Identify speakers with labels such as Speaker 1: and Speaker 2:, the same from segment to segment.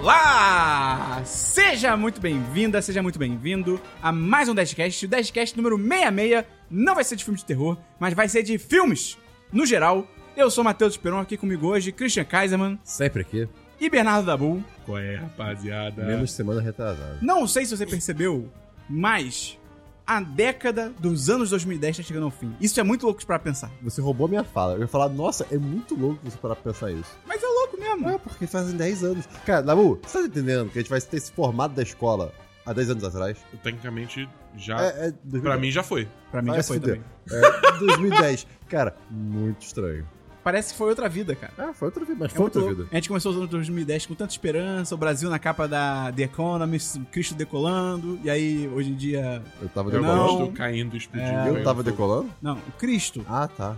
Speaker 1: Olá! Seja muito bem-vinda, seja muito bem-vindo a mais um Dashcast, o Dashcast número 66. Não vai ser de filme de terror, mas vai ser de filmes no geral. Eu sou Matheus Esperon, aqui comigo hoje, Christian Kaiserman
Speaker 2: Sempre aqui,
Speaker 1: e Bernardo Dabu. Qual é, rapaziada?
Speaker 2: menos semana retrasada.
Speaker 1: Não sei se você percebeu, mas a década dos anos 2010 tá chegando ao fim. Isso é muito louco pra pensar.
Speaker 2: Você roubou minha fala. Eu ia falar, nossa, é muito louco você parar pra pensar isso.
Speaker 1: Mas é louco mesmo.
Speaker 2: É, porque fazem 10 anos. Cara, Nabu, você tá entendendo que a gente vai ter se formado da escola há 10 anos atrás?
Speaker 3: Tecnicamente, já.
Speaker 2: É, é
Speaker 3: Ah, pra
Speaker 2: 2010.
Speaker 3: mim já foi.
Speaker 1: Pra mim
Speaker 2: Vai
Speaker 1: já
Speaker 2: se
Speaker 1: foi
Speaker 2: fuder.
Speaker 1: também.
Speaker 2: É, 2010. Cara, muito estranho.
Speaker 1: Parece que foi outra vida, cara.
Speaker 2: Ah, foi outra vida, mas
Speaker 1: É
Speaker 2: foi
Speaker 1: muito
Speaker 2: outra
Speaker 1: louco.
Speaker 2: vida.
Speaker 1: A gente começou os anos 2010 com tanta esperança, o Brasil na capa da The Economist, o Cristo decolando, e aí hoje em dia.
Speaker 2: Eu tava
Speaker 3: Eu é,
Speaker 1: Não.
Speaker 2: decolando.
Speaker 3: gosto caindo, explodindo.
Speaker 2: É, Eu
Speaker 3: pegando
Speaker 2: tava
Speaker 3: fogo.
Speaker 2: decolando?
Speaker 1: Não, o Cristo.
Speaker 2: Ah, tá.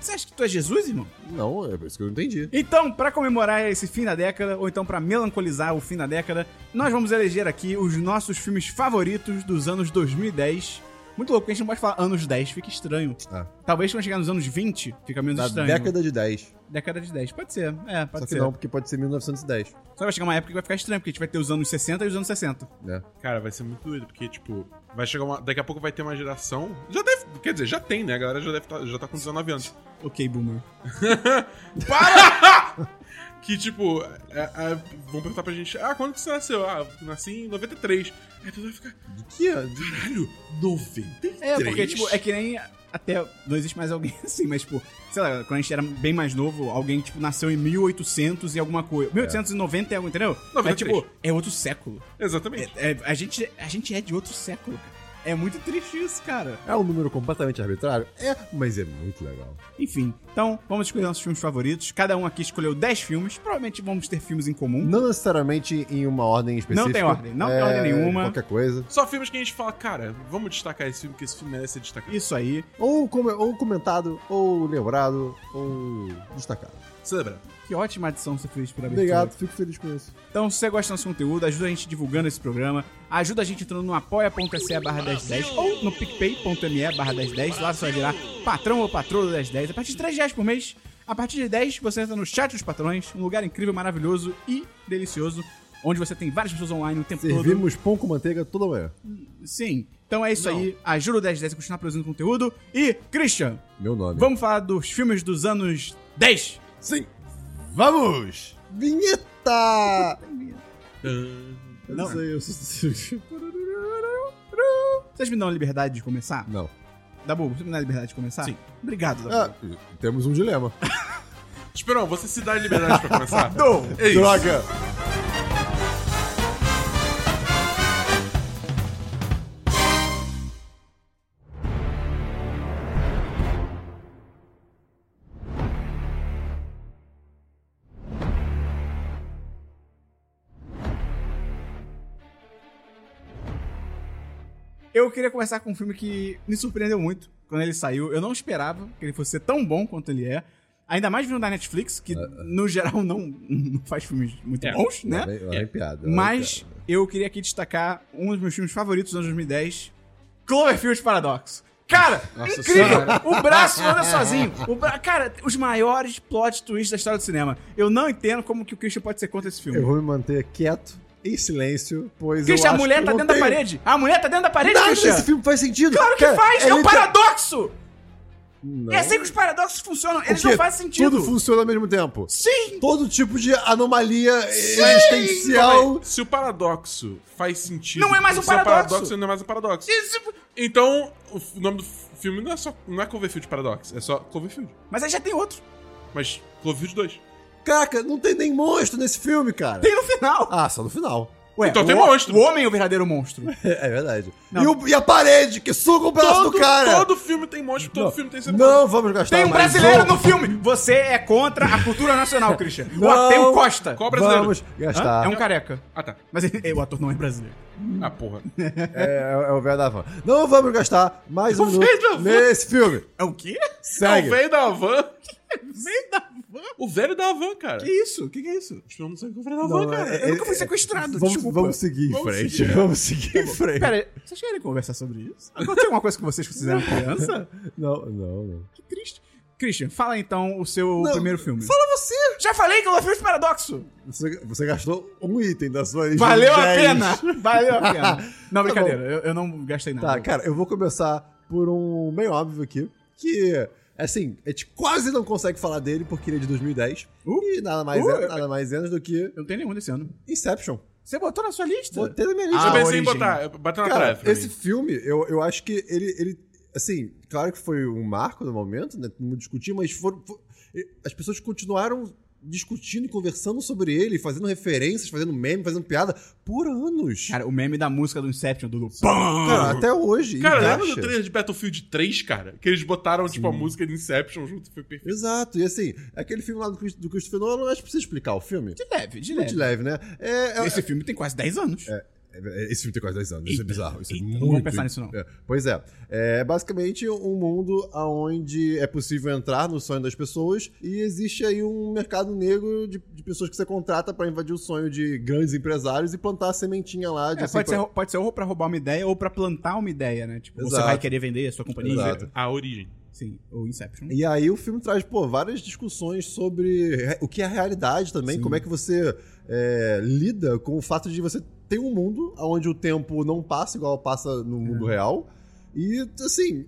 Speaker 1: Você acha que tu é Jesus, irmão?
Speaker 2: Não, é isso que eu não entendi.
Speaker 1: Então, pra comemorar esse fim da década, ou então pra melancolizar o fim da década, nós vamos eleger aqui os nossos filmes favoritos dos anos 2010. Muito louco, porque a gente não pode falar anos 10, fica estranho.
Speaker 2: Ah.
Speaker 1: Talvez quando chegar nos anos 20, fica menos
Speaker 2: Da
Speaker 1: estranho.
Speaker 2: década de 10.
Speaker 1: Década de 10, pode ser, é, pode
Speaker 2: Só que
Speaker 1: ser.
Speaker 2: não, porque pode ser 1910.
Speaker 1: Só vai chegar uma época que vai ficar estranho, porque a gente vai ter os anos 60 e os anos 60.
Speaker 2: Né?
Speaker 3: Cara, vai ser muito doido, porque, tipo, vai chegar uma. Daqui a pouco vai ter uma geração. Já deve. Quer dizer, já tem, né? A galera já deve tá, já tá com 19 anos.
Speaker 1: Ok, boomer.
Speaker 3: Que, tipo, é- é- vão perguntar pra gente: ah, quando que você nasceu? Ah, eu nasci em 93. Aí tu vai ficar:
Speaker 2: De que ano?
Speaker 3: caralho, 93?
Speaker 1: É, porque, tipo, é que nem. Até não existe mais alguém assim, mas, tipo, sei lá, quando a gente era bem mais novo, alguém, tipo, nasceu em 1800 e alguma coisa. 1890 e alguma, entendeu? Mas,
Speaker 3: 93.
Speaker 1: tipo, é outro século.
Speaker 3: Exatamente.
Speaker 1: É- é- a, gente, a gente é de outro século, cara. É muito triste isso, cara.
Speaker 2: É um número completamente arbitrário? É, mas é muito legal.
Speaker 1: Enfim, então, vamos escolher nossos filmes favoritos. Cada um aqui escolheu 10 filmes. Provavelmente vamos ter filmes em comum.
Speaker 2: Não necessariamente em uma ordem específica. É,
Speaker 1: Não tem ordem, não tem ordem nenhuma.
Speaker 2: Qualquer coisa.
Speaker 3: Só filmes que a gente fala, cara, vamos destacar esse filme, que esse filme merece ser destacado.
Speaker 1: Isso aí.
Speaker 2: Ou, com- ou comentado, ou lembrado, ou destacado.
Speaker 3: Celebra.
Speaker 1: Que ótima adição você fez pra abertura.
Speaker 2: Obrigado, fico feliz com isso.
Speaker 1: Então, se você gosta do nosso conteúdo, ajuda a gente divulgando esse programa, ajuda a gente entrando no apoia.se barra 1010 ou no picpay.me barra 1010, lá você vai virar patrão ou patroa do 1010, a partir de 3 reais por mês, a partir de 10 você entra no chat dos patrões, um lugar incrível, maravilhoso e delicioso, onde você tem várias pessoas online o tempo todo.
Speaker 2: Servimos pão com manteiga toda manhã.
Speaker 1: Sim, então é isso
Speaker 3: Não.
Speaker 1: aí, ajuda o 1010 a continuar produzindo conteúdo e, Christian,
Speaker 2: Meu nome.
Speaker 1: vamos falar dos filmes dos anos 10?
Speaker 2: Sim! Vamos! Vinheta! Eu
Speaker 1: Não.
Speaker 2: sei, eu sou...
Speaker 1: Vocês me dão a liberdade de começar?
Speaker 2: Não.
Speaker 1: Dabu, você me dá a liberdade de começar?
Speaker 3: Sim.
Speaker 1: Obrigado, Dabu.
Speaker 2: Ah, temos um dilema.
Speaker 3: Esperão, você se dá liberdade pra começar?
Speaker 1: Dou.
Speaker 3: É isso.
Speaker 2: Droga!
Speaker 1: Eu queria começar com um filme que me surpreendeu muito quando ele saiu. Eu não esperava que ele fosse ser tão bom quanto ele é. Ainda mais vindo da Netflix,
Speaker 2: Ah,
Speaker 1: que no geral não, não faz filmes muito
Speaker 3: É.
Speaker 1: bons,
Speaker 2: Lá
Speaker 1: né?
Speaker 2: vem- lá vem piada. lá vem
Speaker 1: Mas eu queria aqui destacar um dos meus filmes favoritos dos anos 2010, Cloverfield Paradox. Cara,
Speaker 3: Nossa
Speaker 1: incrível!
Speaker 3: senhora.
Speaker 1: O braço anda sozinho. O bra... Cara, os maiores plot twists da história do cinema. Eu não entendo como que o Christian pode ser contra esse
Speaker 2: Eu
Speaker 1: filme.
Speaker 2: vou me manter quieto, em silêncio, pois
Speaker 1: Christian,
Speaker 2: eu
Speaker 1: a
Speaker 2: acho
Speaker 1: mulher
Speaker 2: que
Speaker 1: tá
Speaker 2: eu não
Speaker 1: dentro da
Speaker 2: tenho
Speaker 1: parede! A mulher tá dentro da parede,
Speaker 2: Nada
Speaker 1: Christian!
Speaker 2: desse filme faz sentido!
Speaker 1: Claro que
Speaker 2: Cara,
Speaker 1: faz! É, um
Speaker 2: literal-
Speaker 1: paradoxo!
Speaker 2: Não.
Speaker 1: É assim que os paradoxos funcionam. Eles
Speaker 2: Porque
Speaker 1: não fazem sentido.
Speaker 2: Tudo funciona ao mesmo tempo.
Speaker 1: Sim!
Speaker 2: Todo tipo de anomalia existencial.
Speaker 3: Se o paradoxo faz sentido.
Speaker 1: Não é mais um
Speaker 3: se é
Speaker 1: paradoxo.
Speaker 3: não é mais um paradoxo.
Speaker 1: Isso-
Speaker 3: Então, o f- o nome do f- filme não é só. Não é Cloverfield Paradox, é só Cloverfield.
Speaker 1: Mas aí já tem outro.
Speaker 3: Mas Cloverfield 2.
Speaker 2: Caraca, não tem nem monstro nesse filme, cara.
Speaker 1: Tem no final.
Speaker 2: Ah, só no final.
Speaker 1: Ué,
Speaker 3: Então tem
Speaker 1: o,
Speaker 3: monstro.
Speaker 1: O homem é o verdadeiro monstro.
Speaker 2: É, é verdade.
Speaker 1: Não.
Speaker 2: E, o- e a parede, que suga o braço
Speaker 3: Todo,
Speaker 2: do cara.
Speaker 3: todo filme tem monstro, todo filme tem ser humano.
Speaker 2: Não vamos gastar
Speaker 1: tem um
Speaker 2: mais
Speaker 1: brasileiro
Speaker 2: outro.
Speaker 1: no filme. Você é contra a cultura nacional, Christian. O
Speaker 2: Não.
Speaker 1: ator tem o Costa.
Speaker 3: Qual brasileiro?
Speaker 2: Vamos
Speaker 1: Hã?
Speaker 2: gastar.
Speaker 1: É um careca.
Speaker 3: Ah, tá.
Speaker 1: Mas ele- o ator não é brasileiro.
Speaker 3: Ah, porra.
Speaker 1: um-
Speaker 2: É, é- é o velho da van. Não vamos gastar mais um
Speaker 3: O velho da
Speaker 2: minuto
Speaker 3: van.
Speaker 2: nesse filme.
Speaker 1: É o quê?
Speaker 2: Segue.
Speaker 3: É o velho da van.
Speaker 1: Vem da van.
Speaker 3: O velho da van, cara.
Speaker 1: Que isso? O que, que é isso?
Speaker 3: O Esperão não sabe que é o velho da
Speaker 2: Não,
Speaker 3: van, cara.
Speaker 1: Eu nunca fui sequestrado,
Speaker 2: É, vamos,
Speaker 1: desculpa. Tá
Speaker 2: Vamos seguir em
Speaker 3: Vamos
Speaker 2: frente.
Speaker 3: seguir.
Speaker 2: Vamos seguir em frente.
Speaker 1: Pera, vocês querem conversar sobre isso? Aconteceu alguma coisa que vocês fizeram criança?
Speaker 2: Não, não, não.
Speaker 1: Que triste. Christian, fala então o seu
Speaker 2: Não,
Speaker 1: primeiro filme.
Speaker 2: Fala você!
Speaker 1: Já falei que eu fiz paradoxo!
Speaker 2: Você, você gastou um item da sua lista.
Speaker 1: Valeu
Speaker 2: de
Speaker 1: a
Speaker 2: 10.
Speaker 1: pena! Valeu a pena! Não,
Speaker 2: é Tá
Speaker 1: brincadeira, eu, eu não gastei nada.
Speaker 2: Tá, cara, eu vou começar por um meio óbvio aqui, que, assim, a gente quase não consegue falar dele porque ele é de 2010.
Speaker 1: Uh,
Speaker 2: e nada mais,
Speaker 1: uh,
Speaker 2: é, nada mais menos do que
Speaker 1: Eu não tenho nenhum desse ano.
Speaker 2: Inception.
Speaker 1: Você botou na sua lista?
Speaker 2: Botei na minha
Speaker 1: Ah,
Speaker 2: lista.
Speaker 3: eu pensei
Speaker 1: origem.
Speaker 3: em botar, bateu na
Speaker 2: Cara,
Speaker 3: trave. pra
Speaker 2: esse
Speaker 3: mim.
Speaker 2: filme, eu, eu acho que ele, ele. Assim, claro que foi um marco no momento, né? Não discutir, mas foram, fo- as pessoas continuaram discutindo e conversando sobre ele, fazendo referências, fazendo meme, fazendo piada por anos.
Speaker 1: Cara, o meme da música do Inception, do...
Speaker 2: Uhum. Cara, até hoje. e
Speaker 3: Cara, lembra
Speaker 2: gasta.
Speaker 3: do trailer de Battlefield 3, cara? Que eles botaram, tipo, a música de Inception junto, foi perfeito.
Speaker 2: Exato, e assim, aquele filme lá do, Chris- do Christopher Nolan, acho que precisa explicar o filme. É
Speaker 1: De leve, de
Speaker 2: Muito
Speaker 1: leve.
Speaker 2: leve, né? É, é-
Speaker 1: Esse filme tem quase 10 anos.
Speaker 2: É, Esse filme tem quase 10 anos, isso é
Speaker 1: Eita,
Speaker 2: bizarro. Isso é
Speaker 1: eita, não
Speaker 2: muito...
Speaker 1: vou pensar nisso, não.
Speaker 2: É, pois é. É basicamente um mundo onde é possível entrar no sonho das pessoas e existe aí um mercado negro de, de pessoas que você contrata pra invadir o sonho de grandes empresários e plantar a sementinha lá. De
Speaker 1: É,
Speaker 2: assim,
Speaker 1: pode,
Speaker 2: pra-
Speaker 1: ser, pode ser ou pra roubar uma ideia ou pra plantar uma ideia, né? Tipo, você
Speaker 2: Exato.
Speaker 1: vai querer vender a sua companhia.
Speaker 2: Exato.
Speaker 3: A origem.
Speaker 1: Sim, ou Inception.
Speaker 2: E aí o filme traz, pô, várias discussões sobre re- o que é a realidade também, como é que você é, lida com o fato de você ter um mundo onde o tempo não passa igual passa no mundo
Speaker 1: É.
Speaker 2: real. E, assim, c-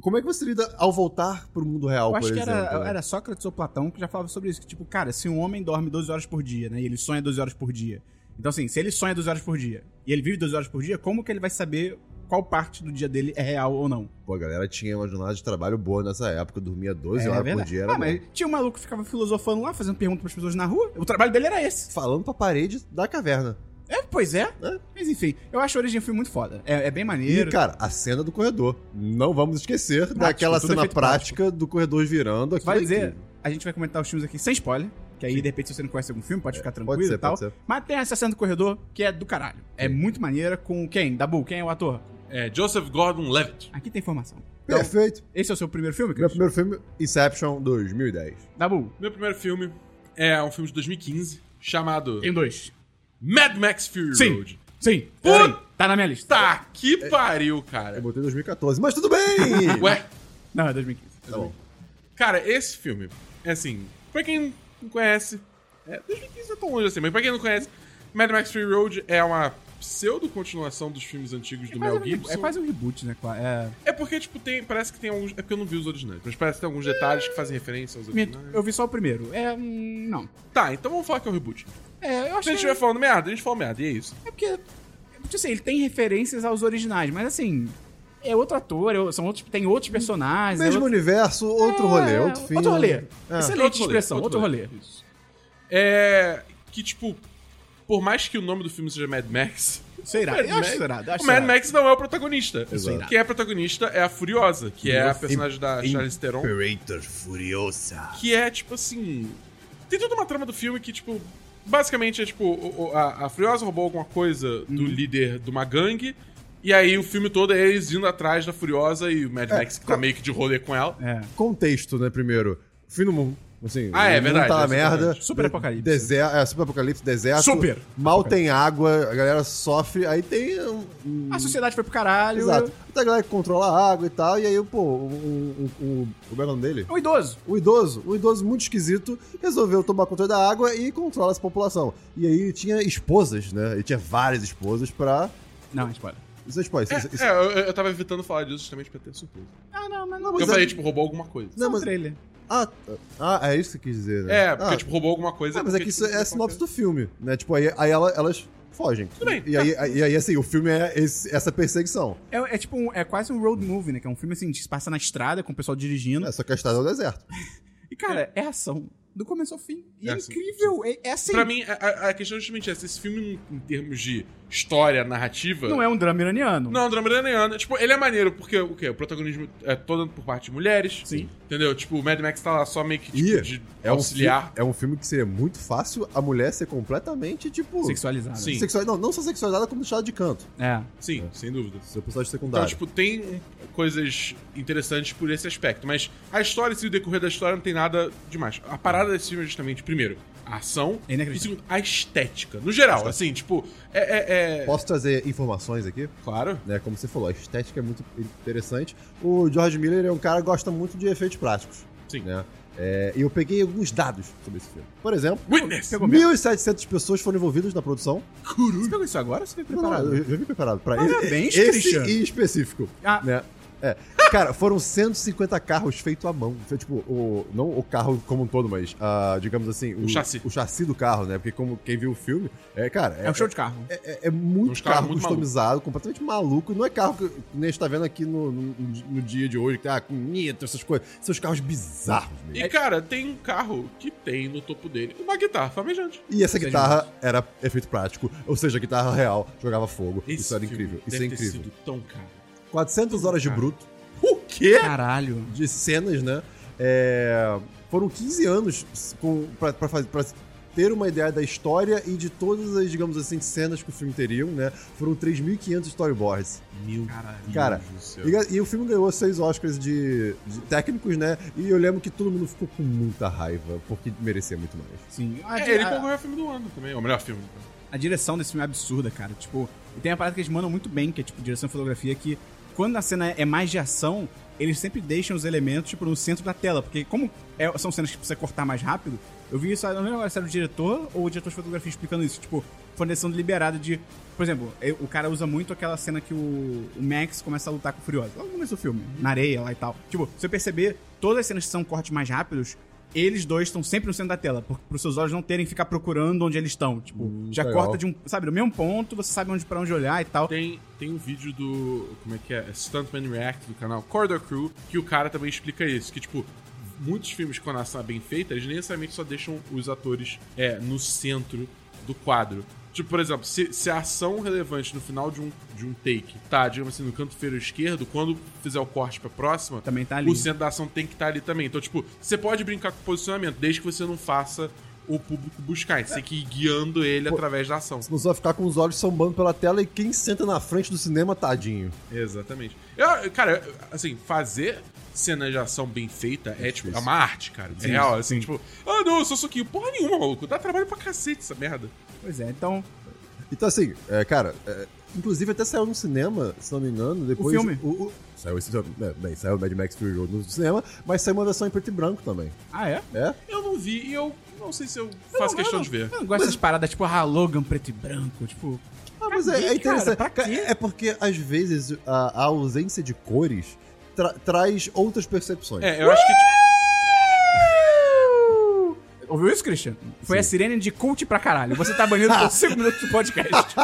Speaker 2: como é que você lida ao voltar pro mundo real,
Speaker 1: Eu
Speaker 2: por
Speaker 1: acho que
Speaker 2: exemplo?
Speaker 1: era,
Speaker 2: né?
Speaker 1: era Sócrates ou Platão que já falava sobre isso. Que, tipo, cara, se um homem dorme 12 horas por dia, né? E ele sonha 12 horas por dia. Então, assim, se ele sonha 12 horas por dia e ele vive 12 horas por dia, como que ele vai saber qual parte do dia dele é real ou não?
Speaker 2: Pô, a galera tinha uma jornada de trabalho boa nessa época, dormia 12 horas por
Speaker 1: verdade.
Speaker 2: dia, era
Speaker 1: ah, mas
Speaker 2: bom.
Speaker 1: tinha um maluco que ficava filosofando lá, fazendo perguntas pras pessoas na rua. O trabalho dele era esse.
Speaker 2: Falando pra parede da caverna.
Speaker 1: É, pois é.
Speaker 2: É.
Speaker 1: Mas enfim, eu acho a origem do filme muito foda. É, é bem
Speaker 2: E,
Speaker 1: maneiro.
Speaker 2: cara, a cena do corredor. Não vamos esquecer daquela
Speaker 1: tudo é
Speaker 2: cena
Speaker 1: feito
Speaker 2: prática do corredor virando. aquilo
Speaker 1: Vai
Speaker 2: é
Speaker 1: dizer,
Speaker 2: incrível.
Speaker 1: a gente vai comentar os filmes aqui sem spoiler, que aí de repente se você não conhece algum filme, pode ficar tranquilo
Speaker 2: É, Pode ser,
Speaker 1: e tal.
Speaker 2: pode ser.
Speaker 1: Mas tem essa cena do corredor que é do caralho. É muito maneira com quem? Dabu, quem é o ator?
Speaker 3: É, Joseph Gordon-Levitt.
Speaker 1: Aqui tem informação. Então,
Speaker 2: Perfeito.
Speaker 1: esse é o seu primeiro filme,
Speaker 2: Meu
Speaker 1: Cris?
Speaker 2: primeiro filme, Inception 2010.
Speaker 1: Dabu,
Speaker 3: Meu primeiro filme é um filme de 2015, chamado
Speaker 1: tem dois.
Speaker 3: Mad Max Fury
Speaker 1: Sim.
Speaker 3: Road.
Speaker 1: Sim.
Speaker 3: Peraí.
Speaker 1: Puta, tá na minha lista.
Speaker 3: Tá, que pariu,
Speaker 2: Eu
Speaker 3: cara.
Speaker 2: botei 2014, mas tudo bem!
Speaker 3: Ué,
Speaker 1: Não, é 2015.
Speaker 2: Tá bom.
Speaker 3: cara, esse filme, é assim, pra quem não conhece, é, 2015 não é tão longe assim, mas pra quem não conhece, Mad Max Fury Road é uma pseudo-continuação dos filmes antigos
Speaker 1: É
Speaker 3: do
Speaker 1: quase
Speaker 3: Mel
Speaker 1: um
Speaker 3: Gibson.
Speaker 1: reboot- É quase um reboot, né? qua- É...
Speaker 3: É porque, tipo, tem, parece que tem alguns. É porque eu não vi os originais, mas parece que tem alguns detalhes que fazem referência aos
Speaker 1: Minto,
Speaker 3: originais.
Speaker 1: eu vi só o primeiro. É. hum, Não.
Speaker 3: Tá, então vamos falar que é um reboot.
Speaker 1: É, eu acho
Speaker 3: Se a gente
Speaker 1: que.
Speaker 3: estiver falando merda, a gente fala merda, e é isso.
Speaker 1: É porque. Tipo assim, ele tem referências aos originais, mas assim. É outro ator, é- são outros, tem outros personagens. é
Speaker 2: Mesmo
Speaker 1: outro-
Speaker 2: universo, outro
Speaker 1: É,
Speaker 2: rolê, outro filme.
Speaker 1: Outro rolê.
Speaker 2: É.
Speaker 1: Excelente expressão, outro rolê.
Speaker 3: Isso. É. Que, tipo, por mais que o nome do filme seja Mad Max,
Speaker 1: Isso é irado.
Speaker 3: Mad
Speaker 1: Eu acho
Speaker 3: Max-
Speaker 1: isso irado. eu acho
Speaker 3: o Mad
Speaker 1: isso irado.
Speaker 3: Max não é o protagonista.
Speaker 2: Isso é irado.
Speaker 3: Quem é protagonista é a Furiosa, que é a
Speaker 2: Furiosa.
Speaker 3: personagem da
Speaker 2: Im-
Speaker 3: Charlize Theron.
Speaker 2: Operator Furiosa.
Speaker 3: que é tipo assim. Tem toda uma trama do filme que, tipo. Basicamente é tipo: o- o- a, a Furiosa roubou alguma coisa do
Speaker 2: Uhum.
Speaker 3: líder de uma gangue. E aí o filme todo é eles indo atrás da Furiosa e o Mad
Speaker 2: É,
Speaker 3: Max que tá meio que de rolê com ela.
Speaker 1: É.
Speaker 2: Contexto, né, primeiro. Fim do mundo. Assim,
Speaker 3: Ah,
Speaker 2: o
Speaker 3: é
Speaker 2: mundo
Speaker 3: verdade,
Speaker 2: Tá na
Speaker 3: exatamente.
Speaker 2: merda.
Speaker 1: Super apocalipse.
Speaker 2: Deserto, é, super apocalipse, deserto.
Speaker 1: Super.
Speaker 2: Mal tem água, a galera sofre. Aí tem um- um
Speaker 1: A sociedade foi pro caralho.
Speaker 2: Exato. Tem a galera que controla a água e tal, e aí, pô, o. o, o, o como é o nome dele?
Speaker 1: Um idoso.
Speaker 2: O idoso, um idoso muito esquisito, resolveu tomar conta da água e controla essa população. E aí tinha esposas, né? Ele tinha várias esposas pra.
Speaker 1: Não, spoiler.
Speaker 2: Isso é spoiler. Isso, isso-
Speaker 3: É, eu, eu tava evitando falar disso justamente pra ter surpresa.
Speaker 1: Ah, não, mas
Speaker 2: não,
Speaker 3: Porque eu
Speaker 2: mas
Speaker 3: falei,
Speaker 2: é-
Speaker 3: tipo, roubou alguma coisa.
Speaker 2: não, mas-
Speaker 1: um trailer.
Speaker 2: ah, ah, é isso que você quis dizer, né?
Speaker 3: É, porque,
Speaker 2: ah,
Speaker 3: tipo, roubou alguma coisa.
Speaker 2: ah, mas é
Speaker 3: porque,
Speaker 2: que isso
Speaker 3: tipo,
Speaker 2: é a sinopse do filme, né? Tipo, aí, aí ela- elas fogem.
Speaker 3: Tudo bem,
Speaker 2: E aí, aí, aí, assim, o filme é esse- essa perseguição.
Speaker 1: É, é tipo um, é quase um road movie, né? Que é um filme assim, que se passa na estrada com o pessoal dirigindo.
Speaker 2: É, só que a estrada é o deserto.
Speaker 3: tipo,
Speaker 1: E, cara, é ação. Do começo ao fim. E
Speaker 3: É
Speaker 1: é,
Speaker 3: ação,
Speaker 1: incrível. É, é assim.
Speaker 3: Pra mim, a- a, a questão é justamente essa. Esse filme, em termos de história, narrativa...
Speaker 1: Não é um drama iraniano.
Speaker 3: Não, drama iraniano. Tipo, ele é maneiro, porque o quê? O protagonismo é todo por parte de mulheres.
Speaker 1: Sim.
Speaker 3: Entendeu? Tipo, o Mad Max tá lá só meio que
Speaker 2: E
Speaker 3: tipo, de
Speaker 2: é um, fi-
Speaker 3: auxiliar.
Speaker 2: é um filme que seria muito fácil a mulher ser completamente, tipo.
Speaker 1: Sexualizado.
Speaker 3: Sim.
Speaker 2: Sexual, não, não só sexualizada, como deixada de canto.
Speaker 1: É.
Speaker 3: Sim, sem dúvida.
Speaker 2: Seu personagem
Speaker 3: Então,
Speaker 2: secundário.
Speaker 3: tipo, tem um, coisas interessantes por esse aspecto. Mas a história, se o decorrer da história, não tem nada demais. A parada desse filme é justamente, primeiro, a ação.
Speaker 1: É inacreditável.
Speaker 3: e segundo, a estética. No geral, assim, tipo, é. é- é-
Speaker 2: Posso trazer informações aqui?
Speaker 3: Claro.
Speaker 2: Né, como você falou, a estética é muito interessante. O George Miller é um cara que gosta muito de efeitos práticos.
Speaker 3: Sim.
Speaker 2: né? É, e eu peguei alguns dados sobre esse filme. Por exemplo,
Speaker 3: Witness!
Speaker 1: Pegou mesmo.
Speaker 2: 1.700 pessoas foram envolvidas na produção.
Speaker 1: Você pegou isso agora ou você veio
Speaker 2: Não, não,
Speaker 1: preparado?
Speaker 2: eu já vim preparado pra
Speaker 1: Parabéns,
Speaker 2: esse
Speaker 1: Christian.
Speaker 2: em específico.
Speaker 1: Ah.
Speaker 2: né? É. Cara, foram 150 carros feitos à mão. Foi, tipo, o, não o carro como um todo, mas, ah, digamos assim,
Speaker 3: O chassi.
Speaker 2: o chassi do carro, né? Porque como quem viu o filme, é, cara,
Speaker 1: É um show de carro.
Speaker 2: é, é- é muito
Speaker 3: Uns
Speaker 2: carro
Speaker 3: carros muito
Speaker 2: customizado, completamente maluco. Não é carro que que nem a gente tá vendo aqui no, no, no dia de hoje, que tá com nitro, essas coisas. São os carros bizarros mesmo.
Speaker 3: E, cara, tem um carro que tem no topo dele uma guitarra flamejante.
Speaker 2: E essa
Speaker 1: Seja
Speaker 2: guitarra era efeito prático, ou seja, a guitarra real jogava fogo. isso era
Speaker 3: filme
Speaker 2: incrível, isso é
Speaker 3: deve ter
Speaker 2: incrível.
Speaker 3: sido tão caro.
Speaker 2: 400 horas de
Speaker 1: Cara.
Speaker 2: bruto. O quê?
Speaker 1: Caralho.
Speaker 2: De cenas, né? É, Foram 15 anos com... pra, pra faz- pra ter uma ideia da história e de todas as, digamos assim, cenas que o filme teriam, né? Foram 3.500 storyboards.
Speaker 3: Meu
Speaker 1: Caralho.
Speaker 3: Deus
Speaker 2: Cara,
Speaker 3: do céu. É,
Speaker 2: E, ga- e o filme ganhou seis Oscars de, de técnicos, né? E eu lembro que todo mundo ficou com muita raiva, porque merecia muito mais.
Speaker 1: Sim. A,
Speaker 3: É,
Speaker 1: di-
Speaker 3: ele
Speaker 1: a-
Speaker 3: concorreu ao filme do ano também, é o melhor filme.
Speaker 1: a direção desse filme é absurda, cara. Tipo, e tem uma parada que eles mandam muito bem, que é tipo direção e fotografia, que quando a cena é mais de ação, eles sempre deixam os elementos, tipo, no centro da tela. Porque como é- são cenas que precisa cortar mais rápido, eu vi isso, eu não lembro agora se era o diretor ou o diretor de fotografia explicando isso. Tipo, foi uma decisão deliberada de... Por exemplo, eh, o cara usa muito aquela cena que o, o Max começa a lutar com o Furioso. Logo no começo do filme, na areia lá e tal. Tipo, se eu perceber, todas as cenas que são cortes mais rápidos, eles dois estão sempre no centro da tela, porque pros seus olhos não terem que ficar procurando onde eles estão. Tipo,
Speaker 2: Hum,
Speaker 1: já
Speaker 2: legal.
Speaker 1: corta de um, sabe, no mesmo ponto, você sabe onde para onde olhar e tal.
Speaker 3: Tem, tem um vídeo do. Como é que é? Stuntman React do canal Corridor Crew, que o cara também explica isso. Que, tipo, muitos filmes quando a ação é bem feita, eles necessariamente só deixam os atores é, no centro do quadro. Tipo, por exemplo, se, se a ação relevante no final de um, de um take tá, digamos assim, no canto feiro esquerdo, quando fizer o corte pra próxima,
Speaker 1: Também tá ali.
Speaker 3: o centro da ação tem que estar ali também. Então, tipo, você pode brincar com o posicionamento, desde que você não faça o público buscar. Você tem que ir guiando ele através da ação.
Speaker 2: Você não só ficar com os olhos sambando pela tela e quem senta na frente do cinema, tadinho.
Speaker 3: Exatamente. Eu, cara, assim, fazer cena de ação bem feita é, tipo, é
Speaker 2: difícil.
Speaker 3: uma arte, cara. É real, assim, tipo, ah não, eu sou suquinho. Porra nenhuma, maluco. Dá trabalho pra cacete essa merda.
Speaker 1: Pois é, então,
Speaker 2: Então, assim, é, cara, é, inclusive até saiu no cinema, se não me engano, depois.
Speaker 1: filme?
Speaker 2: o- saiu esse filme. né, bem, saiu o Mad Max Fury Road no cinema, mas saiu uma versão em preto e branco também.
Speaker 1: ah é?
Speaker 2: É?
Speaker 3: Eu não vi e eu não sei se eu faço
Speaker 1: Eu não-
Speaker 3: questão
Speaker 1: eu não-
Speaker 3: de ver.
Speaker 1: Eu não gosto dessas paradas tipo, ah, Logan preto e branco, tipo,
Speaker 2: Ah, mas
Speaker 1: Pra
Speaker 2: é,
Speaker 1: quê,
Speaker 2: é interessante.
Speaker 1: cara? Pra quê?
Speaker 2: É porque, às vezes, a, a ausência de cores tra- traz outras percepções.
Speaker 3: É, eu acho que, tipo,
Speaker 1: Ouviu isso, Christian? Foi
Speaker 2: Sim.
Speaker 1: a sirene de cult pra caralho. Você tá banido por 5 minutos do podcast.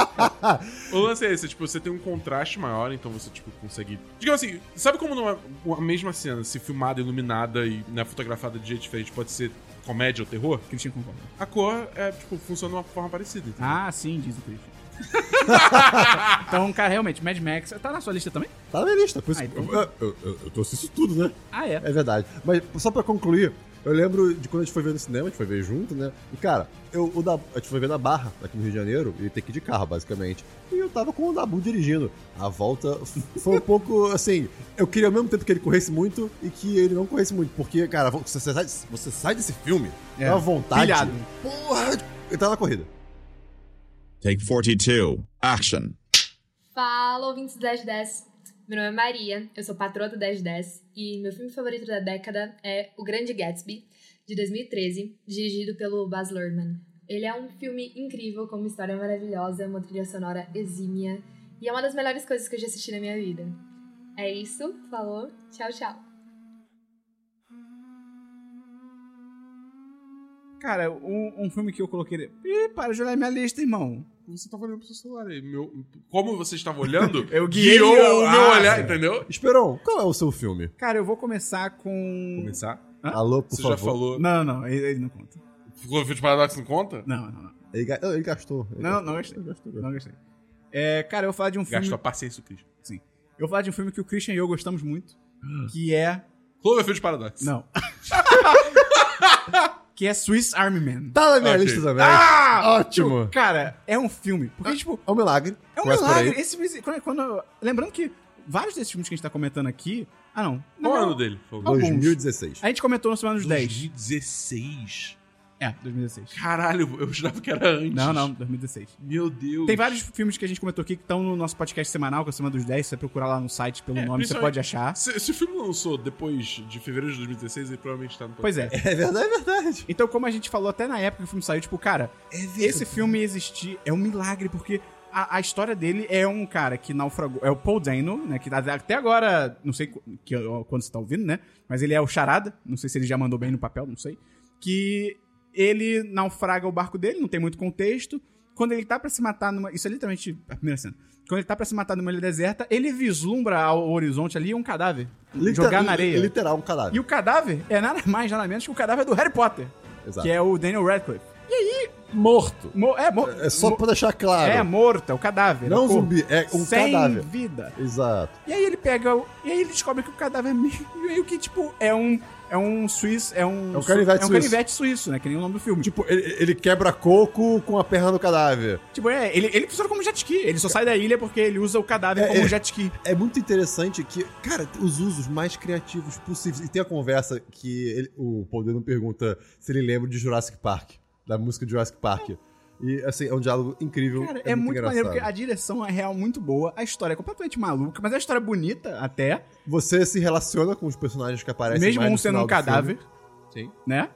Speaker 3: o lance é esse, tipo, você tem um contraste maior, então você, tipo, consegue. Digamos assim, sabe como numa uma mesma cena, se filmada, iluminada e né, fotografada de jeito diferente, pode ser comédia ou terror?
Speaker 1: Christian concorda.
Speaker 3: A cor é, tipo, funciona de uma forma parecida. entendeu?
Speaker 1: Ah, sim, diz o Christian. então, cara, realmente, Mad Max tá na sua lista também?
Speaker 2: Tá na minha lista. Por isso,
Speaker 1: Ah, então-
Speaker 2: eu, eu, eu, eu trouxe isso tudo, né?
Speaker 1: Ah, é.
Speaker 2: É verdade. Mas só pra concluir, eu lembro de quando a gente foi ver no cinema, a gente foi ver junto, né? E cara, eu, o da, a gente foi ver na Barra, aqui no Rio de Janeiro, e tem que ir de carro, basicamente. E eu tava com o Dabu dirigindo. A volta f- foi um pouco assim. Eu queria ao mesmo tempo que ele corresse muito e que ele não corresse muito. Porque, cara, você sai, você sai desse filme,
Speaker 1: É.
Speaker 2: dá uma vontade.
Speaker 1: Pilhado.
Speaker 2: Porra! Ele tá na corrida.
Speaker 4: Take 42. Action.
Speaker 5: Fala, ouvintes do 1010. Meu nome é Maria, eu sou patroa do 1010 e meu filme favorito da década é O Grande Gatsby, de 2013, dirigido pelo Baz Luhrmann. Ele é um filme incrível, com uma história maravilhosa, uma trilha sonora exímia e é uma das melhores coisas que eu já assisti na minha vida. É isso, falou, tchau, tchau.
Speaker 1: Cara, um, um filme que eu coloquei. Ih, para de olhar minha lista, irmão.
Speaker 3: Você tava olhando pro seu celular aí. Meu, como você estava olhando,
Speaker 1: Eu guiei
Speaker 3: guiou
Speaker 1: meu-
Speaker 3: o meu
Speaker 1: Ah,
Speaker 3: olhar,
Speaker 1: sim.
Speaker 3: entendeu?
Speaker 2: Esperon, qual é o seu filme?
Speaker 1: Cara, eu vou começar com.
Speaker 3: Começar?
Speaker 1: Hã?
Speaker 2: Alô, por
Speaker 3: você
Speaker 2: favor.
Speaker 3: já falou.
Speaker 1: Não, não, ele, ele não conta.
Speaker 3: Ficou de paradoxo não conta?
Speaker 1: Não, não, não.
Speaker 2: Ele, ga- ele gastou. Ele
Speaker 1: Não,
Speaker 2: gastou.
Speaker 1: não gastei.
Speaker 2: Ele gastou.
Speaker 1: Não gostei. É, cara, eu vou falar de um filme.
Speaker 3: Gastou a paciência do Cris.
Speaker 1: Eu vou falar de um filme que o Christian e eu gostamos muito. Que é.
Speaker 3: Cloverfield de Paradox.
Speaker 1: Não. que é Swiss Army Man.
Speaker 2: Tá na minha
Speaker 3: Ok.
Speaker 2: lista também. Ótimo.
Speaker 1: Cara, é um filme. Porque, tipo,
Speaker 2: É um milagre.
Speaker 1: É um
Speaker 2: Começa por aí.
Speaker 1: milagre. Esse filme- quando, quando- lembrando que vários desses filmes que a gente tá comentando aqui. Ah, não. Na
Speaker 3: Qual é o
Speaker 1: real,
Speaker 3: ano dele? por favor?
Speaker 1: Alguns.
Speaker 2: 2016.
Speaker 1: A gente comentou no Semana dos 10.
Speaker 3: 2016.
Speaker 1: É, 2016.
Speaker 3: Caralho, eu jurava que era antes.
Speaker 1: Não, não, 2016.
Speaker 3: Meu Deus.
Speaker 1: Tem vários filmes que a gente comentou aqui que estão no nosso podcast semanal, que é o Semana dos 10. Se você procurar lá no site pelo
Speaker 3: É,
Speaker 1: nome, você
Speaker 3: principalmente-
Speaker 1: pode achar.
Speaker 3: Se, se o filme lançou depois de fevereiro de 2016, ele provavelmente tá no
Speaker 1: Pois é.
Speaker 2: É verdade, é verdade.
Speaker 1: Então, como a gente falou até na época que o filme saiu, tipo, cara,
Speaker 2: É
Speaker 1: esse filme existir é um milagre, porque a, a história dele é um cara que naufragou. É o Paul Dano, né? Que até até agora, não sei qu- que, quando você tá ouvindo, né? Mas ele é o Charada, não sei se ele já mandou bem no papel, não sei. Que ele naufraga o barco dele, não tem muito contexto. Quando ele tá pra se matar numa. Isso é literalmente a primeira cena. Quando ele tá pra se matar numa ilha deserta, ele vislumbra ao horizonte ali um cadáver.
Speaker 2: Liter-
Speaker 1: jogar na areia.
Speaker 2: Literal, um
Speaker 1: E
Speaker 2: cadáver.
Speaker 1: o cadáver é nada mais, nada menos que o cadáver do Harry Potter,
Speaker 2: Exato.
Speaker 1: que é o Daniel Radcliffe.
Speaker 2: morto.
Speaker 1: Mo- é, mo-
Speaker 2: É só
Speaker 1: mo-
Speaker 2: pra deixar claro.
Speaker 1: é morto, é o cadáver.
Speaker 2: Não
Speaker 1: é o corpo.
Speaker 2: zumbi, é um
Speaker 1: Sem
Speaker 2: cadáver.
Speaker 1: vida.
Speaker 2: Exato.
Speaker 1: E aí ele pega. o- E aí ele descobre que o cadáver é meio, meio que, tipo, é um. É um suíço. É um.
Speaker 2: É um canivete
Speaker 1: é um
Speaker 2: suíço.
Speaker 1: canivete suíço, né? Que nem o nome do filme. Tipo,
Speaker 2: Tipo, ele, ele quebra coco com a perna do cadáver.
Speaker 1: tipo, é, ele, ele funciona como jet ski. Ele só sai da ilha porque ele usa o cadáver
Speaker 2: É,
Speaker 1: como
Speaker 2: é.
Speaker 1: jet ski.
Speaker 2: É muito interessante que, cara, os usos mais criativos possíveis. E tem a conversa que ele- o Poder não pergunta se ele lembra de Jurassic Park, da música de Jurassic Park. E, assim, é um diálogo incrível.
Speaker 1: Cara, é, muito maneiro, porque a direção é real muito boa, a história é completamente maluca, mas é uma história bonita até.
Speaker 2: Você se relaciona com os personagens que aparecem
Speaker 1: mesmo
Speaker 2: mais
Speaker 1: um
Speaker 2: no
Speaker 1: sendo
Speaker 2: final
Speaker 1: um
Speaker 2: do
Speaker 1: cadáver.
Speaker 2: filme.
Speaker 1: né?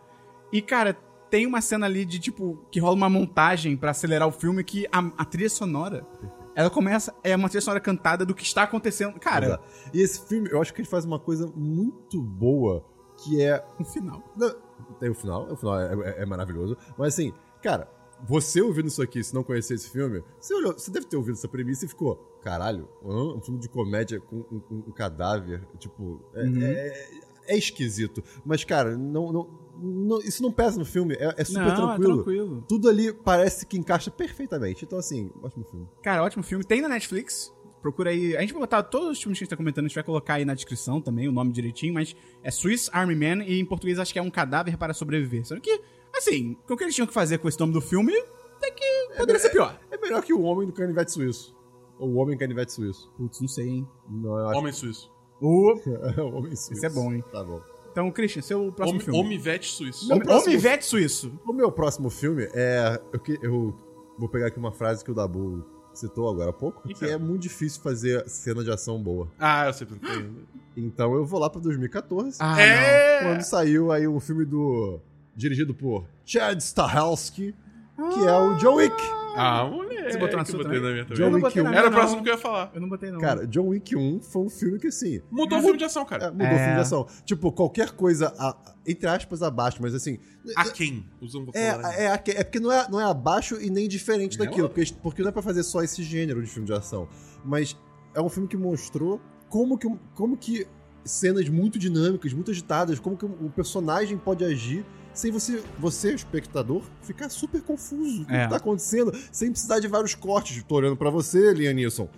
Speaker 1: E, cara, tem uma cena ali de, tipo, que rola uma montagem pra acelerar o filme que a, a trilha sonora, ela começa, é uma trilha sonora cantada do que está acontecendo. Cara,
Speaker 2: Exato. E esse filme, eu acho que ele faz uma coisa muito boa, que é
Speaker 1: no Um final.
Speaker 2: Não, tem o final, o final é, é- é maravilhoso. Mas assim, cara, você ouvindo isso aqui, se não conhecer esse filme, você, olhou, você deve ter ouvido essa premissa e ficou, caralho, hã? um filme de comédia com um, um- um cadáver, tipo, é,
Speaker 1: Uhum.
Speaker 2: é- é esquisito. Mas, cara, não, não- não- isso não pesa no filme, é, é super
Speaker 1: Não, é
Speaker 2: tranquilo.
Speaker 1: tranquilo.
Speaker 2: Tudo ali parece que encaixa perfeitamente. Então, assim, ótimo filme.
Speaker 1: Cara, ótimo filme. Tem na Netflix. Procura aí. A gente vai botar todos os filmes que a gente tá comentando, a gente vai colocar aí na descrição também o nome direitinho, mas é Swiss Army Man e em português acho que é um cadáver para sobreviver. Sendo que, assim, com o que eles tinham que fazer com esse nome do filme, até que poderia ser pior.
Speaker 2: É melhor que o Homem do Canivete Suíço. Ou o Homem Canivete Suíço.
Speaker 1: Putz, não sei, hein.
Speaker 2: Não, eu acho
Speaker 3: Homem Suíço.
Speaker 1: O...
Speaker 2: que é o Homem Suíço.
Speaker 1: Esse é bom, hein?
Speaker 2: Tá bom.
Speaker 1: Então, Christian, seu próximo
Speaker 3: Homem,
Speaker 1: filme.
Speaker 3: homem Vete Suíço.
Speaker 2: Não,
Speaker 1: Homem-
Speaker 2: próximo-
Speaker 1: Homivete suíço.
Speaker 2: O meu próximo filme é. Eu, que- eu vou pegar aqui uma frase que o Dabu citou agora há pouco, que
Speaker 3: Então.
Speaker 2: é muito difícil fazer cena de ação boa.
Speaker 3: Ah, eu sei porque tem.
Speaker 2: Então eu vou lá pra 2014,
Speaker 1: Ah,
Speaker 3: É!
Speaker 2: é quando saiu aí um filme do. dirigido por Chad Stahelski, que é o John Wick.
Speaker 3: Ah, moleque.
Speaker 1: Você botou na
Speaker 3: que
Speaker 1: sua
Speaker 3: eu botei
Speaker 1: também?
Speaker 3: na minha
Speaker 1: Eu
Speaker 3: também.
Speaker 1: não
Speaker 2: John
Speaker 1: botei
Speaker 2: Wick
Speaker 1: na minha,
Speaker 3: Era o
Speaker 1: não.
Speaker 3: próximo que eu ia falar.
Speaker 1: Eu não botei, não.
Speaker 2: Cara, John Wick 1 foi um filme que assim.
Speaker 3: Mudou o filme de ação,
Speaker 2: é,
Speaker 3: cara.
Speaker 2: Mudou o filme de ação. Tipo, qualquer coisa, a- entre aspas, abaixo, mas assim.
Speaker 3: A quem? Usam um
Speaker 2: É,
Speaker 3: vocabulário.
Speaker 2: é, aque- é porque não é, não é abaixo e nem diferente
Speaker 3: Não.
Speaker 2: daquilo, porque, porque não é pra fazer só esse gênero de filme de ação. Mas é um filme que mostrou como que, um- como que cenas muito dinâmicas, muito agitadas, como que um personagem pode agir sem você, você espectador, ficar super confuso do
Speaker 1: É.
Speaker 2: que tá acontecendo, sem precisar de vários cortes. Tô olhando pra você, Liam Neeson.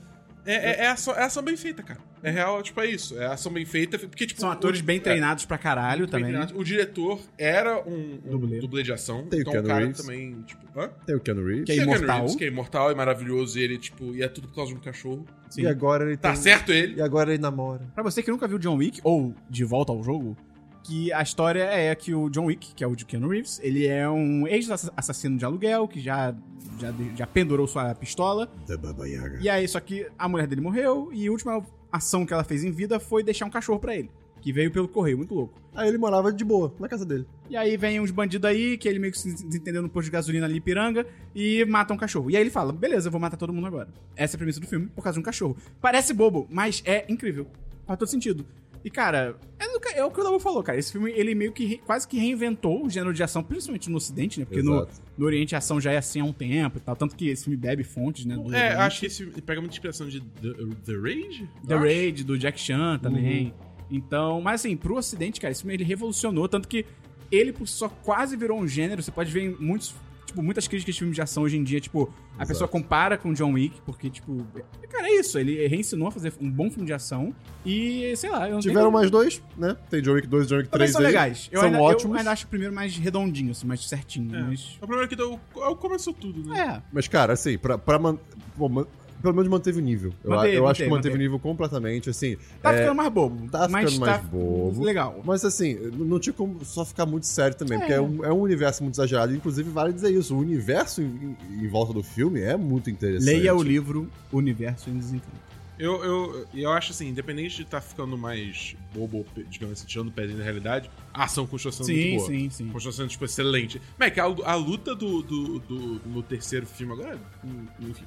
Speaker 3: É, é, é ação, é ação bem feita, cara. É real, tipo, é isso. É ação bem feita, porque, tipo...
Speaker 1: São
Speaker 3: o-
Speaker 1: atores bem
Speaker 3: é,
Speaker 1: treinados pra caralho
Speaker 3: bem
Speaker 1: também. né?
Speaker 3: treinados. O diretor era um, um
Speaker 1: Dublê.
Speaker 3: dublê. de ação.
Speaker 2: Tem o
Speaker 3: então o
Speaker 2: Keanu
Speaker 3: cara
Speaker 2: Reeves.
Speaker 3: também, tipo... Hã?
Speaker 2: Tem o Keanu Reeves.
Speaker 1: Que é
Speaker 3: Tem o Keanu
Speaker 1: imortal.
Speaker 3: Reeves, que é imortal, é maravilhoso. E ele, tipo... E é tudo por causa de um cachorro.
Speaker 1: Sim.
Speaker 2: E agora ele
Speaker 3: Tá
Speaker 2: tem-
Speaker 3: certo ele?
Speaker 2: E agora ele namora.
Speaker 1: Pra você que nunca viu John Wick, ou De Volta ao Jogo, que a história é que o John Wick, que é o de Keanu Reeves, ele é um ex-assassino de aluguel, que já, já, já pendurou sua pistola.
Speaker 2: Da Baba Yaga.
Speaker 1: E aí, só que a mulher dele morreu, e a última ação que ela fez em vida foi deixar um cachorro pra ele. Que veio pelo correio, muito louco.
Speaker 2: Aí ele morava de boa, na casa dele.
Speaker 1: E aí vem uns bandidos aí, que ele meio que se desentendeu no posto de gasolina ali, piranga, e mata um cachorro. E aí ele fala, beleza, eu vou matar todo mundo agora. Essa é a premissa do filme, por causa de um cachorro. Parece bobo, mas é incrível. Faz todo sentido. E, cara, é, no- é o que o Dabu falou, cara. Esse filme, ele meio que re- quase que reinventou o gênero de ação, principalmente no Ocidente, né? Porque no,
Speaker 2: Exato.
Speaker 1: no Oriente a ação já é assim há um tempo e tal. Tanto que esse filme bebe fontes, né? do
Speaker 3: É,
Speaker 1: Oriente.
Speaker 3: acho que esse pega muita inspiração de The, The Rage?
Speaker 1: The
Speaker 3: Eu acho.
Speaker 1: Raid, do Jack Chan
Speaker 2: Uhum.
Speaker 1: também. Então, mas assim, pro ocidente, cara, esse filme ele revolucionou, tanto que ele por si só quase virou um gênero. Você pode ver em muitos, tipo, muitas críticas de filmes de ação hoje em dia, tipo, a
Speaker 2: Exato.
Speaker 1: pessoa compara com John Wick, porque, tipo, é- cara, é isso, ele reensinou a fazer um bom filme de ação e, sei lá, eu não
Speaker 2: Tiveram
Speaker 1: nem-
Speaker 2: mais dois, né? Tem John Wick 2 e John Wick
Speaker 1: Talvez
Speaker 2: 3
Speaker 1: são
Speaker 2: aí.
Speaker 1: legais. Eu,
Speaker 2: são
Speaker 1: ainda, eu
Speaker 2: ótimos.
Speaker 1: ainda acho o primeiro mais redondinho, assim, mais certinho,
Speaker 3: É.
Speaker 1: mas.
Speaker 3: O problema é que deu, é o- começou tudo, né?
Speaker 1: É.
Speaker 2: Mas, cara, assim, pra, pra man... pô, man- pelo menos manteve o nível. Eu,
Speaker 1: Manteve,
Speaker 2: eu acho que
Speaker 1: manteve,
Speaker 2: manteve
Speaker 1: manteve.
Speaker 2: o nível completamente, assim.
Speaker 1: Tá
Speaker 2: é,
Speaker 1: ficando mais bobo.
Speaker 2: tá
Speaker 1: mas
Speaker 2: ficando mais bobo.
Speaker 1: Legal.
Speaker 2: Mas assim, n- não tinha como só ficar muito sério também, porque é um, é um universo muito exagerado. Inclusive, vale dizer isso: o universo em, em- em volta do filme é muito interessante.
Speaker 1: Leia o livro Universo em Desencanto.
Speaker 3: Eu, eu, eu acho assim, independente de estar ficando mais bobo, pe- digamos assim, tirando o pezinho da realidade, a ação continua sendo muito
Speaker 1: Sim,
Speaker 3: boa.
Speaker 1: sim, sim.
Speaker 3: Continua sendo, tipo, excelente. Mac, a, a luta do, do, do- no terceiro filme, agora, hum, enfim.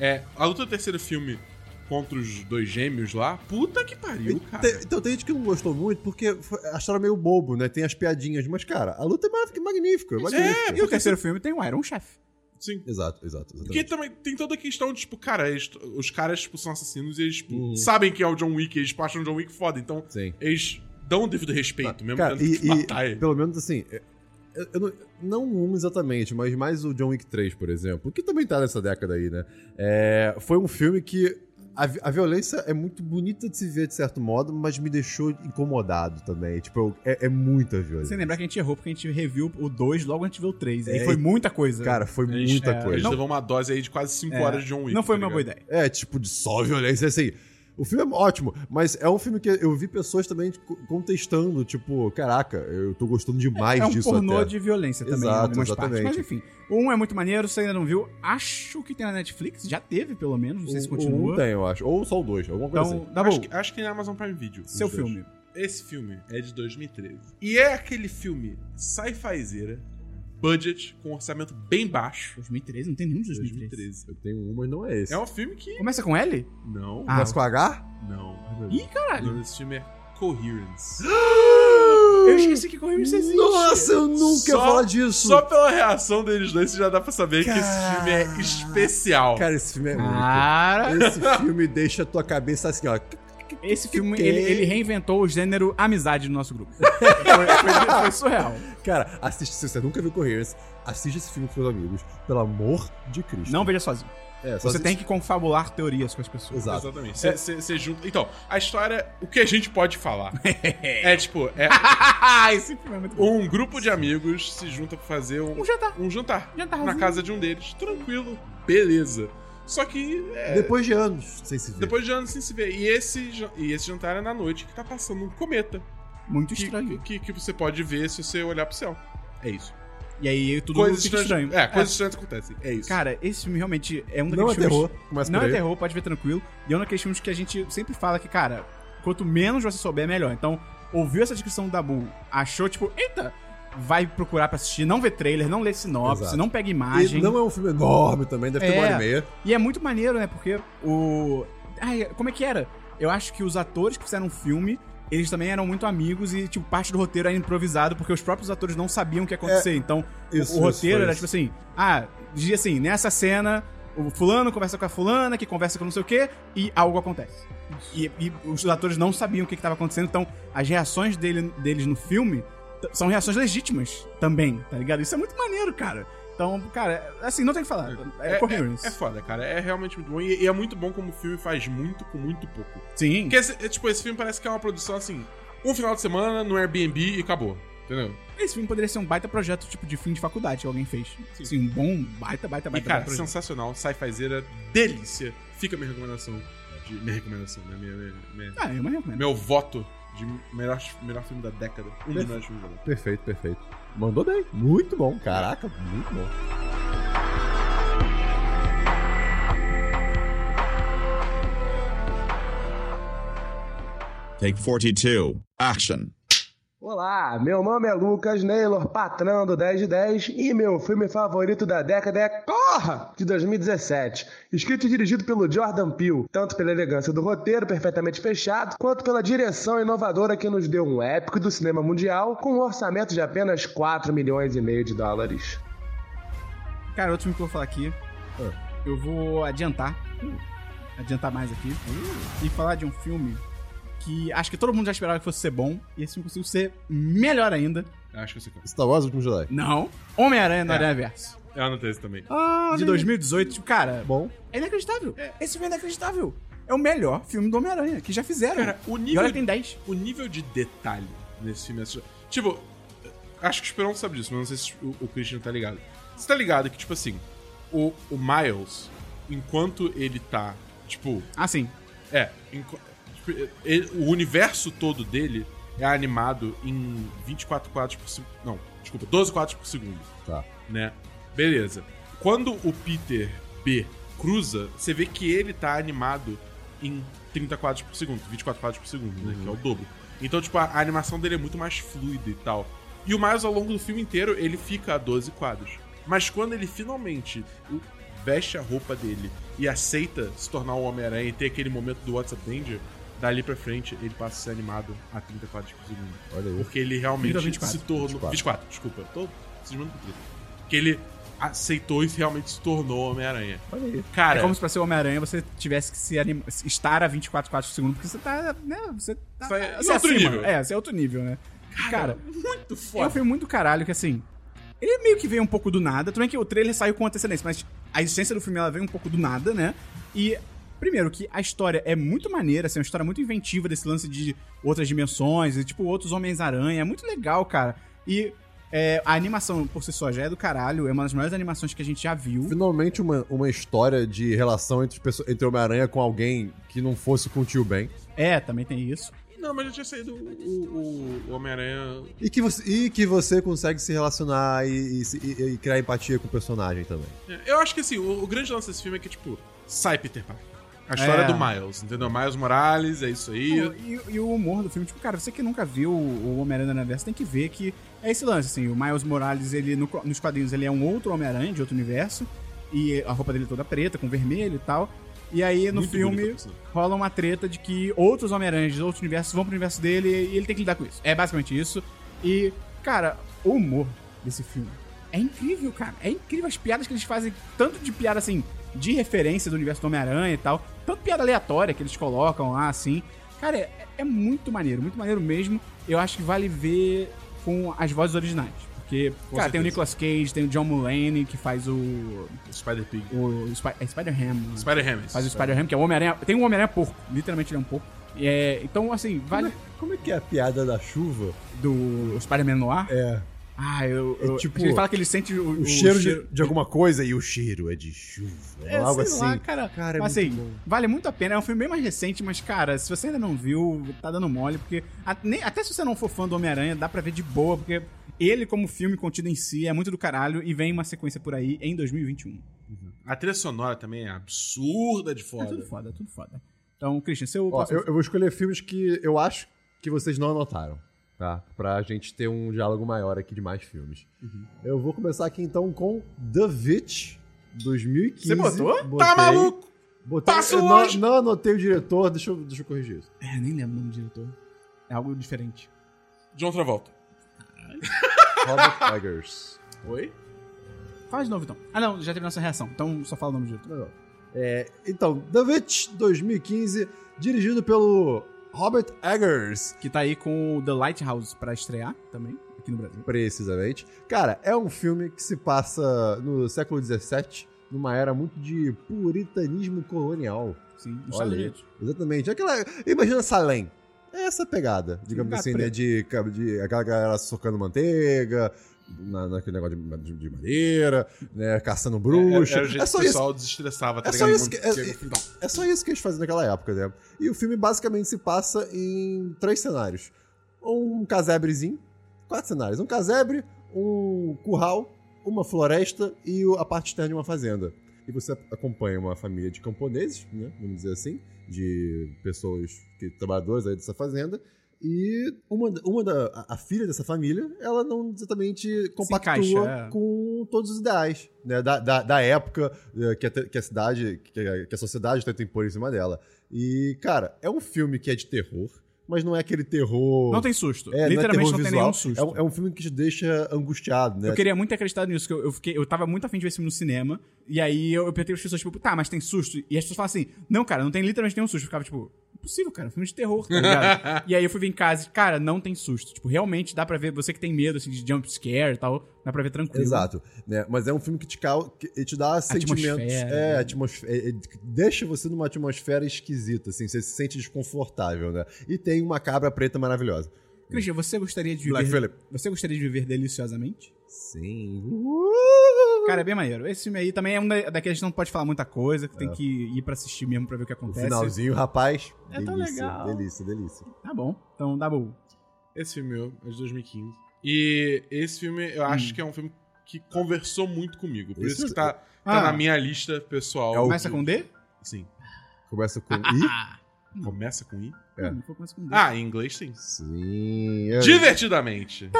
Speaker 3: É, a luta do terceiro filme contra os dois gêmeos lá, puta que pariu, cara.
Speaker 2: Tem- então tem gente que não gostou muito porque foi- acharam meio bobo, né? Tem as piadinhas, mas cara, a luta é mag- magnífica. magnífica.
Speaker 1: E o terceiro filme tem o Iron Chef.
Speaker 3: Sim.
Speaker 2: Exato, exato. exatamente.
Speaker 3: Porque também tem toda a questão de, tipo, cara, eles- os caras, tipo, são assassinos e eles, tipo,
Speaker 2: Uhum.
Speaker 3: sabem que é o John Wick, eles tipo, acham o John Wick foda, então
Speaker 2: Sim.
Speaker 3: eles dão o devido respeito, mesmo
Speaker 2: Tá. Cara,
Speaker 3: tendo
Speaker 2: e,
Speaker 3: que matar
Speaker 2: e
Speaker 3: ele.
Speaker 2: pelo menos assim. é- eu- eu não, não um exatamente, mas mais o John Wick 3, por exemplo, que também tá nessa década aí, né? É, foi um filme que a, vi- a violência é muito bonita de se ver de certo modo, mas me deixou incomodado também. Tipo, eu- é, é muita violência.
Speaker 1: Sem lembrar que a gente errou porque a gente reviu o 2, logo a gente viu o 3. Aí
Speaker 2: É,
Speaker 1: foi
Speaker 2: e-
Speaker 1: muita coisa.
Speaker 2: Cara, foi
Speaker 3: Eles-
Speaker 2: muita
Speaker 1: é,
Speaker 2: coisa.
Speaker 3: Eles
Speaker 1: Não- É.
Speaker 3: levam uma dose aí de quase 5 horas de John Wick.
Speaker 1: não foi
Speaker 3: tá
Speaker 1: uma
Speaker 3: ligado?
Speaker 1: boa ideia.
Speaker 2: É, tipo, de só violência, assim. O filme é ótimo, mas é um filme que eu vi pessoas também co- contestando, tipo, caraca, eu tô gostando demais
Speaker 1: É um
Speaker 2: disso
Speaker 1: pornô
Speaker 2: até.
Speaker 1: de violência também,
Speaker 2: Exato,
Speaker 1: em algumas
Speaker 2: exatamente.
Speaker 1: partes. Mas enfim, o um é muito maneiro, se ainda não viu, acho que tem na Netflix, já teve pelo menos, não sei se
Speaker 2: O- o um
Speaker 1: continua.
Speaker 2: tem, eu acho. Ou só o dois, alguma coisa assim.
Speaker 1: então, dá bom.
Speaker 3: Acho que, acho que é Amazon Prime Video. os
Speaker 1: Seu
Speaker 3: dois.
Speaker 1: filme.
Speaker 3: Esse filme é de 2013. E é aquele filme sci-fizeira, budget, com orçamento bem baixo.
Speaker 1: 2013? Não tem nenhum de 2013.
Speaker 3: 2013.
Speaker 2: Eu tenho um, mas não é esse.
Speaker 3: É um filme que.
Speaker 1: Começa com L?
Speaker 3: Não.
Speaker 1: Ah,
Speaker 2: Começa com H?
Speaker 3: Não.
Speaker 1: Ih,
Speaker 3: O
Speaker 1: caralho.
Speaker 3: nome desse filme é Coherence.
Speaker 1: Eu esqueci que Corrimos existe.
Speaker 2: Nossa, eu nunca ia
Speaker 3: Só-
Speaker 2: falar disso.
Speaker 3: Só pela reação deles dois, você já dá pra saber que esse filme é especial.
Speaker 2: Cara, esse filme é
Speaker 1: Ah. Cara,
Speaker 2: muito. Esse filme deixa a tua cabeça assim, ó.
Speaker 1: esse filme,
Speaker 2: que-
Speaker 1: ele, ele reinventou o gênero amizade no nosso grupo. foi, foi- foi surreal.
Speaker 2: Cara, assiste, se você nunca viu Correios, assiste esse filme com seus amigos, pelo amor de Cristo.
Speaker 1: Não veja sozinho.
Speaker 2: é, só
Speaker 1: Você
Speaker 2: assiste-
Speaker 1: tem que confabular teorias com as pessoas.
Speaker 2: Exato.
Speaker 3: Exatamente. Você- Você você junta. Então, a história. O que a gente pode falar? é tipo. É,
Speaker 1: Esse filme é muito bom.
Speaker 3: um grupo de amigos se junta pra fazer um,
Speaker 1: Um jantar.
Speaker 3: um jantar na
Speaker 1: Jantarzinho.
Speaker 3: casa de um deles. Tranquilo, beleza. Só que é,
Speaker 2: Depois de anos, sem se ver.
Speaker 3: depois de anos sem se ver. E esse, ja- e esse jantar é na noite que tá passando um cometa.
Speaker 1: Muito
Speaker 3: Que,
Speaker 1: estranho.
Speaker 3: que, que você pode ver se você olhar pro céu. É isso.
Speaker 1: E aí tudo
Speaker 3: coisas
Speaker 1: fica
Speaker 3: estranhas.
Speaker 1: estranho.
Speaker 3: É, coisas estranhas acontecem. É isso.
Speaker 1: Cara, esse filme realmente é um daqueles
Speaker 2: Não é
Speaker 1: filmes...
Speaker 2: terror, começa
Speaker 1: Não
Speaker 2: por
Speaker 1: é
Speaker 2: aí.
Speaker 1: terror, pode ver tranquilo. E é um daqueles filmes que a gente sempre fala que, cara, quanto menos você souber, melhor. Então, ouviu essa descrição da Bull, achou, tipo, eita, vai procurar pra assistir, não vê trailer, não lê sinopse,
Speaker 2: Exato.
Speaker 1: não pega
Speaker 2: E
Speaker 1: imagem.
Speaker 2: não é um filme enorme também, deve ter
Speaker 1: É.
Speaker 2: uma hora e meia.
Speaker 1: E é muito maneiro, né? Porque o. Ai, como é que era? Eu acho que os atores que fizeram o filme, eles também eram muito amigos e, tipo, parte do roteiro era improvisado, porque os próprios atores não sabiam o que ia acontecer. Então, o-
Speaker 2: É, Isso,
Speaker 1: o
Speaker 2: isso,
Speaker 1: roteiro
Speaker 2: foi
Speaker 1: era
Speaker 2: isso.
Speaker 1: tipo assim: ah, dizia assim, nessa cena, o fulano conversa com a fulana, que conversa com não sei o quê, e algo acontece. E, e os atores não sabiam o que estava acontecendo, então as reações dele, deles no filme t- são reações legítimas também, tá ligado? Isso é muito maneiro, cara. Então, cara, assim, não tem o que falar. É,
Speaker 3: É,
Speaker 1: coherence.
Speaker 3: é foda, cara. É realmente muito bom. E, e é muito bom como o filme faz muito com muito pouco.
Speaker 1: Sim.
Speaker 3: Porque, esse, é, tipo, esse filme parece que é uma produção assim. Um final de semana no Airbnb e acabou.
Speaker 1: É,
Speaker 3: Entendeu?
Speaker 1: Esse filme poderia ser um baita projeto tipo de fim de faculdade que alguém fez.
Speaker 3: Sim.
Speaker 1: Sim, um bom baita, baita,
Speaker 3: E,
Speaker 1: baita,
Speaker 3: cara,
Speaker 1: baita projeto.
Speaker 3: sensacional. Sci-fizeira, delícia. Fica a minha recomendação. De, minha recomendação, né? Minha- minha- minha-
Speaker 1: Ah, eu me recomendo.
Speaker 3: meu voto de melhor, melhor filme da década. Um dos melhores filmes da
Speaker 1: assim.
Speaker 3: década.
Speaker 2: Perfeito, perfeito. Mandou bem. Muito bom, caraca, muito bom.
Speaker 4: Take 42. Action.
Speaker 6: Olá, meu nome é Lucas Neylor, patrão do 10 de 10, e meu filme favorito da década é Corra, de 2017. Escrito e dirigido pelo Jordan Peele, tanto pela elegância do roteiro perfeitamente fechado, quanto pela direção inovadora que nos deu um épico do cinema mundial, com um orçamento de apenas 4 milhões e meio de dólares.
Speaker 1: Cara, outro filme que eu vou falar aqui, eu vou adiantar. Uh, Adiantar mais aqui. E falar de um filme que acho que todo mundo já esperava que fosse ser bom. E esse filme conseguiu ser melhor ainda.
Speaker 3: Acho que eu sei qual. é.
Speaker 2: Star Wars Último Jedi.
Speaker 1: Não. Homem-Aranha no Aranha Verso.
Speaker 3: Eu anotei esse também.
Speaker 1: De 2018, tipo, cara,
Speaker 2: Bom.
Speaker 1: é inacreditável. Esse filme é inacreditável. É o melhor filme do Homem-Aranha que já fizeram.
Speaker 3: Cara, o
Speaker 1: e
Speaker 3: nível,
Speaker 1: olha que tem 10.
Speaker 3: o nível de detalhe nesse filme é assust- Tipo, acho que o Esperão sabe disso, mas não sei se o, o Christian tá ligado. Você tá ligado que, tipo assim, o, o Miles, enquanto ele tá, tipo,
Speaker 1: Ah, sim.
Speaker 3: é, enqu- tipo, ele- o universo todo dele é animado em 24 quadros por segundo. Não, desculpa, 12 quadros por segundo.
Speaker 2: Tá.
Speaker 3: Né? Beleza. Quando o Peter B cruza, você vê que ele tá animado em 30 quadros por segundo, 24 quadros por segundo, né? Que é o
Speaker 2: Uhum.
Speaker 3: dobro. Então, tipo, a, a animação dele é muito mais fluida e tal. E o Miles, ao longo do filme inteiro, ele fica a 12 quadros. Mas quando ele finalmente o- veste a roupa dele e aceita se tornar o Homem-Aranha e ter aquele momento do WhatsApp Danger, dali pra frente ele passa a ser animado a 30 quadros por segundo.
Speaker 2: Olha aí.
Speaker 3: Porque ele realmente
Speaker 1: 30 ou 24?
Speaker 3: se tornou. 24,
Speaker 2: 24.
Speaker 3: desculpa. Tô cismando com 30. Que ele aceitou e realmente se tornou Homem-Aranha.
Speaker 2: Olha aí.
Speaker 3: Cara,
Speaker 1: É como se pra ser o Homem-Aranha você tivesse que se anima- se estar a 24 quadros por segundo, porque você tá. Né, você tá.
Speaker 3: Isso aí é
Speaker 1: você é
Speaker 3: outro
Speaker 1: acima.
Speaker 3: nível.
Speaker 1: É, você é outro nível, né? Cara,
Speaker 3: muito
Speaker 1: é um
Speaker 3: foda.
Speaker 1: filme muito caralho que assim. Ele meio que veio um pouco do nada. Também que o trailer saiu com antecedência, mas a existência do filme ela veio um pouco do nada, né? E. Primeiro, que a história é muito maneira, assim, é uma história muito inventiva desse lance de outras dimensões, e, tipo, outros Homens-Aranha. É muito legal, cara. E é, a animação por si só já é do caralho, é uma das maiores animações que a gente já viu.
Speaker 2: Finalmente uma, uma história de relação entre, as pessoas- entre Homem-Aranha com alguém que não fosse com o tio Ben.
Speaker 1: É, também tem isso.
Speaker 3: Não, mas já tinha saído o, o- o Homem-Aranha.
Speaker 2: E que você, e que você consegue se relacionar e, e se- e- e criar empatia com o personagem também.
Speaker 3: É, Eu acho que assim, o, o grande lance desse filme é que, tipo, sai Peter Parker. A história
Speaker 1: É.
Speaker 3: do Miles, entendeu? Miles Morales, é isso aí.
Speaker 1: Pô, Tipo, E, e o humor do filme, tipo, cara, você que nunca viu o o Homem-Aranha na Versa, tem que ver que é esse lance, assim, o Miles Morales, ele, no- nos quadrinhos, ele é um outro Homem-Aranha de outro universo, e a roupa dele é toda preta, com vermelho e tal, e aí no
Speaker 3: Muito
Speaker 1: filme
Speaker 3: bonito, assim.
Speaker 1: rola uma treta de que outros Homem-Aranhas de outros universos vão pro universo dele e ele tem que lidar com isso. É basicamente isso. E, cara, o humor desse filme é incrível, cara. É incrível as piadas que eles fazem, tanto de piada assim, de referência do universo do Homem-Aranha e tal, tanto piada aleatória que eles colocam lá, assim. Cara, é, é muito maneiro, muito maneiro mesmo. Eu acho que vale ver com as vozes originais. Porque, cara, tem o
Speaker 3: certeza.
Speaker 1: Nicolas Cage, tem o John Mulaney, que faz o.
Speaker 3: Spider-Pig.
Speaker 1: o Spi- é Spider-Ham. né?
Speaker 3: Spider-Ham.
Speaker 1: Faz o Spider-Man, que é o Homem-Aranha. Tem um Homem-Aranha porco. Literalmente ele é um porco. E é- então, assim, vale.
Speaker 2: Como é que é a piada da chuva?
Speaker 1: Do Spider-Man no ar.
Speaker 2: É.
Speaker 1: Ah, eu. eu
Speaker 2: É tipo-
Speaker 1: Ele fala que ele sente o,
Speaker 2: O, cheiro, De, de alguma coisa e o cheiro é de chuva.
Speaker 1: É, sei
Speaker 2: algo assim.
Speaker 1: lá, cara.
Speaker 2: Cara, é
Speaker 1: Mas,
Speaker 2: muito
Speaker 1: assim,
Speaker 2: bom.
Speaker 1: vale muito a pena. É um filme bem mais recente, mas, cara, se você ainda não viu, tá dando mole, porque. a- nem- até se você não for fã do Homem-Aranha, dá pra ver de boa, porque ele, como filme contido em si, é muito do caralho e vem uma sequência por aí em 2021.
Speaker 3: A trilha sonora também é absurda de
Speaker 1: um. É tudo
Speaker 3: foda.
Speaker 1: foda, é tudo foda. Então, Christian, seu.
Speaker 2: Ó,
Speaker 1: próximo
Speaker 2: eu, eu vou escolher filmes que eu acho que vocês não anotaram, tá? Pra gente ter um diálogo maior aqui de mais filmes. Eu vou começar aqui então com The Witch, 2015.
Speaker 1: Você botou?
Speaker 3: Tá
Speaker 2: Botei.
Speaker 3: maluco? Tá
Speaker 2: Botei,
Speaker 3: Passa
Speaker 2: eu
Speaker 3: longe.
Speaker 2: não, não anotei o diretor, deixa eu, deixa eu corrigir isso.
Speaker 1: É, nem lembro o nome do diretor. É algo diferente.
Speaker 3: John Travolta.
Speaker 2: Robert Eggers.
Speaker 3: Oi?
Speaker 1: Fala de novo, então. Ah, não, já teve nossa reação. Então só fala o nome do diretor.
Speaker 2: Legal. É, então, The Witch, 2015, dirigido pelo Robert Eggers.
Speaker 1: Que tá aí com o The Lighthouse pra estrear também, aqui no Brasil.
Speaker 2: Precisamente. Cara, é um filme que se passa no século XVII, numa era muito de puritanismo colonial.
Speaker 1: Sim, nos
Speaker 2: Olha
Speaker 1: Estados
Speaker 2: aí.
Speaker 1: Unidos.
Speaker 2: Exatamente. Aquela, imagina Salem. É essa pegada, digamos
Speaker 1: Lugar
Speaker 2: assim, né?
Speaker 1: preto.
Speaker 2: De, de aquela galera socando manteiga, na, naquele negócio de, de- de madeira, né? Caçando bruxa.
Speaker 3: Era o
Speaker 2: É,
Speaker 3: jeito que
Speaker 2: só
Speaker 3: o
Speaker 2: isso.
Speaker 3: pessoal desestressava, tá
Speaker 2: É só
Speaker 3: ligado?
Speaker 2: isso que- é-
Speaker 3: Chega no final.
Speaker 2: É só isso que eles faziam naquela época, né? E o filme basicamente se passa em três cenários. Um casebrezinho, quatro cenários. Um casebre, um curral, uma floresta e o- a parte externa de uma fazenda. E você acompanha uma família de camponeses, né? Vamos dizer assim, de pessoas que trabalhadores aí dessa fazenda. E uma, da- uma da, a- a filha dessa família, ela não exatamente compactua
Speaker 1: encaixa, é.
Speaker 2: com todos os ideais né, da, da, da época eh, que a, te- que a cidade, que a, que a sociedade tenta impor em cima dela. E, cara, é um filme que é de terror, mas não é aquele terror.
Speaker 1: Não tem susto.
Speaker 2: é,
Speaker 1: Literalmente não,
Speaker 2: terror
Speaker 1: tem
Speaker 2: visual.
Speaker 1: nenhum susto.
Speaker 2: É um, é um filme que te deixa angustiado, né?
Speaker 1: Eu queria muito ter acreditado nisso, que eu, eu fiquei, eu tava muito afim de ver esse filme no cinema. E aí eu, eu perguntei as pessoas, tipo, tá, mas tem susto? E as pessoas falam assim, não, cara, não tem literalmente nenhum susto. Eu ficava, tipo, impossível, cara, é um filme de terror, tá ligado? e aí eu fui ver em casa e, cara, não tem susto. Tipo, realmente dá pra ver, você que tem medo, assim, de jump scare e tal, dá pra ver tranquilo.
Speaker 2: Exato. Né? Mas é um filme que te, cau- que ele te dá sentimentos.
Speaker 1: atmosfera. né?
Speaker 2: É, atmosfera. ele Deixa você numa atmosfera esquisita, assim. Você se sente desconfortável, né? E tem uma cabra preta maravilhosa.
Speaker 1: Christian, você gostaria de
Speaker 2: Black
Speaker 1: viver...
Speaker 2: Phillip.
Speaker 1: Você gostaria de viver deliciosamente?
Speaker 2: Sim.
Speaker 1: Cara, é bem maneiro. Esse filme aí também é um da- daqueles que não pode falar muita coisa, que tem
Speaker 3: É.
Speaker 1: que ir pra assistir mesmo pra ver o que
Speaker 2: O
Speaker 1: acontece.
Speaker 2: finalzinho, rapaz.
Speaker 1: É
Speaker 2: delícia,
Speaker 1: tão legal.
Speaker 2: delícia, delícia.
Speaker 1: Tá bom. Então, dá bom.
Speaker 3: Esse filme meu, é de 2015. E esse filme, eu acho que é um filme que conversou muito comigo. Por
Speaker 2: Hum. Esse-
Speaker 3: isso que tá, tá
Speaker 1: Ah.
Speaker 3: na minha lista pessoal.
Speaker 2: É o-
Speaker 1: Começa com D?
Speaker 3: Sim.
Speaker 2: Começa com I. Hum.
Speaker 3: Começa com I?
Speaker 2: É.
Speaker 1: Hum, vou começar com D.
Speaker 3: Ah, em inglês sim.
Speaker 2: Sim. é-
Speaker 3: Divertidamente.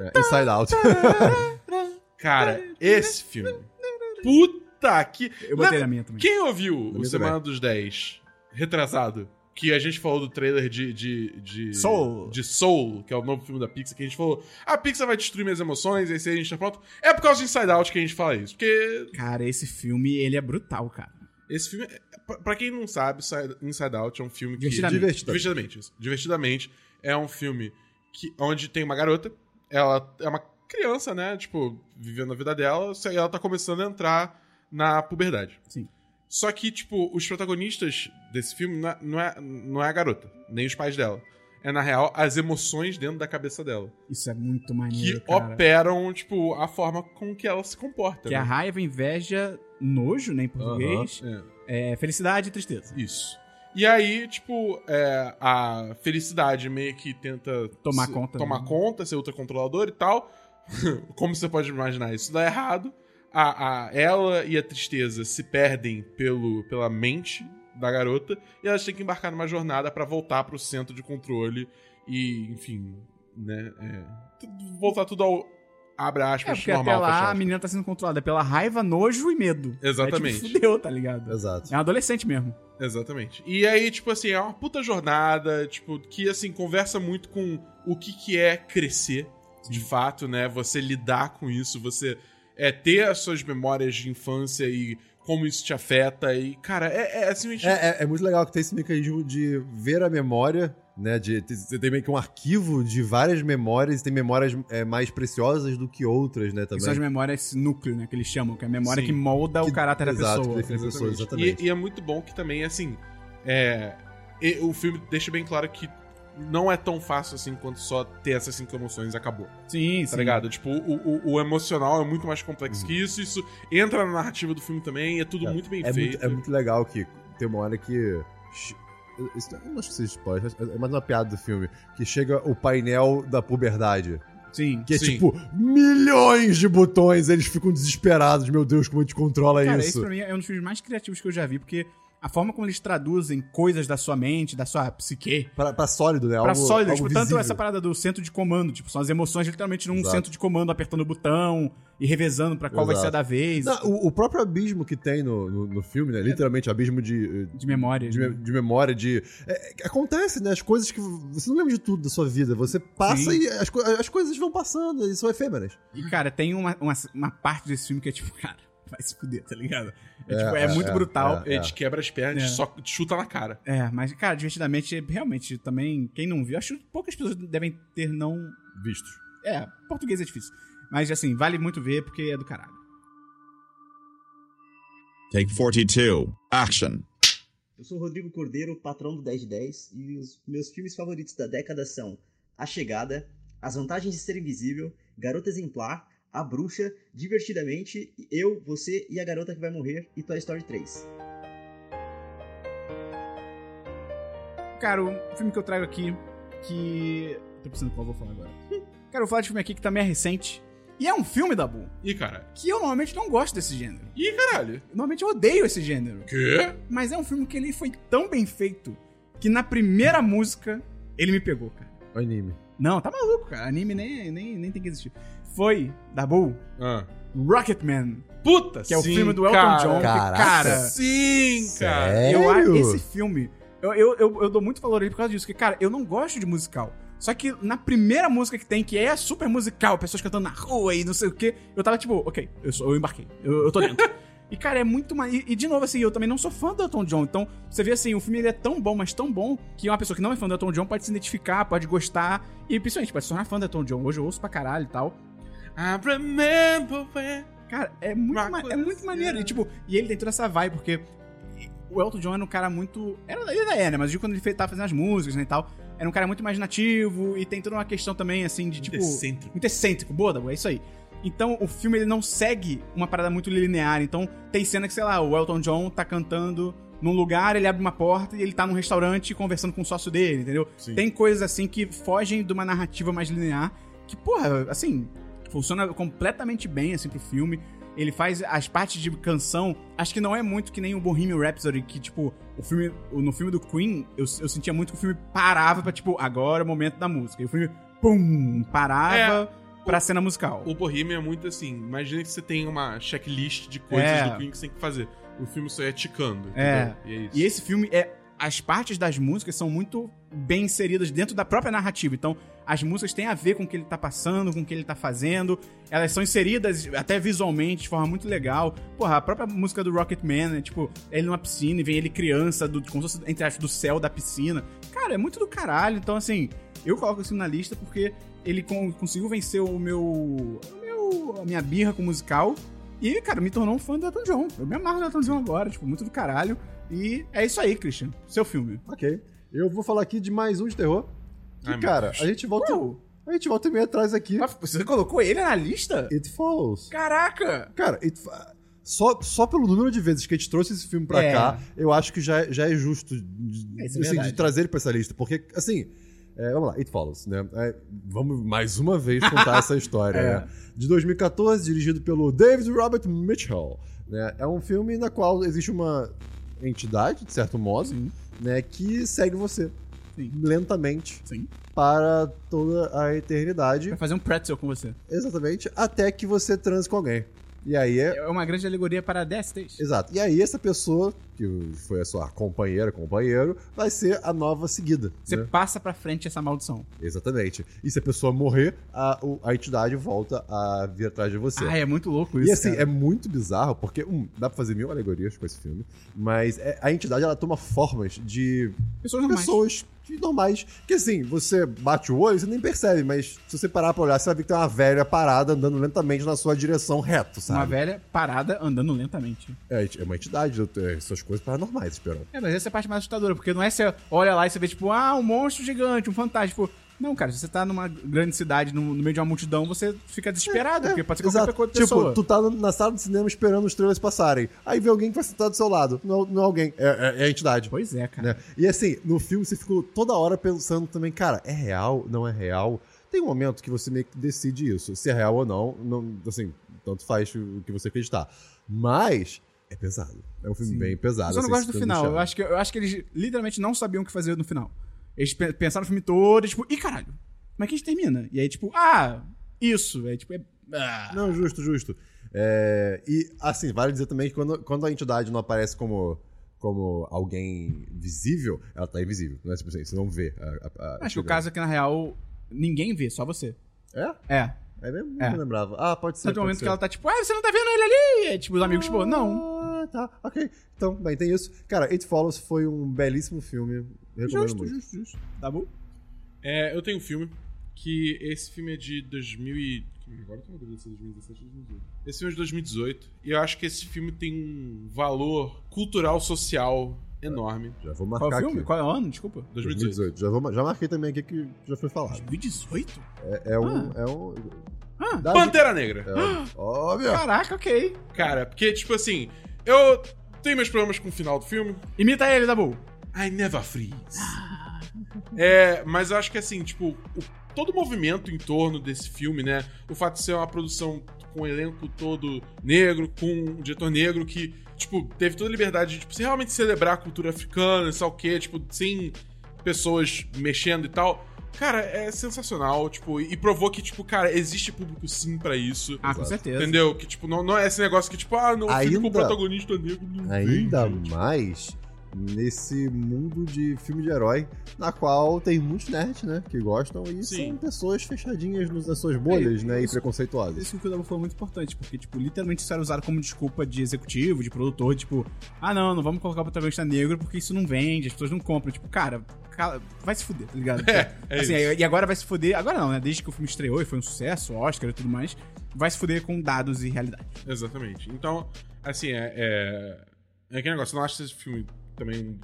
Speaker 2: é, Inside Out.
Speaker 3: Cara, esse filme. Puta que.
Speaker 1: Eu botei na minha também.
Speaker 3: Quem ouviu
Speaker 2: Na
Speaker 3: o
Speaker 2: minha
Speaker 3: Semana dos 10 retrasado? Que a gente falou do trailer de, de, de.
Speaker 1: Soul.
Speaker 3: De Soul, que é o novo filme da Pixar, que a gente falou. A Pixar vai destruir minhas emoções, esse aí a gente tá pronto. É por causa de Inside Out que a gente fala isso. Porque
Speaker 1: Cara, esse filme, ele é brutal, cara.
Speaker 3: esse filme. é- pra- Pra quem não sabe, Side- Inside Out é um filme que.
Speaker 1: Divertidamente.
Speaker 3: Divertidamente, isso. Divertidamente é um filme que, onde tem uma garota, ela é uma criança, né? Tipo, vivendo a vida dela, só- e ela tá começando a entrar na puberdade.
Speaker 1: Sim.
Speaker 3: Só que, tipo, os protagonistas desse filme não é, não é, não é a garota, nem os pais dela. É, na real, as emoções dentro da cabeça dela.
Speaker 1: Isso é muito
Speaker 3: Que
Speaker 1: maneiro, cara.
Speaker 3: operam, tipo, a forma com que ela se comporta.
Speaker 1: Que é
Speaker 3: né?
Speaker 1: raiva, inveja, nojo, né, em português.
Speaker 3: Aham, é.
Speaker 1: É, felicidade e tristeza.
Speaker 3: Isso. E aí, tipo, é, a felicidade meio que tenta
Speaker 1: Tomar
Speaker 3: se-
Speaker 1: conta,
Speaker 3: tomar
Speaker 1: né?
Speaker 3: conta, ser ultracontrolador e tal. Como você pode imaginar, isso dá errado. A, a- ela e a tristeza se perdem pelo, pela mente da garota e elas têm que embarcar numa jornada pra voltar pro centro de controle e, enfim, né? é, tu- voltar tudo ao abre
Speaker 1: É,
Speaker 3: aspas
Speaker 1: porque até
Speaker 3: normal. fecha
Speaker 1: lá a
Speaker 3: aspas.
Speaker 1: menina tá sendo controlada pela raiva, nojo e medo.
Speaker 3: Exatamente.
Speaker 1: É, tipo, fudeu, tá ligado?
Speaker 2: Exato.
Speaker 1: É um adolescente mesmo.
Speaker 3: Exatamente. E aí, tipo assim, é uma puta jornada, tipo, que assim, conversa muito com o que, que é crescer, de fato, né? Você lidar com isso, você é, ter as suas memórias de infância e como isso te afeta. E, cara, é, é assim, a gente.
Speaker 2: É, é- é muito legal que tem esse mecanismo de ver a memória, né? De, te- você tem meio que um arquivo de várias memórias e tem memórias é, mais preciosas do que outras, né?
Speaker 1: Que
Speaker 2: Também.
Speaker 1: são as memórias esse núcleo, né? Que eles chamam, que é a memória
Speaker 3: Sim.
Speaker 1: que molda o
Speaker 2: Que-
Speaker 1: caráter da
Speaker 2: exato,
Speaker 1: pessoa.
Speaker 2: que define a pessoa,
Speaker 3: E,
Speaker 2: exatamente.
Speaker 3: e é muito bom que também, assim, é, e- o filme deixa bem claro que não é tão fácil assim quanto só ter essas cinco emoções e acabou.
Speaker 1: Sim, Uhum.
Speaker 3: Tá ligado? Tipo, o, o- o emocional é muito mais complexo que isso. Isso entra na narrativa do filme também. É tudo
Speaker 2: Cara,
Speaker 3: muito bem
Speaker 2: é,
Speaker 3: feito.
Speaker 2: muito, é muito legal que tem uma hora que. ch- Isso, eu não acho que seja spoiler, é mais uma piada do filme. Que chega o painel da puberdade.
Speaker 1: Sim.
Speaker 2: Que é
Speaker 3: Sim.
Speaker 2: tipo milhões de botões, eles ficam desesperados. Meu Deus, como a gente controla
Speaker 1: Cara, isso
Speaker 2: isso?
Speaker 1: pra mim é um dos filmes mais criativos que eu já vi, porque a forma como eles traduzem coisas da sua mente, da sua psique,
Speaker 2: Pra, pra sólido, né?
Speaker 1: pra
Speaker 2: algo,
Speaker 1: sólidas,
Speaker 2: algo
Speaker 1: tipo, tanto
Speaker 2: visível.
Speaker 1: essa parada do centro de comando, tipo, são as emoções literalmente num
Speaker 2: Exato.
Speaker 1: centro de comando, apertando o botão e revezando pra qual vai
Speaker 2: Exato.
Speaker 1: ser a da vez.
Speaker 2: Não, o, o próprio abismo que tem no, no, no filme,
Speaker 1: É.
Speaker 2: né? Literalmente, abismo de.
Speaker 1: De memórias.
Speaker 2: De, me-
Speaker 1: né?
Speaker 2: de memória, de. é, é, acontece, né? As coisas que. Você não lembra de tudo da sua vida. Você passa
Speaker 1: Sim.
Speaker 2: e as, co- as coisas vão passando e são efêmeras.
Speaker 1: E, cara, tem uma, uma, uma parte desse filme que é tipo, cara, vai se fuder, tá ligado? É,
Speaker 2: É,
Speaker 1: tipo, é,
Speaker 2: é,
Speaker 1: muito
Speaker 2: é,
Speaker 1: brutal.
Speaker 3: A gente quebra as pernas, a gente
Speaker 1: É.
Speaker 3: só te chuta na cara.
Speaker 1: É. mas, cara, divertidamente, realmente, também, quem não viu, acho que poucas pessoas devem ter não.
Speaker 2: Vistos.
Speaker 1: É, português é difícil. Mas, assim, vale muito ver porque é do caralho.
Speaker 4: Take 42. Action.
Speaker 7: Eu sou o Rodrigo Cordeiro, patrão do 1010, e os meus filmes favoritos da década são A Chegada, As Vantagens de Ser Invisível, Garota Exemplar, A Bruxa, Divertidamente, Eu, Você e a Garota que Vai Morrer e Toy Story 3.
Speaker 1: Cara, o filme que eu trago aqui, que. Tô pensando qual eu vou falar agora. Cara, eu vou falar de filme aqui que também é recente. E é um filme da Boom,
Speaker 3: Ih, caralho.
Speaker 1: que eu normalmente não gosto desse gênero.
Speaker 3: Ih, caralho.
Speaker 1: Normalmente eu odeio esse gênero.
Speaker 3: Quê?
Speaker 1: Mas é um filme que ele foi tão bem feito que na primeira música ele me pegou, cara.
Speaker 2: Anime.
Speaker 1: Não, tá maluco, cara. Anime nem, nem, nem tem que existir. Foi, da Bull,
Speaker 3: Ah.
Speaker 1: Rocketman,
Speaker 3: Puta,
Speaker 1: que é o
Speaker 3: sim,
Speaker 1: filme do Elton
Speaker 3: cara.
Speaker 1: John. que,
Speaker 2: Caraca.
Speaker 1: cara,
Speaker 3: Sim, cara.
Speaker 1: eu acho esse filme. Eu, eu, eu, eu dou muito valor a ele por causa disso, porque, cara, eu não gosto de musical. Só que na primeira música que tem, que é super musical, pessoas cantando na rua e não sei o quê, eu tava tipo, ok, eu, sou, eu embarquei, eu, eu tô dentro. e, cara, é muito. ma- E, e, de novo, assim, eu também não sou fã do Elton John, então você vê assim, o filme ele é tão bom, mas tão bom, que uma pessoa que não é fã do Elton John pode se identificar, pode gostar, e principalmente pode se tornar fã do Elton John. Hoje eu ouço pra caralho e tal.
Speaker 3: I remember when...
Speaker 1: Cara, é muito,
Speaker 3: Rock
Speaker 1: ma-
Speaker 3: with
Speaker 1: é muito
Speaker 3: us,
Speaker 1: maneiro.
Speaker 3: yeah.
Speaker 1: E, tipo, e ele tem toda essa vibe, porque o Elton John era um cara muito. Era, ele ainda é, né? Mas eu digo quando ele fe- tava fazendo as músicas né, e tal, era um cara muito imaginativo e tem toda uma questão também, assim, de tipo.
Speaker 3: Decentro.
Speaker 1: Muito excêntrico, boa, Dabu, é isso aí. Então o filme ele não segue uma parada muito linear. Então tem cena que, sei lá, o Elton John tá cantando num lugar, ele abre uma porta e ele tá num restaurante conversando com o sócio dele, entendeu?
Speaker 3: Sim.
Speaker 1: Tem coisas assim que fogem de uma narrativa mais linear, que, porra, assim, funciona completamente bem, assim, pro filme. Ele faz as partes de canção, acho que não é muito que nem o Bohemian Rhapsody, que, tipo, o filme, o- no filme do Queen, eu, eu sentia muito que o filme parava pra, tipo, agora é o momento da música. E o filme, pum, parava pra cena musical.
Speaker 3: O Bohemian é muito assim. Imagina que você tem uma checklist de coisas
Speaker 1: É.
Speaker 3: do Queen que você tem que fazer. O filme só é ticando.
Speaker 1: É.
Speaker 3: entendeu? E é isso.
Speaker 1: E esse filme é. As partes das músicas são muito bem inseridas dentro da própria narrativa. Então, as músicas têm a ver com o que ele tá passando, com o que ele tá fazendo. Elas são inseridas até visualmente, de forma muito legal. Porra, a própria música do Rocketman, né? Tipo, ele numa piscina e vem ele criança, do, como se fosse, entre aspas, do céu da piscina. Cara, é muito do caralho. Então, assim, eu coloco isso na lista porque ele con- conseguiu vencer o meu, o meu- a minha birra com o musical. E, cara, me tornou um fã do Elton John. Eu me amarro no Elton John agora, tipo, muito do caralho. E é isso aí, Christian. Seu filme.
Speaker 2: Ok. Eu vou falar aqui de mais um de terror. Que,
Speaker 3: Ai, meu
Speaker 2: cara,
Speaker 3: Deus.
Speaker 2: a gente volta.
Speaker 1: Uau.
Speaker 2: A gente volta e meia atrás aqui.
Speaker 1: Mas Ah, Você colocou ele na lista?
Speaker 2: It Follows.
Speaker 1: Caraca!
Speaker 2: Cara, It Fo- só, só pelo número de vezes que a gente trouxe esse filme pra
Speaker 1: É.
Speaker 2: cá, eu acho que já, já é justo de,
Speaker 1: É, isso é
Speaker 2: assim, de
Speaker 1: verdade.
Speaker 2: trazer ele pra essa lista. Porque, assim, é, vamos lá, It Follows, né? É, vamos mais uma vez contar essa história,
Speaker 1: É.
Speaker 2: né? De 2014, dirigido pelo David Robert Mitchell. né? É um filme na qual existe uma entidade, de certo modo,
Speaker 1: Sim.
Speaker 2: né, que segue você
Speaker 1: Sim.
Speaker 2: lentamente
Speaker 1: Sim.
Speaker 2: para toda a eternidade,
Speaker 1: Vai fazer um pretzel com você.
Speaker 2: exatamente até que você transe com alguém. E aí é
Speaker 1: É uma grande alegoria para DSTs.
Speaker 2: Exato. E aí essa pessoa, que foi a sua companheira, companheiro, vai ser a nova seguida.
Speaker 1: Você
Speaker 2: né?
Speaker 1: passa pra frente essa maldição.
Speaker 2: Exatamente. E se a pessoa morrer, a, o- a entidade volta a vir atrás de você.
Speaker 1: Ah, é muito louco isso.
Speaker 2: E assim,
Speaker 1: cara.
Speaker 2: é muito bizarro, porque um, dá pra fazer mil alegorias com esse filme, mas é- a entidade ela toma formas de
Speaker 1: pessoas normais.
Speaker 2: pessoas que- normais. Que assim, você bate o olho, você nem percebe, mas se você parar pra olhar, você vai ver que tem uma velha parada andando lentamente na sua direção reto,
Speaker 1: Uma
Speaker 2: sabe?
Speaker 1: velha parada andando lentamente.
Speaker 2: É, é uma entidade, é, são as coisas paranormais, esperam.
Speaker 1: É, mas essa é a parte mais assustadora, porque não é você olha lá e você vê, tipo, ah, um monstro gigante, um fantasma. Tipo, não, cara, se você tá numa grande cidade, no, no meio de uma multidão, você fica desesperado, porque pode ser qualquer
Speaker 2: Exato.
Speaker 1: coisa
Speaker 2: tipo,
Speaker 1: pessoa.
Speaker 2: tu tá na sala do cinema esperando os trailers passarem. Aí vê alguém que vai sentar do seu lado. Não, não é alguém, é, é- é a entidade.
Speaker 1: Pois é, cara.
Speaker 2: né? E assim, no filme você ficou toda hora pensando também, cara, é real, não é real? Tem um momento que você meio que decide isso, se é real ou não, não assim, tanto faz o que você acreditar. Mas é pesado. É um filme
Speaker 1: Sim.
Speaker 2: bem pesado.
Speaker 1: Eu só não gosto
Speaker 2: assim,
Speaker 1: do
Speaker 2: se tu
Speaker 1: final.
Speaker 2: deixar.
Speaker 1: Eu acho, que, eu acho que eles literalmente não sabiam o que fazer no final. Eles pe- pensaram no filme todo e tipo, ih, caralho, como é que a gente termina? E aí, tipo, ah, isso. Aí, tipo, é... ah.
Speaker 2: Não, justo, justo. É, e, assim, vale dizer também que quando, quando a entidade não aparece como, como alguém visível, ela tá invisível. Não é tipo assim, você não vê. a- a- a-
Speaker 1: Acho que o caso é que, na real, ninguém vê, só você.
Speaker 2: É?
Speaker 1: É.
Speaker 2: É mesmo?
Speaker 1: É.
Speaker 2: Não lembrava. Ah, pode ser.
Speaker 1: Tanto
Speaker 2: pode
Speaker 1: momento
Speaker 2: ser.
Speaker 1: que ela tá tipo, ah, você não tá vendo ele ali? E aí, tipo, os amigos, tipo, não.
Speaker 2: Ah, tá, ok. Então, bem, tem isso. Cara, It Follows foi um belíssimo filme. Recomendo
Speaker 1: Justo,
Speaker 2: muito.
Speaker 1: justo, justo. Tá bom?
Speaker 3: É, eu tenho um filme que esse filme é de 2000 e... Agora eu tô na dúvida se é 2017 ou 2018. Esse filme é de 2018 e eu acho que esse filme tem um valor cultural social enorme.
Speaker 2: Já
Speaker 1: Qual
Speaker 2: vou marcar
Speaker 1: é o filme?
Speaker 2: aqui.
Speaker 1: Qual é o ano? Desculpa.
Speaker 3: 2018.
Speaker 2: Já, vou, ma- já marquei também aqui que já foi falado.
Speaker 1: 2018?
Speaker 2: É, é um. É um.
Speaker 1: Ah.
Speaker 2: Dá-
Speaker 3: Pantera Negra.
Speaker 2: É um- Óbvio!
Speaker 1: Caraca, ok.
Speaker 3: Cara, porque, tipo assim, eu tenho meus problemas com o final do filme.
Speaker 1: Imita ele, Dabu.
Speaker 3: I never freeze. é, mas eu acho que assim, tipo, o- todo o movimento em torno desse filme, né? O fato de ser uma produção com um elenco todo negro, com um diretor negro que, tipo, teve toda a liberdade de tipo, se realmente celebrar a cultura africana, sei lá o quê, tipo, sem pessoas mexendo e tal. Cara, é sensacional, tipo, e e provou que, tipo, cara, existe público sim pra isso.
Speaker 1: Ah, com certeza.
Speaker 3: Entendeu? Que, tipo, não, não é esse negócio que, tipo, ah, não, o filme com o
Speaker 2: Ainda-
Speaker 3: protagonista negro não
Speaker 2: Ainda
Speaker 3: vende.
Speaker 2: mais nesse mundo de filme de herói, na qual tem muitos nerds, né? Que gostam e
Speaker 3: Sim.
Speaker 2: são pessoas fechadinhas nos- nas suas bolhas,
Speaker 1: É,
Speaker 2: né? E
Speaker 1: isso-
Speaker 2: preconceituosas.
Speaker 1: Isso que o Dabu falou é muito importante, porque, tipo, literalmente isso era usado como desculpa de executivo, de produtor, tipo, ah não, não vamos colocar o protagonista negro porque isso não vende, as pessoas não compram. Tipo, cara, cala- vai se fuder, tá ligado?
Speaker 3: É
Speaker 1: Assim,
Speaker 3: isso.
Speaker 1: e agora vai se fuder, agora não, né? Desde que o filme estreou e foi um sucesso, Oscar e tudo mais, vai se fuder com dados e realidade.
Speaker 3: Exatamente. Então, assim, é. É, é aquele negócio, eu não acho esse filme também. um-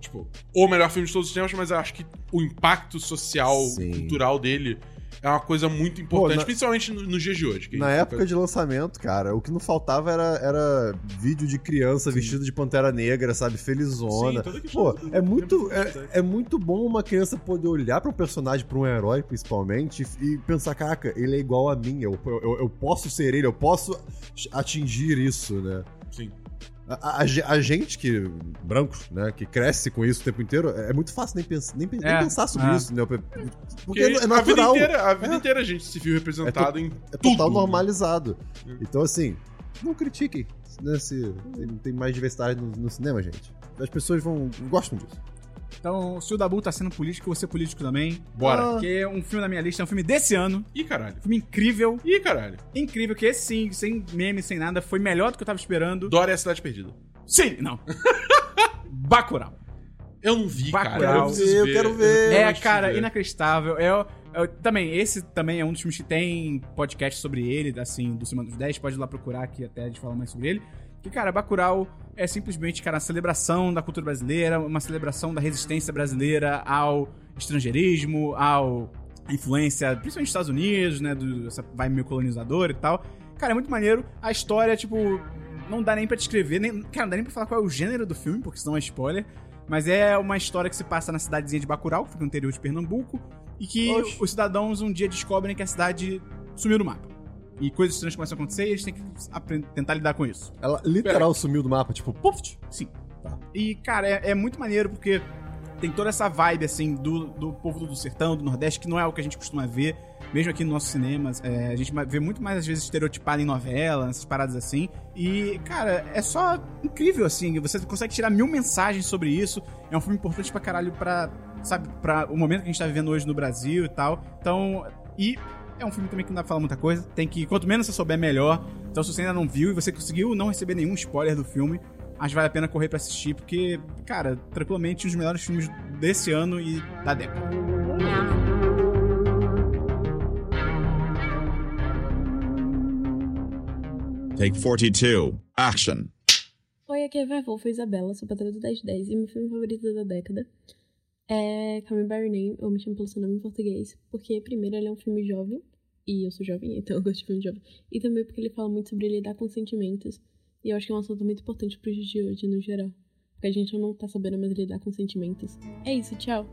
Speaker 3: Tipo, o melhor filme de todos os tempos, mas eu acho que o impacto social,
Speaker 2: Sim.
Speaker 3: cultural dele é uma coisa muito importante,
Speaker 2: na-
Speaker 3: principalmente no- nos dias de hoje. que
Speaker 2: Na
Speaker 3: a gente
Speaker 2: época de lançamento, cara, o que não faltava era, era vídeo de criança vestida de pantera negra, sabe? Felizona.
Speaker 3: Sim, toda que-
Speaker 2: Pô, é muito,
Speaker 3: Lembra do
Speaker 2: é, é muito bom uma criança poder olhar pra um personagem, pra um herói, principalmente, e pensar: caraca, ele é igual a mim, eu, eu, eu posso ser ele, eu posso atingir isso, né?
Speaker 3: Sim.
Speaker 2: A, a- a ge- a gente que, branco, né, que cresce com isso o tempo inteiro, é muito fácil nem, pens- nem, pen- nem
Speaker 1: É,
Speaker 2: pensar sobre
Speaker 1: é.
Speaker 2: isso, né? Porque
Speaker 3: Porque
Speaker 2: é natural.
Speaker 3: A vida inteira a, vida
Speaker 2: É.
Speaker 3: inteira a gente se viu representado em
Speaker 2: É total
Speaker 3: tudo.
Speaker 2: normalizado.
Speaker 3: Hum.
Speaker 2: Então, assim, não critiquem. Né, se tem, tem mais diversidade no, no cinema, gente. As pessoas vão gostam disso.
Speaker 1: Então, se o Dabu tá sendo político, eu vou ser político também.
Speaker 3: Bora.
Speaker 1: Porque um filme na minha lista é um filme desse ano.
Speaker 3: Ih, caralho.
Speaker 1: Um filme incrível.
Speaker 3: Ih, caralho.
Speaker 1: Incrível, que esse sim, sem meme, sem nada, foi melhor do que eu tava esperando.
Speaker 3: Dora é a cidade perdida.
Speaker 1: Sim! Não. Bacurau.
Speaker 3: Eu não vi, cara.
Speaker 1: Bacurau.
Speaker 3: preciso
Speaker 2: Eu quero ver.
Speaker 1: É,
Speaker 3: preciso
Speaker 1: cara,
Speaker 3: ver.
Speaker 1: inacreditável. É, é- também, esse também é um dos filmes que tem podcast sobre ele, assim, do Semana dos 10. Pode ir lá procurar aqui até a gente falar mais sobre ele. Que, cara, Bacurau é simplesmente, cara, a celebração da cultura brasileira, uma celebração da resistência brasileira ao estrangeirismo, ao à influência, principalmente dos Estados Unidos, né, do, essa vai meio colonizador e tal. Cara, é muito maneiro. A história, tipo, não dá nem pra descrever, nem, cara, não dá nem pra falar qual é o gênero do filme, porque senão é spoiler. Mas é uma história que se passa na cidadezinha de Bacurau, que fica no interior de Pernambuco, e que
Speaker 2: Oxe.
Speaker 1: os cidadãos um dia descobrem que a cidade sumiu do mapa. E coisas estranhas começam a acontecer e eles têm que apren- tentar lidar com isso.
Speaker 2: Ela literal sumiu do mapa, tipo, puff.
Speaker 1: Sim. E, cara, é, é muito maneiro porque tem toda essa vibe, assim, do, do povo do sertão, do Nordeste, que não é o que a gente costuma ver, mesmo aqui nos nossos cinemas. É, a gente ma- vê muito mais, às vezes, estereotipado em novela, essas paradas assim. E, cara, é só incrível, assim. Você consegue tirar mil mensagens sobre isso. É um filme importante pra caralho pra, sabe, pra o momento que a gente tá vivendo hoje no Brasil e tal. Então, e é um filme também que não dá pra falar muita coisa. Tem que, quanto menos você souber, melhor. Então, se você ainda não viu e você conseguiu não receber nenhum spoiler do filme, acho que vale a pena correr pra assistir, porque, cara, tranquilamente um dos melhores filmes desse ano e da década.
Speaker 4: Take 42. Action.
Speaker 8: Oi, aqui é a Vavô, sou Isabela, sou patroa do 1010 e meu filme favorito da década é Call Me By Your Name, eu me chamo pelo seu nome em português, porque primeiro ele é um filme jovem, e eu sou jovem, então eu gosto de filme jovem, e também porque ele fala muito sobre lidar com sentimentos, e eu acho que é um assunto muito importante pros dias de hoje, no geral, porque a gente não tá sabendo mais lidar com sentimentos. É isso, tchau!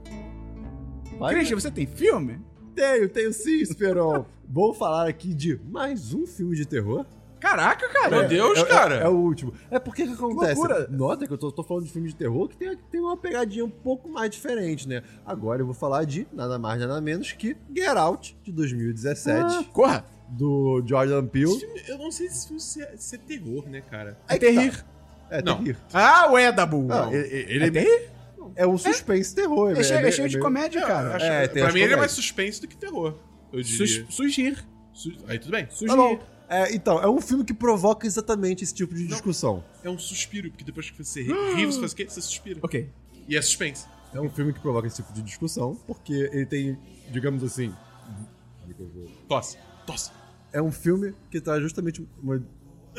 Speaker 1: Christian, você tem filme?
Speaker 2: Tenho, tenho sim, Esperon. Vou falar aqui de mais um filme de terror.
Speaker 1: Caraca, cara!
Speaker 3: Meu Deus,
Speaker 2: É- é-
Speaker 3: cara.
Speaker 2: É, o último. É porque que acontece?
Speaker 1: loucura.
Speaker 2: Nota que eu tô, tô falando de filme de terror que tem, tem uma pegadinha um pouco mais diferente, né? Agora eu vou falar de nada mais, nada menos que Get Out, de 2017,
Speaker 3: Ah,
Speaker 1: Corra!
Speaker 2: do Jordan
Speaker 3: Esse
Speaker 2: Peele.
Speaker 3: filme- Eu não sei se isso é, se é terror, né, cara?
Speaker 1: É terrir.
Speaker 2: É,
Speaker 3: Não.
Speaker 2: terrível.
Speaker 1: Ah, ué, Dabu!
Speaker 2: Não,
Speaker 1: é,
Speaker 2: ele, ele-
Speaker 1: é terrir?
Speaker 2: é um suspense terror.
Speaker 1: É, cheio, é cheio de
Speaker 2: meio-
Speaker 1: comédia,
Speaker 3: Eu
Speaker 1: cara.
Speaker 3: acho-
Speaker 2: É, tem
Speaker 3: pra
Speaker 2: as
Speaker 3: mim ele é
Speaker 2: comédias.
Speaker 3: mais suspense do que terror. Eu diria.
Speaker 1: Sus- Sugir.
Speaker 3: Su- Aí tudo bem.
Speaker 2: Tá bom. É, então, é um filme que provoca exatamente esse tipo de discussão.
Speaker 3: É um suspiro, porque depois que você
Speaker 2: Ah!
Speaker 3: ri, você faz o quê? Você suspira.
Speaker 1: Ok.
Speaker 3: E é suspense.
Speaker 2: É um filme que provoca esse tipo de discussão, porque ele tem, digamos assim. Como é que eu vou-
Speaker 3: Tosse. Tosse.
Speaker 2: é um filme que traz justamente uma.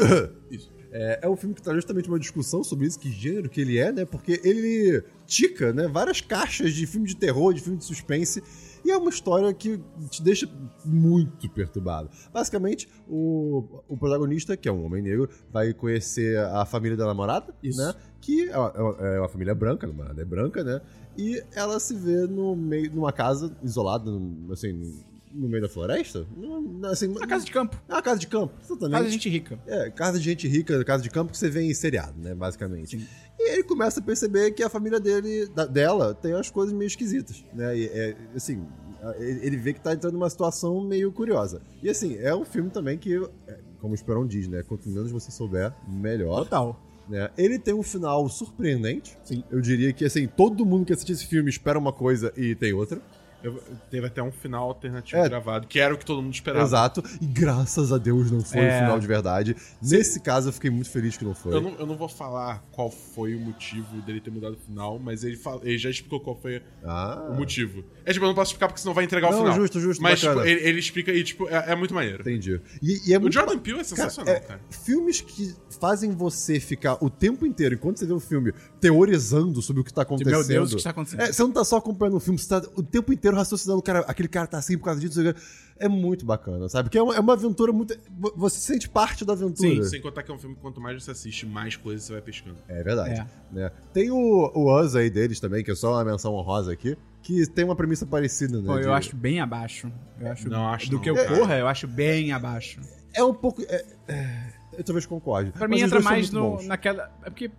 Speaker 2: Isso. É, é um filme que traz justamente uma discussão sobre isso, que gênero que ele é, né? Porque ele tica, né? Várias caixas de filme de terror, de filme de suspense. E é uma história que te deixa muito perturbado. Basicamente, o, o protagonista, que é um homem negro, vai conhecer a família da namorada,
Speaker 1: Isso.
Speaker 2: né? Que é uma, é uma- é uma família branca, a namorada é branca, né? E ela se vê no meio, numa casa isolada, num- assim, no meio da floresta. Num- Assim,
Speaker 1: A casa de campo.
Speaker 2: é uma casa de campo, exatamente.
Speaker 1: Casa de gente rica.
Speaker 2: É, casa de gente rica, casa de campo que você vê em seriado, né, basicamente. E ele começa a perceber que a família dele, da- dela, tem as coisas meio esquisitas, né? E, é, assim, a- ele ele vê que tá entrando numa situação meio curiosa. E assim, é um filme também que, é, como o Esperão diz, né? Quanto menos você souber, melhor
Speaker 1: Total.
Speaker 2: né? Ele tem um final surpreendente. Eu diria que, assim, todo mundo que assiste esse filme espera uma coisa e tem outra.
Speaker 3: Eu- teve até um final alternativo
Speaker 2: É.
Speaker 3: gravado, que era o que todo mundo esperava.
Speaker 2: Exato. E graças a Deus não foi
Speaker 1: É.
Speaker 2: o final de verdade. Nesse caso, eu fiquei muito feliz que não foi.
Speaker 3: Eu não, eu não vou falar qual foi o motivo dele ter mudado o final, mas ele, fala- ele já explicou qual foi
Speaker 2: Ah.
Speaker 3: o motivo. É tipo, eu não posso explicar porque senão vai entregar o
Speaker 2: Não,
Speaker 3: final.
Speaker 2: justo, justo,
Speaker 3: Mas tipo,
Speaker 2: bacana.
Speaker 3: ele, ele explica e tipo, é, é muito maneiro.
Speaker 2: Entendi. E, e é
Speaker 3: O
Speaker 2: muito
Speaker 3: Jordan Peele
Speaker 2: Cara,
Speaker 3: é sensacional,
Speaker 2: é,
Speaker 3: cara.
Speaker 2: filmes que fazem você ficar o tempo inteiro, enquanto você vê o filme, teorizando sobre o que tá acontecendo.
Speaker 1: Meu Deus, o que está acontecendo?
Speaker 2: É, você não tá só acompanhando o filme, você tá o tempo inteiro raciocinando, cara, aquele cara tá assim por causa disso. não sei o quê. É muito bacana, sabe? Porque é uma, é uma aventura muito. Você se sente parte da aventura.
Speaker 3: Sim, sem contar que é um filme que quanto mais você assiste, mais coisas você vai pescando.
Speaker 2: É verdade. né? Tem o, o Us aí deles também, que é só uma menção honrosa aqui, que tem uma premissa parecida, né?
Speaker 1: Pô,
Speaker 2: de-
Speaker 1: eu acho bem abaixo. Eu acho
Speaker 3: Não, acho
Speaker 1: do
Speaker 3: não,
Speaker 1: que eu
Speaker 3: cara.
Speaker 1: corra, eu acho bem abaixo.
Speaker 2: É um pouco. é- é, eu talvez concorde.
Speaker 1: Pra
Speaker 2: Mas
Speaker 1: mim
Speaker 2: os
Speaker 1: entra
Speaker 2: dois são
Speaker 1: mais
Speaker 2: muito
Speaker 1: no-
Speaker 2: bons.
Speaker 1: naquela. É porque.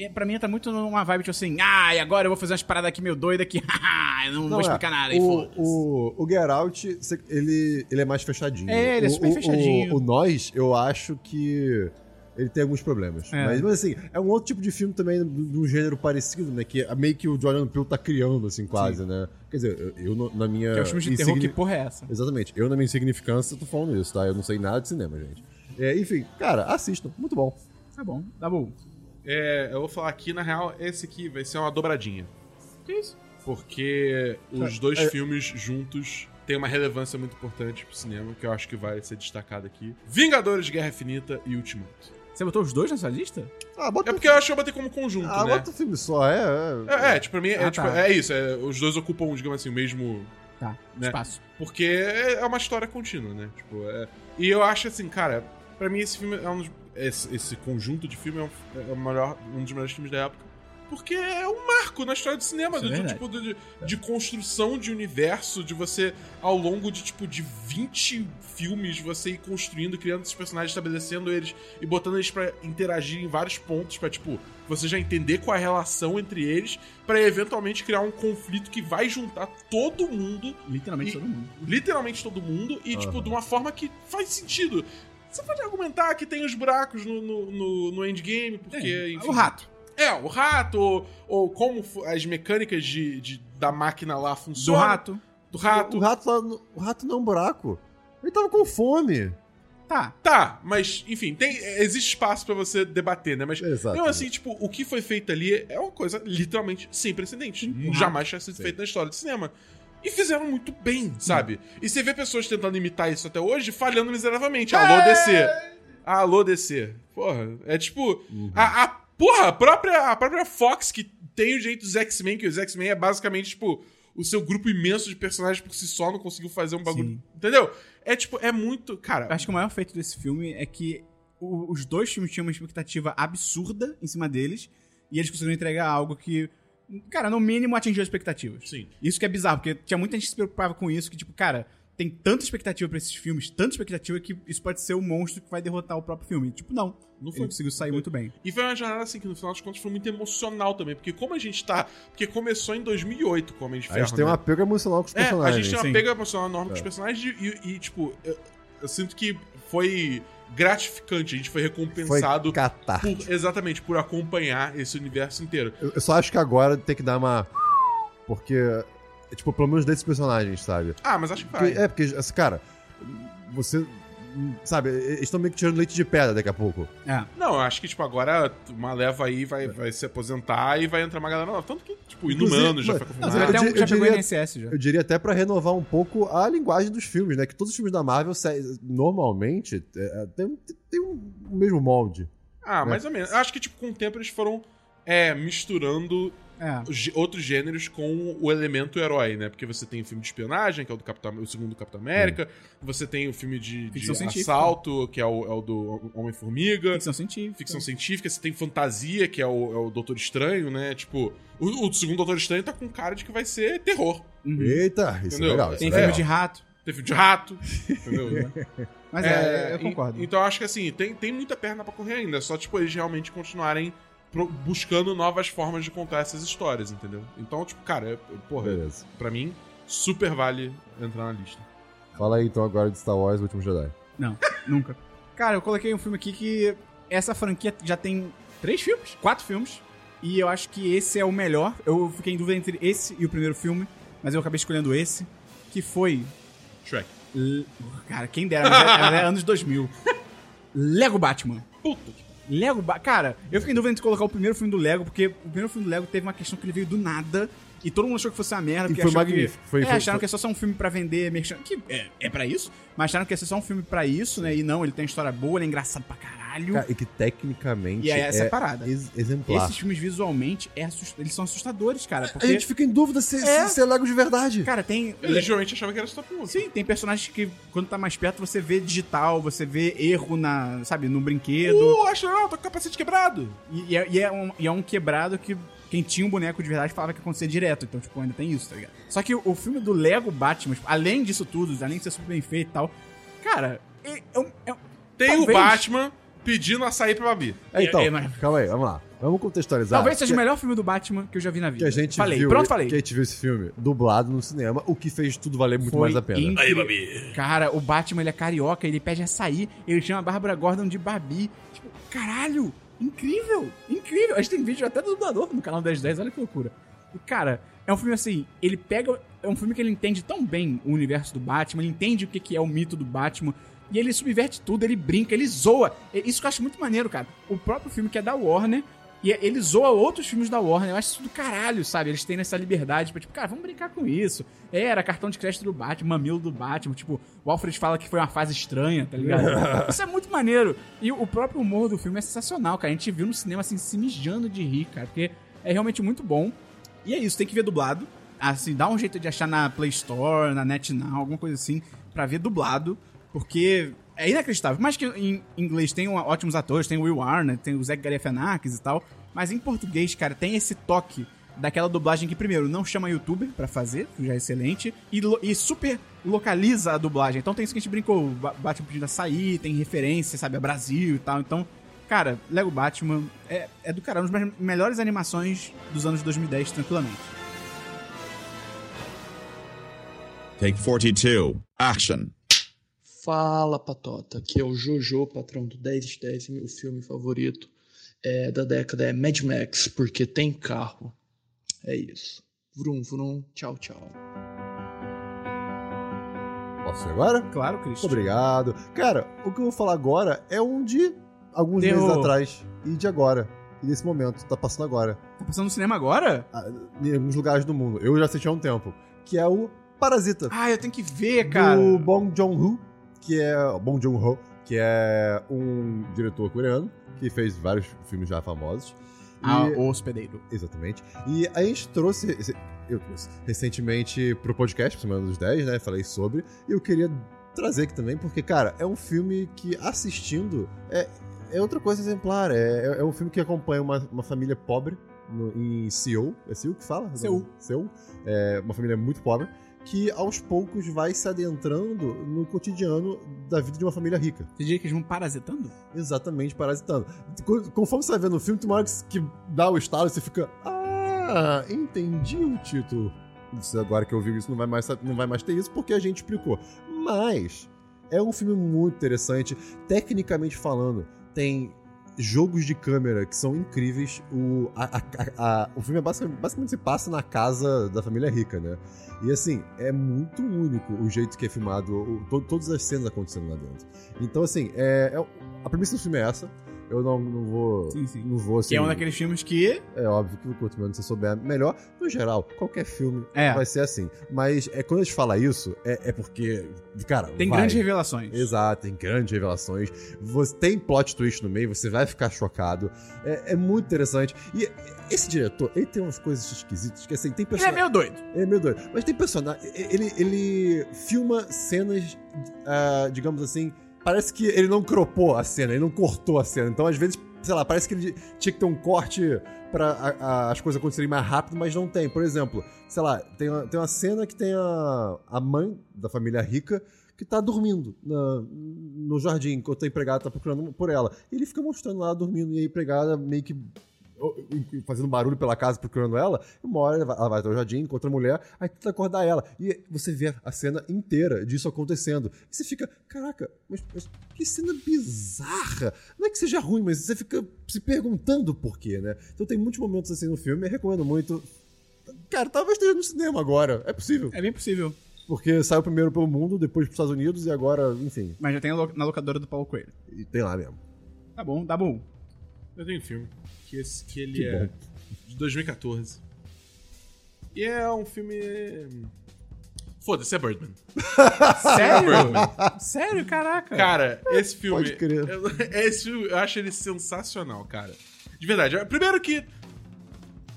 Speaker 1: é, Pra mim entra muito numa vibe, tipo assim, ah, e agora eu vou fazer umas paradas aqui meio doida que eu não, vou
Speaker 2: é,
Speaker 1: explicar nada. e
Speaker 2: o,
Speaker 1: foda-se.
Speaker 2: o, o Get Out, cê- ele, ele é mais fechadinho.
Speaker 1: É, ele é
Speaker 2: O-
Speaker 1: super
Speaker 2: o- o-
Speaker 1: fechadinho.
Speaker 2: O, Nós, eu acho que ele tem alguns problemas.
Speaker 1: É.
Speaker 2: Mas, mas, assim, é um outro tipo de filme também do- de um gênero parecido, né? Que é meio que o Jordan Peele tá criando, assim, quase, né? Quer dizer, eu, eu no- na minha...
Speaker 1: que é os filmes de terror,
Speaker 2: insigni-
Speaker 1: que porra é essa?
Speaker 2: Exatamente. Eu, na minha insignificância, tô falando isso, tá? Eu não sei nada de cinema, gente. É, enfim, cara, assistam. Muito bom.
Speaker 1: Tá bom, tá bom.
Speaker 3: É, eu vou falar aqui, na real, esse aqui vai ser uma dobradinha. Que isso? Porque os dois
Speaker 1: é-
Speaker 3: filmes juntos têm uma relevância muito importante pro cinema, que eu acho que vai ser destacado aqui. Vingadores, Guerra Infinita e Ultimato.
Speaker 1: Você botou os dois nessa lista?
Speaker 2: Ah, bota,
Speaker 3: É porque eu acho que eu botei como conjunto,
Speaker 2: ah,
Speaker 3: né?
Speaker 2: bota o filme só, é... é-
Speaker 3: É, é, tipo, pra mim, é,
Speaker 1: Ah,
Speaker 3: tipo,
Speaker 1: tá.
Speaker 3: é isso. é, os dois ocupam, digamos assim, o mesmo...
Speaker 1: Tá,
Speaker 3: Né?
Speaker 1: espaço.
Speaker 3: Porque é é uma história contínua, né? Tipo, é- E eu acho assim, cara, pra mim esse filme é um dos... Esse, esse conjunto de filme é, um, é o maior, um dos melhores filmes da época. Porque é um marco na história do cinema,
Speaker 1: Isso é
Speaker 3: do,
Speaker 1: verdade.
Speaker 3: tipo, do- de, de construção de universo, de você, ao longo de, tipo, de 20 filmes, você ir construindo, criando esses personagens, estabelecendo eles e botando eles pra interagir em vários pontos, pra, tipo, você já entender qual é a relação entre eles, pra eventualmente criar um conflito que vai juntar todo mundo
Speaker 1: Literalmente
Speaker 3: E-
Speaker 1: todo mundo.
Speaker 3: literalmente todo mundo e, tipo,
Speaker 2: Aham.
Speaker 3: de uma forma que faz sentido. Você pode argumentar que tem os buracos no, no, no, no endgame, porque,
Speaker 1: É,
Speaker 3: enfim.
Speaker 1: o rato.
Speaker 3: É, o rato, ou, ou como fu- as mecânicas de, de- da máquina lá
Speaker 1: Do
Speaker 3: funcionam.
Speaker 1: rato.
Speaker 3: Do rato.
Speaker 2: O rato lá. no- O rato não é um buraco. Ele tava com fome.
Speaker 1: Tá.
Speaker 3: Tá, mas, enfim, tem, existe espaço pra você debater, né? Mas.
Speaker 1: Tá,
Speaker 2: Exato.
Speaker 3: Não, assim, tipo, o que foi feito ali é uma coisa literalmente sem precedente.
Speaker 1: Uhum. Sim. Uhum.
Speaker 3: Jamais tinha sido
Speaker 2: Sim.
Speaker 3: feito na história do cinema. E fizeram muito bem, sabe? E você vê pessoas tentando imitar isso até hoje, falhando miseravelmente. Alô, DC. Alô, DC. Porra, é tipo...
Speaker 1: Uhum.
Speaker 3: A, a- porra, a própria, a própria Fox, que tem o jeito dos X-Men, que os X-Men é basicamente, tipo, o seu grupo imenso de personagens por si só não conseguiu fazer um bagulho...
Speaker 1: Sim.
Speaker 3: Entendeu? É tipo, é muito... Cara,
Speaker 1: Eu acho que o maior feito desse filme é que o- os dois filmes tinham uma expectativa absurda em cima deles e eles conseguiram entregar algo que, cara, no mínimo atingiu as expectativas.
Speaker 3: Sim.
Speaker 1: Isso que é bizarro, porque tinha muita gente que se preocupava com isso, que tipo, cara, tem tanta expectativa pra esses filmes, tanta expectativa que isso pode ser o monstro que vai derrotar o próprio filme. E, tipo, não.
Speaker 3: Não
Speaker 1: Ele conseguiu sair muito bem.
Speaker 3: E foi uma jornada assim que no final de contas foi muito emocional também, porque como a gente tá. Porque começou em 2008 com o Homem de
Speaker 2: A
Speaker 3: Ferro.
Speaker 2: gente tem um
Speaker 3: né?
Speaker 2: apego emocional com os
Speaker 3: É, a
Speaker 2: personagens.
Speaker 3: gente tem uma
Speaker 1: sim.
Speaker 3: pega emocional enorme com os
Speaker 2: É.
Speaker 3: personagens e, e, tipo, eu, eu sinto que foi gratificante, a gente foi recompensado.
Speaker 2: Foi catar.
Speaker 3: por- exatamente, por acompanhar esse universo inteiro.
Speaker 2: Eu, eu só acho que agora tem que dar uma. Porque. é, Tipo, pelo menos desses personagens, sabe?
Speaker 3: Ah, mas acho que
Speaker 2: Porque-
Speaker 3: vai.
Speaker 2: é, porque, assim, cara, você. Sabe, eles estão meio que tirando leite de pedra daqui a pouco.
Speaker 3: Não, eu acho que, tipo, agora uma leva aí vai, vai se aposentar e vai entrar uma galera nova. Tanto que, tipo,
Speaker 2: É. Inclusive,
Speaker 3: inumano já
Speaker 2: mano,
Speaker 3: foi
Speaker 1: Não,
Speaker 2: Ah,
Speaker 1: você já,
Speaker 3: confirmado.
Speaker 2: eu
Speaker 1: até um,
Speaker 2: di-
Speaker 1: já
Speaker 2: eu
Speaker 1: pegou o
Speaker 2: diria-
Speaker 1: INSS já.
Speaker 2: Eu diria até pra renovar um pouco a linguagem dos filmes, né? Que todos os filmes da Marvel, se- normalmente, é, é, tem, tem um- o mesmo molde.
Speaker 3: Ah, mais ou menos. Eu acho que, tipo, com o tempo eles foram é, misturando
Speaker 1: É.
Speaker 3: gê- outros gêneros com o elemento herói, né? Porque você tem o filme de espionagem, que é o do Capitão, o segundo do Capitão América, você tem o filme de, de
Speaker 1: Ficção científica.
Speaker 3: assalto, que é o, é o do Homem-Formiga,
Speaker 1: Ficção
Speaker 3: ficção,
Speaker 1: científica.
Speaker 3: científica, você tem fantasia, que é o, é o Doutor Estranho, né? Tipo, o, o segundo Doutor Estranho tá com cara de que vai ser terror.
Speaker 1: Uhum.
Speaker 2: Eita, isso
Speaker 3: Entendeu?
Speaker 2: é legal. isso
Speaker 1: Tem
Speaker 2: é
Speaker 1: filme
Speaker 2: legal.
Speaker 1: de rato.
Speaker 3: Tem filme de rato, entendeu?
Speaker 1: Mas
Speaker 3: É,
Speaker 1: é, eu
Speaker 3: e-
Speaker 1: concordo.
Speaker 3: então eu acho que assim, tem, tem muita perna pra correr ainda, é só tipo eles realmente continuarem pro- buscando novas formas de contar essas histórias, entendeu? Então, tipo, cara, é- porra,
Speaker 2: Beleza.
Speaker 3: Pra mim, super vale entrar na lista.
Speaker 2: Fala aí então agora de Star Wars: O Último Jedi.
Speaker 1: Nunca. Cara, eu coloquei um filme aqui que essa franquia já tem três filmes, quatro filmes, e eu acho que esse é o melhor. Eu fiquei em dúvida entre esse e o primeiro filme, mas eu acabei escolhendo esse, que foi.
Speaker 3: Shrek.
Speaker 1: L- Cara, quem dera, mas era, era anos 2000. Lego Batman.
Speaker 3: Puta que
Speaker 1: Lego Batman. Cara, eu fiquei em dúvida entre colocar o primeiro filme do Lego, porque o primeiro filme do Lego teve uma questão que ele veio do nada. E todo mundo achou que fosse uma merda.
Speaker 2: E
Speaker 1: porque
Speaker 2: foi
Speaker 1: achou que-
Speaker 2: magnífico. Foi-
Speaker 1: é,
Speaker 2: foi-
Speaker 1: acharam
Speaker 2: foi-
Speaker 1: que é só só um filme pra vender merchan. Que é, é pra isso. Mas acharam que ia ser só um filme pra isso, né? E não, ele tem uma história boa, ele é engraçado pra caralho.
Speaker 2: Cara, e que tecnicamente
Speaker 1: E é essa
Speaker 2: é
Speaker 1: parada.
Speaker 2: ex- exemplar.
Speaker 1: Esses filmes visualmente, é assust- eles são assustadores, cara. Porque,
Speaker 2: É, A gente fica em dúvida se se-
Speaker 1: É.
Speaker 2: se é Lego de verdade.
Speaker 1: cara, tem...
Speaker 3: Eu geralmente achava que era stop motion.
Speaker 1: Sim, tem personagens que quando tá mais perto você vê digital, você vê erro na, sabe, no brinquedo.
Speaker 3: Uh, astronauta, com o capacete quebrado.
Speaker 1: E, e é, e é um, e é um quebrado que quem tinha um boneco de verdade falava que acontecia direto. Então, tipo, ainda tem isso, tá ligado? Só que o, o filme do Lego Batman, tipo, além disso tudo, além de ser super bem feito e tal, cara, é, é um- é um-
Speaker 3: Tem o
Speaker 1: Talvez.
Speaker 3: Batman pedindo açaí pra Babi.
Speaker 2: É, então,
Speaker 1: É, é maravilhoso.
Speaker 2: calma aí, vamos lá. Vamos contextualizar.
Speaker 1: talvez seja o
Speaker 2: que,
Speaker 1: melhor filme do Batman que eu já vi na vida.
Speaker 2: que a gente
Speaker 1: falei,
Speaker 2: viu,
Speaker 1: pronto, falei.
Speaker 2: Que a gente viu esse filme dublado no cinema, o que fez tudo valer muito
Speaker 1: Foi
Speaker 2: mais a pena.
Speaker 1: incrível.
Speaker 3: Babi.
Speaker 1: Cara, o Batman ele é carioca, ele pede açaí, ele chama a Bárbara Gordon de Babi. Tipo, caralho, incrível, incrível. A gente tem vídeo até do dublador no canal 1010, olha que loucura. E, cara, é um filme assim, ele pega. É um filme que ele entende tão bem o universo do Batman, ele entende o que que é o mito do Batman. E ele subverte tudo, ele brinca, ele zoa. É Isso que eu acho muito maneiro, cara. O próprio filme que é da Warner, e ele zoa outros filmes da Warner. Eu acho isso do caralho, sabe? Eles têm essa liberdade, tipo, tipo, cara, vamos brincar com isso. É, Era cartão de crédito do Batman, mamilo do Batman. Tipo, o Alfred fala que foi uma fase estranha, tá ligado? isso é muito maneiro. E o próprio humor do filme é sensacional, cara. A gente viu no cinema, assim, se mijando de rir, cara. Porque é realmente muito bom. E é isso, tem que ver dublado. Assim, dá um jeito de achar na Play Store, na NetNow, alguma coisa assim, pra ver dublado. Porque é inacreditável. Mas que em inglês tem um- ótimos atores, tem o Will Arnett, tem o Zach Galifianakis e tal. Mas em português, cara, tem esse toque daquela dublagem que, primeiro, não chama youtuber pra fazer, que já é excelente, e, lo- e super localiza a dublagem. Então tem isso que a gente brincou, ba- Batman pedindo açaí, tem referência, sabe, a Brasil e tal. Então, cara, Lego Batman é, é do caralho, uma das melhores animações dos anos 2010, tranquilamente.
Speaker 4: Take 42. Action.
Speaker 9: Fala Patota, aqui é o Jojo, patrão do 10 de 10 e meu filme favorito é, da década é Mad Max, porque tem carro. É isso. Vrum, vrum, tchau, tchau.
Speaker 2: Posso ir agora?
Speaker 1: Claro, Cristo.
Speaker 2: Muito obrigado. Cara, o que eu vou falar agora é um de alguns
Speaker 1: Terror.
Speaker 2: meses atrás e de agora. E desse momento, tá passando agora.
Speaker 1: Tá passando no cinema agora?
Speaker 2: Em alguns lugares do mundo. Eu já assisti há um tempo. Que é o Parasita.
Speaker 1: Ah, eu tenho que ver, cara.
Speaker 2: Do Bong Joon-ho, que é... Bong Joon-ho, que é um diretor coreano que fez vários filmes já famosos. E-
Speaker 1: Ah, o hospedeiro.
Speaker 2: Exatamente. E a gente trouxe. esse- Eu trouxe recentemente pro podcast, pro Semana dos 10, né? Falei sobre. E eu queria trazer aqui também, porque, cara, é um filme que assistindo é, é outra coisa exemplar. É, é- é um filme que acompanha uma, uma família pobre no- em Seul. É Seul que fala?
Speaker 1: Seul.
Speaker 2: Seul. É uma família muito pobre. Que aos poucos vai se adentrando no cotidiano da vida de uma família rica.
Speaker 1: Você diria que eles vão parasitando?
Speaker 2: Exatamente, parasitando. Co- Conforme você vai vendo o filme, tem uma hora que, que dá o estalo e você fica. Ah, entendi o título. Isso, agora que eu vi isso, não vai, mais, sa- não vai mais ter isso porque a gente explicou. Mas é um filme muito interessante. Tecnicamente falando, tem jogos de câmera que são incríveis. O, a- a- a- a- o filme é basic- basicamente se passa na casa da família rica, né? E assim, é muito único o jeito que é filmado, o- to- todas as cenas acontecendo lá dentro. Então, assim, é, é- a premissa do filme é essa. Eu não, não vou.
Speaker 1: Sim, sim.
Speaker 2: Não vou assim.
Speaker 1: Que é um daqueles filmes que.
Speaker 2: É óbvio que quanto menos você souber, melhor. No geral, qualquer filme
Speaker 1: É.
Speaker 2: vai ser assim. Mas é, quando a gente fala isso, é, é porque. Cara,
Speaker 1: Tem
Speaker 2: vai.
Speaker 1: grandes revelações.
Speaker 2: Exato, tem grandes revelações. Você tem plot twist no meio, você vai ficar chocado. É, é muito interessante. E esse diretor, ele tem umas coisas esquisitas, que assim, tem
Speaker 1: Ele é
Speaker 2: personagens.
Speaker 1: meio doido.
Speaker 2: Ele é meio doido. Mas tem personagem. Ele, ele filma cenas, ah, digamos assim. Parece que ele não cropou a cena, ele não cortou a cena. Então, às vezes, sei lá, parece que ele tinha que ter um corte pra a- a- as coisas acontecerem mais rápido, mas não tem. Por exemplo, sei lá, tem uma, tem uma cena que tem a, a mãe da família rica que tá dormindo na- no jardim, enquanto a empregada tá procurando por ela. E ele fica mostrando lá dormindo, e a empregada meio que ó, fazendo barulho pela casa procurando ela, e uma hora ela vai- ela vai até o jardim, encontra a mulher, aí tenta acordar ela. E você vê a cena inteira disso acontecendo. E você fica, caraca, mas, mas que cena bizarra! Não é que seja ruim, mas você fica se perguntando por quê, né? Então tem muitos momentos assim no filme, eu recomendo muito. Cara, talvez esteja no cinema agora, é possível.
Speaker 1: É bem possível.
Speaker 2: Porque saiu primeiro pelo mundo, depois pros Estados Unidos e agora, enfim,
Speaker 1: Mas já tem lo- na locadora do Paulo Coelho.
Speaker 2: e tem lá mesmo.
Speaker 1: Tá bom, dá bom.
Speaker 3: é Eu tenho um filme. Que, esse, que ele
Speaker 2: Que
Speaker 3: é
Speaker 2: bom.
Speaker 3: de 2014. E é um filme. Foda-se, é Birdman. É
Speaker 1: Sério?
Speaker 3: Birdman.
Speaker 1: Sério, caraca.
Speaker 3: Cara, esse filme.
Speaker 2: Pode crer.
Speaker 3: Eu, esse filme, eu acho ele sensacional, cara. De verdade. Primeiro que.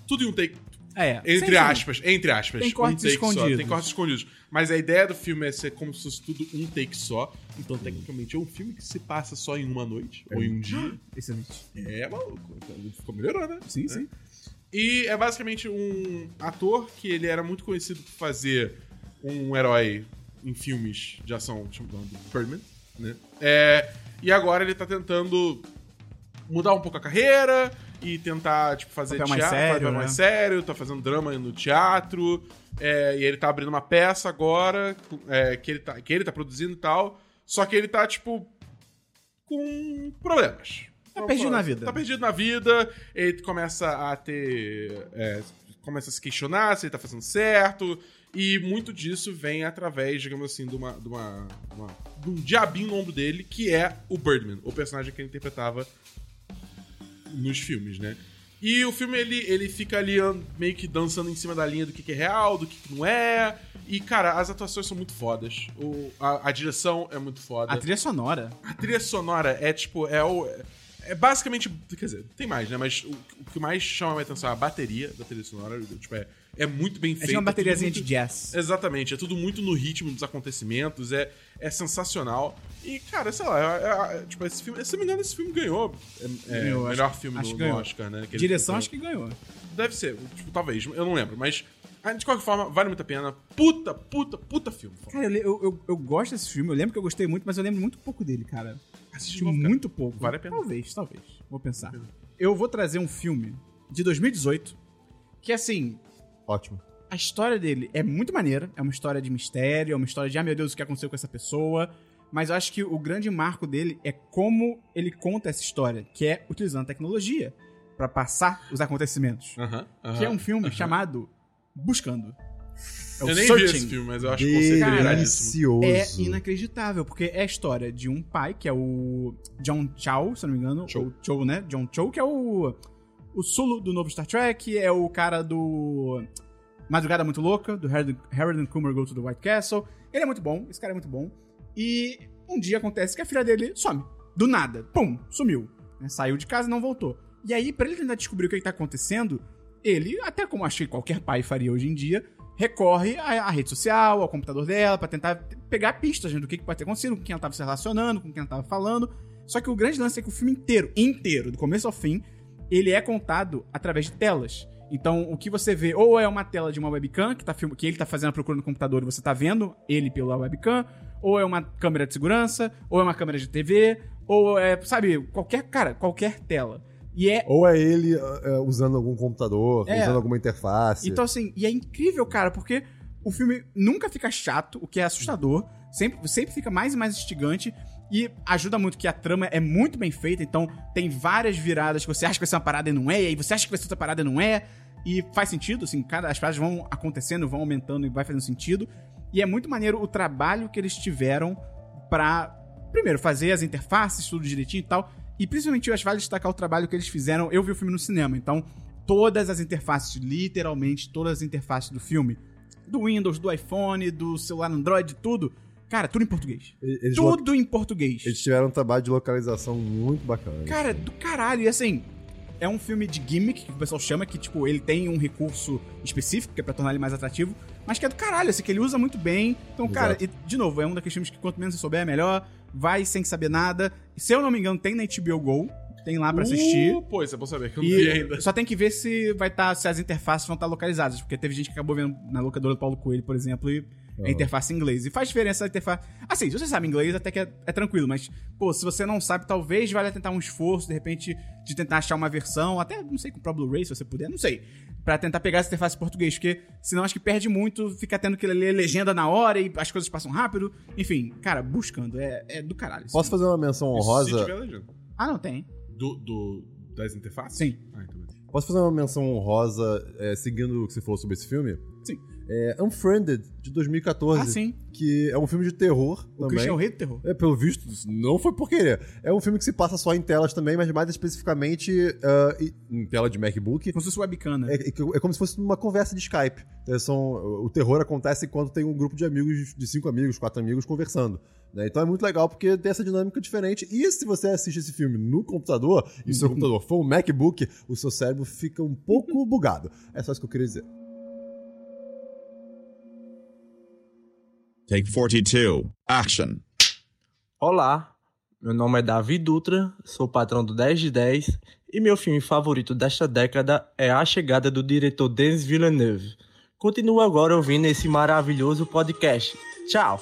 Speaker 3: Tudo em um take.
Speaker 1: é, sem
Speaker 3: Entre
Speaker 1: dúvida.
Speaker 3: aspas, entre aspas.
Speaker 1: Tem cortes
Speaker 3: um take só,
Speaker 1: escondidos.
Speaker 3: Tem cortes escondidos. Mas a ideia do filme é ser como se fosse tudo um take só. Então, tecnicamente, é um filme que se passa só em uma noite ou
Speaker 1: Ah,
Speaker 3: em um dia.
Speaker 1: Excelente.
Speaker 3: É, maluco. Então, Ficou melhorando, né?
Speaker 1: Sim, sim.
Speaker 3: E é basicamente um ator que ele era muito conhecido por fazer um herói em filmes de ação chamado Birdman, né? É, e agora ele tá tentando mudar um pouco a carreira e tentar, tipo, fazer
Speaker 1: Papel mais
Speaker 3: teatro,
Speaker 1: sério,
Speaker 3: papel
Speaker 1: né?
Speaker 3: mais sério, tá fazendo drama no teatro, é, e ele tá abrindo uma peça agora é, que, ele tá, que ele tá produzindo e tal, só que ele tá, tipo, com problemas.
Speaker 1: Tá
Speaker 3: Vamos
Speaker 1: perdido
Speaker 3: falar.
Speaker 1: na vida.
Speaker 3: Tá perdido na vida, ele começa a ter. é, começa a se questionar se ele tá fazendo certo, e muito disso vem através, digamos assim, de uma. de, uma, uma- de um diabinho no ombro dele, que é o Birdman, o personagem que ele interpretava nos filmes, né? E o filme, ele, ele fica ali an- meio que dançando em cima da linha do que, que é real, do que, que não é. E, cara, as atuações são muito fodas. O, a, a direção é muito foda.
Speaker 1: A trilha sonora.
Speaker 3: A trilha sonora é tipo, é o. É basicamente. Quer dizer, tem mais, né? Mas o, o que mais chama a minha atenção é a bateria da trilha sonora. Tipo, é, é muito bem
Speaker 1: É
Speaker 3: feita.
Speaker 1: tipo uma bateriazinha
Speaker 3: tudo
Speaker 1: de
Speaker 3: muito-
Speaker 1: jazz.
Speaker 3: Exatamente, é tudo muito no ritmo dos acontecimentos, é, é sensacional. E, cara, sei lá, é- é- é- tipo, esse filme, se não me engano, esse filme ganhou é, é,
Speaker 1: Ganhou,
Speaker 3: melhor
Speaker 1: acho-
Speaker 3: filme
Speaker 1: acho
Speaker 3: no,
Speaker 1: que
Speaker 3: no
Speaker 1: ganhou.
Speaker 3: Oscar, né? Aquele
Speaker 1: Direção
Speaker 3: filme-
Speaker 1: acho que ganhou.
Speaker 3: Deve ser, tipo, talvez, eu não lembro, mas ah, de qualquer forma, vale muito a pena. Puta, puta, puta filme.
Speaker 1: Cara, eu, le- eu, eu, eu gosto desse filme, eu lembro que eu gostei muito, mas eu lembro muito pouco dele, cara.
Speaker 3: Assiste de
Speaker 1: Assisti
Speaker 3: novo, cara.
Speaker 1: muito pouco.
Speaker 3: Vale a pena.
Speaker 1: Talvez, talvez. Vou pensar. Eu vou trazer um filme de 2018 que, assim,
Speaker 2: Ótimo.
Speaker 1: a história dele é muito maneira. É uma história de mistério, é uma história de, ah, meu Deus, o que aconteceu com essa pessoa. Mas eu acho que o grande marco dele é como ele conta essa história, que é utilizando a tecnologia pra passar os acontecimentos.
Speaker 3: Aham, aham.
Speaker 1: Que é um filme chamado Buscando. É o
Speaker 3: eu nem vi esse
Speaker 1: Searching.
Speaker 3: filme, mas eu acho que você isso.
Speaker 2: Delicioso.
Speaker 1: É inacreditável, porque é a história de um pai, que é o John Chow, se eu não me engano.
Speaker 3: Cho.
Speaker 1: Ou Cho, né? John Cho, que é o. O Sulu do novo Star Trek, é o cara do. Madrugada Muito Louca, do Harold, Harold and Kumar Go to the White Castle. Ele é muito bom, esse cara é muito bom. E um dia acontece que a filha dele some. Do nada. Pum, sumiu. né? Saiu de casa e não voltou. E aí, pra ele tentar descobrir o que, que tá acontecendo, ele, até como acho que qualquer pai faria hoje em dia, recorre à, à rede social, ao computador dela, pra tentar te- pegar pistas né, do que, que pode ter acontecido, com quem ela tava se relacionando, com quem ela tava falando. Só que o grande lance é que o filme inteiro, inteiro, do começo ao fim, ele é contado através de telas. Então, o que você vê ou é uma tela de uma webcam, que, tá film... que ele tá fazendo a procura no computador e você tá vendo ele pela webcam, ou é uma câmera de segurança, ou é uma câmera de TV, ou é, sabe, qualquer, cara, qualquer tela. E é
Speaker 2: Ou é ele é, usando algum computador,
Speaker 1: É.
Speaker 2: usando alguma interface.
Speaker 1: Então, assim, e é incrível, cara, porque o filme nunca fica chato, o que é assustador, sempre, sempre fica mais e mais instigante. E ajuda muito que a trama é muito bem feita, então tem várias viradas que você acha que vai ser uma parada e não é, e aí você acha que vai ser outra parada e não é. E faz sentido, assim, cada, as paradas vão acontecendo, vão aumentando e vai fazendo sentido. E é muito maneiro o trabalho que eles tiveram pra, primeiro, fazer as interfaces, tudo direitinho e tal. E principalmente eu acho que vale destacar o trabalho que eles fizeram. Eu vi o filme no cinema, então todas as interfaces, literalmente todas as interfaces do filme, do Windows, do iPhone, do celular Android, tudo. Cara, tudo em português.
Speaker 2: E- eles, lo-
Speaker 1: Tudo em português.
Speaker 2: eles tiveram um trabalho de localização muito bacana.
Speaker 1: Cara, do caralho. E assim, é um filme de gimmick, que o pessoal chama, que, tipo, ele tem um recurso específico, que é pra tornar ele mais atrativo, mas que é do caralho, assim, que ele usa muito bem. Então, cara, e, de novo, é um daqueles filmes que quanto menos você souber, é melhor. Vai sem saber nada. Se eu não me engano, tem na HBO Go. Tem lá pra assistir.
Speaker 3: Uh, pô, isso é bom saber, que eu não vi ainda.
Speaker 1: E só tem que ver se vai tá, se as interfaces vão estar localizadas, porque teve gente que acabou vendo na locadora do Paulo Coelho, por exemplo, e a interface em inglês. E faz diferença a interface. Assim, se você sabe inglês, até que é, é tranquilo, mas, pô, se você não sabe, talvez valha tentar um esforço, de repente, de tentar achar uma versão, até não sei, com o Blu-ray, se você puder, não sei. Pra tentar pegar essa interface em português, porque senão acho que perde muito, fica tendo que ler legenda na hora e as coisas passam rápido. Enfim, cara, buscando, é, é do caralho.
Speaker 2: Posso fazer uma menção
Speaker 3: Isso se
Speaker 2: honrosa?
Speaker 3: tiver legenda.
Speaker 1: Ah, não tem.
Speaker 3: Do, do, das interfaces?
Speaker 1: Sim.
Speaker 3: Ah, então beleza.
Speaker 2: Posso fazer uma menção honrosa é, seguindo o que você falou sobre esse filme?
Speaker 1: Sim.
Speaker 2: é Unfriended, de 2014.
Speaker 1: Ah, sim.
Speaker 2: Que é um filme de terror
Speaker 1: O
Speaker 2: também.
Speaker 1: Christian é o rei do terror.
Speaker 2: É, pelo visto, não foi por querer. É um filme que se passa só em telas também, mas mais especificamente ah, e- em tela de MacBook.
Speaker 1: Como se fosse webcam, né?
Speaker 2: É, é- é como se fosse uma conversa de Skype. Então, são- o terror acontece quando tem um grupo de amigos, de cinco amigos, quatro amigos conversando. né? Então é muito legal porque tem essa dinâmica diferente. E se você assiste esse filme no computador, e o seu computador for um MacBook, o seu cérebro fica um pouco bugado. É só isso que eu queria dizer.
Speaker 4: Take 42. Action.
Speaker 10: Olá, meu nome é Davi Dutra, sou patrão do 10 de 10 e meu filme favorito desta década é A Chegada do diretor Denis Villeneuve. Continua agora ouvindo esse maravilhoso podcast. Tchau!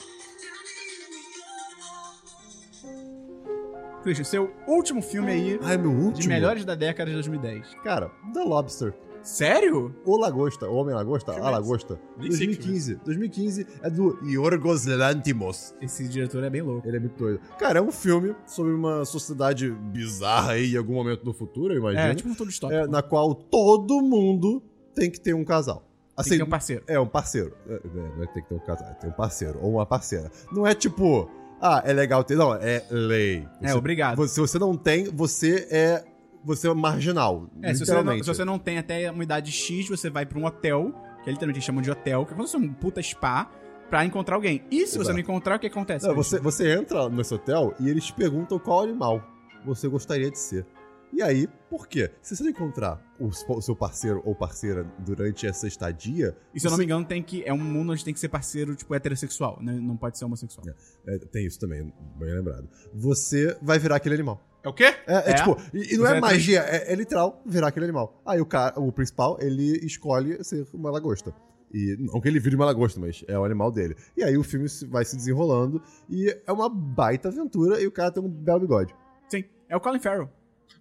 Speaker 1: Christian, seu último filme aí
Speaker 2: Ai, meu último.
Speaker 1: de melhores da década de 2010.
Speaker 2: Cara, The Lobster.
Speaker 1: Sério?
Speaker 2: O Lagosta, o Homem Lagosta, a Lagosta.
Speaker 1: é.
Speaker 3: Nem sei que
Speaker 2: 2015. 2015 é do Yorgos Lantimos.
Speaker 1: Esse diretor é bem louco.
Speaker 2: Ele é muito doido. Cara, é um filme sobre uma sociedade bizarra aí em algum momento do futuro, eu imagino.
Speaker 1: É, tipo um todo stop.
Speaker 2: é, na qual todo mundo tem que ter um casal. Assim,
Speaker 1: Tem que ter um parceiro.
Speaker 2: é um parceiro. É, é, não é que tem que ter um casal, é tem um parceiro ou uma parceira. Não é tipo, ah, é legal ter. Não, é lei.
Speaker 1: É, obrigado.
Speaker 2: você- Se você não tem, você é. Você é marginal.
Speaker 1: É, se você, não,
Speaker 2: literalmente.
Speaker 1: se você não tem até uma idade X, você vai pra um hotel, que é literalmente eles chamam de hotel, que acontece um puta spa, pra encontrar alguém. E se você
Speaker 2: Exato.
Speaker 1: não encontrar, o que acontece?
Speaker 2: Não, você, você entra nesse hotel e eles perguntam qual animal você gostaria de ser. E aí, por quê? Se você não encontrar o, s- o seu parceiro ou parceira durante essa estadia,
Speaker 1: E se eu não
Speaker 2: você-
Speaker 1: me engano, tem que. É um mundo onde tem que ser parceiro, tipo, heterossexual, né? Não pode ser homossexual.
Speaker 2: é, tem isso também, bem lembrado. Você vai virar aquele animal.
Speaker 3: É o quê?
Speaker 2: É, é
Speaker 1: É?
Speaker 2: tipo, e, e não
Speaker 1: Você vai-
Speaker 2: é magia, é, é literal virar aquele animal. Aí o cara, o principal, ele escolhe ser uma lagosta. E não que ele vire uma lagosta, mas é o animal dele. E aí o filme se- vai se desenrolando e é uma baita aventura e o cara tem um belo bigode.
Speaker 1: Sim. É o Colin Farrell.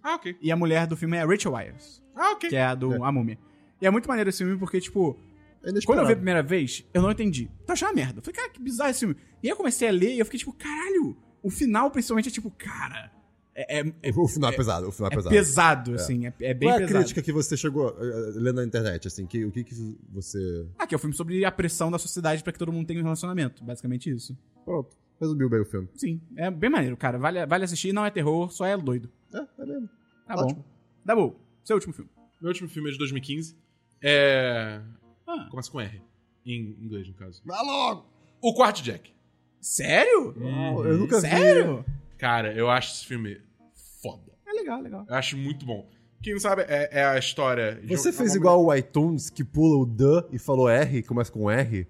Speaker 3: Ah, ok.
Speaker 1: E a mulher do filme é a Rachel Wires,
Speaker 3: Ah, ok.
Speaker 1: que é a do A Múmia. E é muito maneiro esse filme porque, tipo,
Speaker 2: É
Speaker 1: Quando eu
Speaker 2: inesperado.
Speaker 1: vi a primeira vez, eu não entendi. Eu achava uma merda. Eu falei, cara, que bizarro esse filme. E aí eu comecei a ler e eu fiquei tipo, caralho. O final, principalmente, é tipo, cara. É, é- é-
Speaker 2: O final é,
Speaker 1: é-
Speaker 2: pesado, o final é
Speaker 1: é
Speaker 2: pesado.
Speaker 1: pesado, assim. É, é bem
Speaker 2: Qual é a
Speaker 1: pesado.
Speaker 2: crítica que você chegou eh, eh, lendo na internet, assim, que, o que que você...
Speaker 1: Ah, que é um filme sobre a pressão da sociedade pra que todo mundo tenha um relacionamento. Basicamente isso.
Speaker 2: Pronto, resumiu bem o filme.
Speaker 1: Sim, é bem maneiro, cara. Vale, vale assistir. Não é terror, só é doido.
Speaker 2: É, é mesmo.
Speaker 1: Tá
Speaker 2: Ótimo.
Speaker 1: bom. Tá bom. Seu último filme.
Speaker 3: Meu último filme é de 2015. É.
Speaker 1: Ah,
Speaker 3: Começa com R. Em inglês, no caso.
Speaker 2: Vai logo!
Speaker 3: O Quarto Jack.
Speaker 1: sério?
Speaker 2: Uau, eu nunca vi.
Speaker 1: Sério?
Speaker 3: Cara, eu acho esse filme foda.
Speaker 1: É legal, legal.
Speaker 3: Eu acho muito bom. Quem não sabe, é, é a história. de
Speaker 1: tá
Speaker 2: Você
Speaker 3: um-
Speaker 2: fez
Speaker 3: uma-
Speaker 1: né?
Speaker 2: igual o iTunes, que pula o D e falou R, começa com R?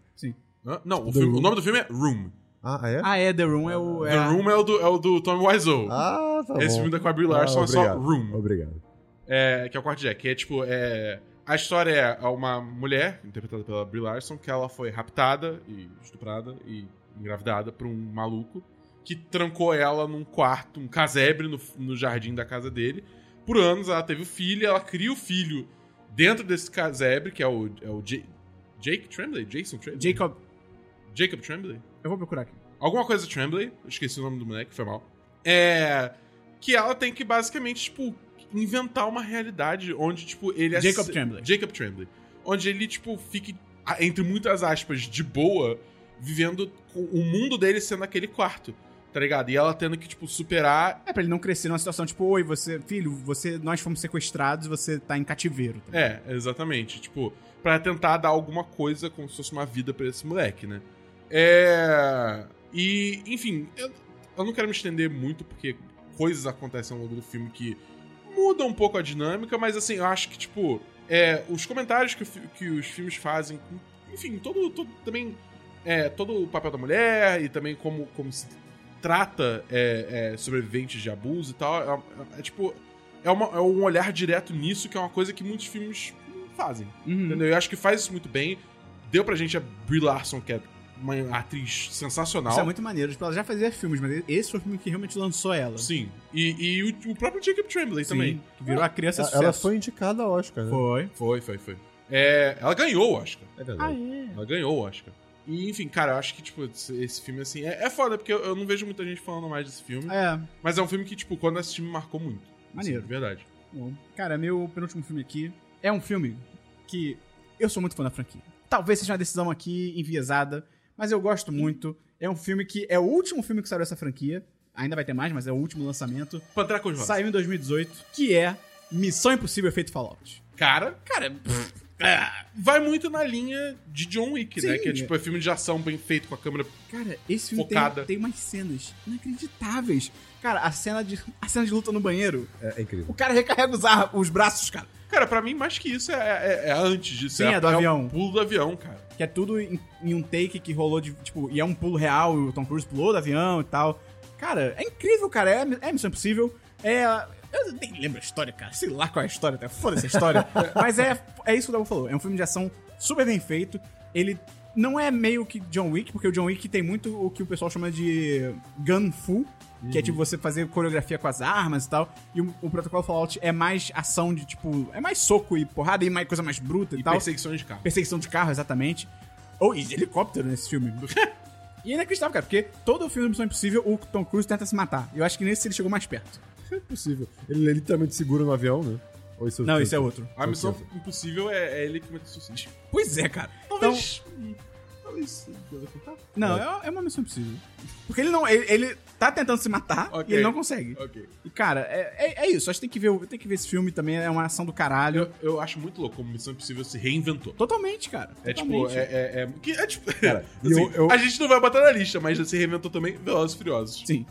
Speaker 3: Hã? Não, o,
Speaker 2: The
Speaker 3: filme- o
Speaker 2: Room.
Speaker 3: nome do filme é Room.
Speaker 2: Ah, é?
Speaker 1: Ah, é, The Room é o. É
Speaker 3: The
Speaker 1: a-
Speaker 3: Room é o do, é o do Tommy Wiseau.
Speaker 2: Ah, tá
Speaker 3: Esse
Speaker 2: bom.
Speaker 3: filme da Quabri
Speaker 2: Ah,
Speaker 3: Larson é só
Speaker 2: obrigado.
Speaker 3: Room.
Speaker 2: Obrigado.
Speaker 3: É, que é o quarto Jack. Que é tipo, é. A história é uma mulher, interpretada pela Brie Larson, que ela foi raptada e estuprada e engravidada por um maluco que trancou ela num quarto, um casebre no, no jardim da casa dele. Por anos ela teve o filho, ela cria o filho dentro desse casebre, que é o, é o Ja- Jake Tremblay? Jason Tremblay?
Speaker 1: Jacob.
Speaker 3: Jacob Tremblay?
Speaker 1: Eu vou procurar aqui.
Speaker 3: Alguma coisa Tremblay, eu esqueci o nome do moleque, foi mal. É. Que ela tem que basicamente, tipo, inventar uma realidade onde, tipo, ele é
Speaker 1: Jacob
Speaker 3: se-
Speaker 1: Tremblay.
Speaker 3: Jacob Tremblay. Onde ele, tipo, fique, a- entre muitas aspas, de boa, vivendo com o mundo dele sendo aquele quarto, tá ligado? E ela tendo que, tipo, superar.
Speaker 1: É pra ele não crescer numa situação tipo, oi, você, filho, você, nós fomos sequestrados, você tá em cativeiro. Tá?
Speaker 3: É, exatamente. Tipo, pra tentar dar alguma coisa como se fosse uma vida pra esse moleque, né? É. E, enfim, eu, eu não quero me estender muito, porque coisas acontecem ao longo do filme que mudam um pouco a dinâmica, mas assim, eu acho que, tipo, é, os comentários que, o fi- que os filmes fazem, com- enfim, todo, todo também. é, todo o papel da mulher e também como, como se trata é, é, sobreviventes de abuso e tal. É, é, é, tipo. É, uma- é um olhar direto nisso, que é uma coisa que muitos filmes não fazem.
Speaker 1: Uhum.
Speaker 3: É, Entendeu? Eu acho que faz isso muito bem. Deu pra gente a Brie Larson, que é uma atriz sensacional.
Speaker 1: Isso é muito maneiro. Tipo, ela já fazia filmes, mas esse foi o filme que realmente lançou ela.
Speaker 3: Sim. E, e o, o próprio Jacob Tremblay
Speaker 1: Sim,
Speaker 3: também.
Speaker 1: que virou a criança é
Speaker 2: Ela,
Speaker 1: sucesso.
Speaker 2: ela foi indicada ao Oscar, né?
Speaker 1: Foi.
Speaker 3: Foi, foi, foi. É, ela ganhou o Oscar.
Speaker 2: É verdade.
Speaker 3: Ela ganhou o Oscar. E, enfim, cara, eu acho que, tipo, esse esse filme, assim, é, é foda, porque eu, eu não vejo muita gente falando mais desse filme.
Speaker 1: É.
Speaker 3: Mas é um filme que, tipo, quando eu assisti, me marcou muito. Assim,
Speaker 1: Maneiro.
Speaker 3: de verdade.
Speaker 1: Bom, cara, meu penúltimo filme aqui é um filme que eu sou muito fã da franquia. talvez seja uma decisão aqui enviesada, mas eu gosto muito. É um filme que é o último filme que saiu dessa franquia. Ainda vai ter mais, mas é o último lançamento.
Speaker 3: Pantracos Rosas.
Speaker 1: Saiu em 2018, que é Missão Impossível Feito Fallout.
Speaker 3: Cara, cara. pff, ah, vai muito na linha de John Wick, né?
Speaker 1: Sim.
Speaker 3: Que é tipo é filme de ação bem feito com a câmera.
Speaker 1: Cara, esse filme tem,
Speaker 3: Focada.
Speaker 1: tem umas cenas inacreditáveis. Cara, a cena de, a cena de luta no banheiro.
Speaker 2: É, é incrível.
Speaker 1: O cara recarrega os, ar- os braços, cara.
Speaker 3: Cara, pra mim, mais que isso é, é- é antes disso.
Speaker 1: Sim, é do avião.
Speaker 3: O pulo do avião, cara.
Speaker 1: Que é tudo em, em um take que rolou de. Tipo, e é um pulo real, e o Tom Cruise pulou do avião e tal. Cara, é incrível, cara. É, é Missão Impossível. É. Eu nem lembro a história, cara. Sei lá qual é a história, até foda-se a história. Mas é, é isso que o Dabu falou. É um filme de ação super bem feito. Ele não é meio que John Wick, porque o John Wick tem muito o que o pessoal chama de gun fu, que é tipo você fazer coreografia com as armas e tal. E o, o protocolo Fallout é mais ação de tipo. É mais soco e porrada e mais coisa mais bruta e,
Speaker 3: E
Speaker 1: tal.
Speaker 3: perseguições de carro.
Speaker 1: Perseguição de carro, exatamente. Ou e de helicóptero nesse filme. e é inacreditável, cara, porque todo o filme do Missão Impossível, o Tom Cruise tenta se matar. Eu acho que nesse ele chegou mais perto.
Speaker 2: É possível. Ele literalmente segura no avião, né? Ou isso
Speaker 1: Não, esse é outro.
Speaker 3: A missão impossível é, é ele que comete suicídio.
Speaker 1: Pois é, cara. Então,
Speaker 3: Talvez. Talvez. Deus ocultar.
Speaker 1: não, é, é uma Missão Impossível. Porque ele não. Ele, ele tá tentando se matar
Speaker 3: Ok.
Speaker 1: e ele não consegue.
Speaker 3: Ok.
Speaker 1: E, cara, é, é, é isso. Acho que tem que, ver, o- tem que ver esse filme também. É uma ação do caralho.
Speaker 3: Eu, eu acho muito louco como Missão Impossível se reinventou.
Speaker 1: Totalmente, cara.
Speaker 3: É tipo,
Speaker 1: totalmente.
Speaker 3: é, é, é, que é tipo.
Speaker 2: Cara,
Speaker 3: assim,
Speaker 2: eu- eu-
Speaker 3: A gente não vai botar na lista, mas se reinventou também Velozes e Furiosos.
Speaker 1: Sim,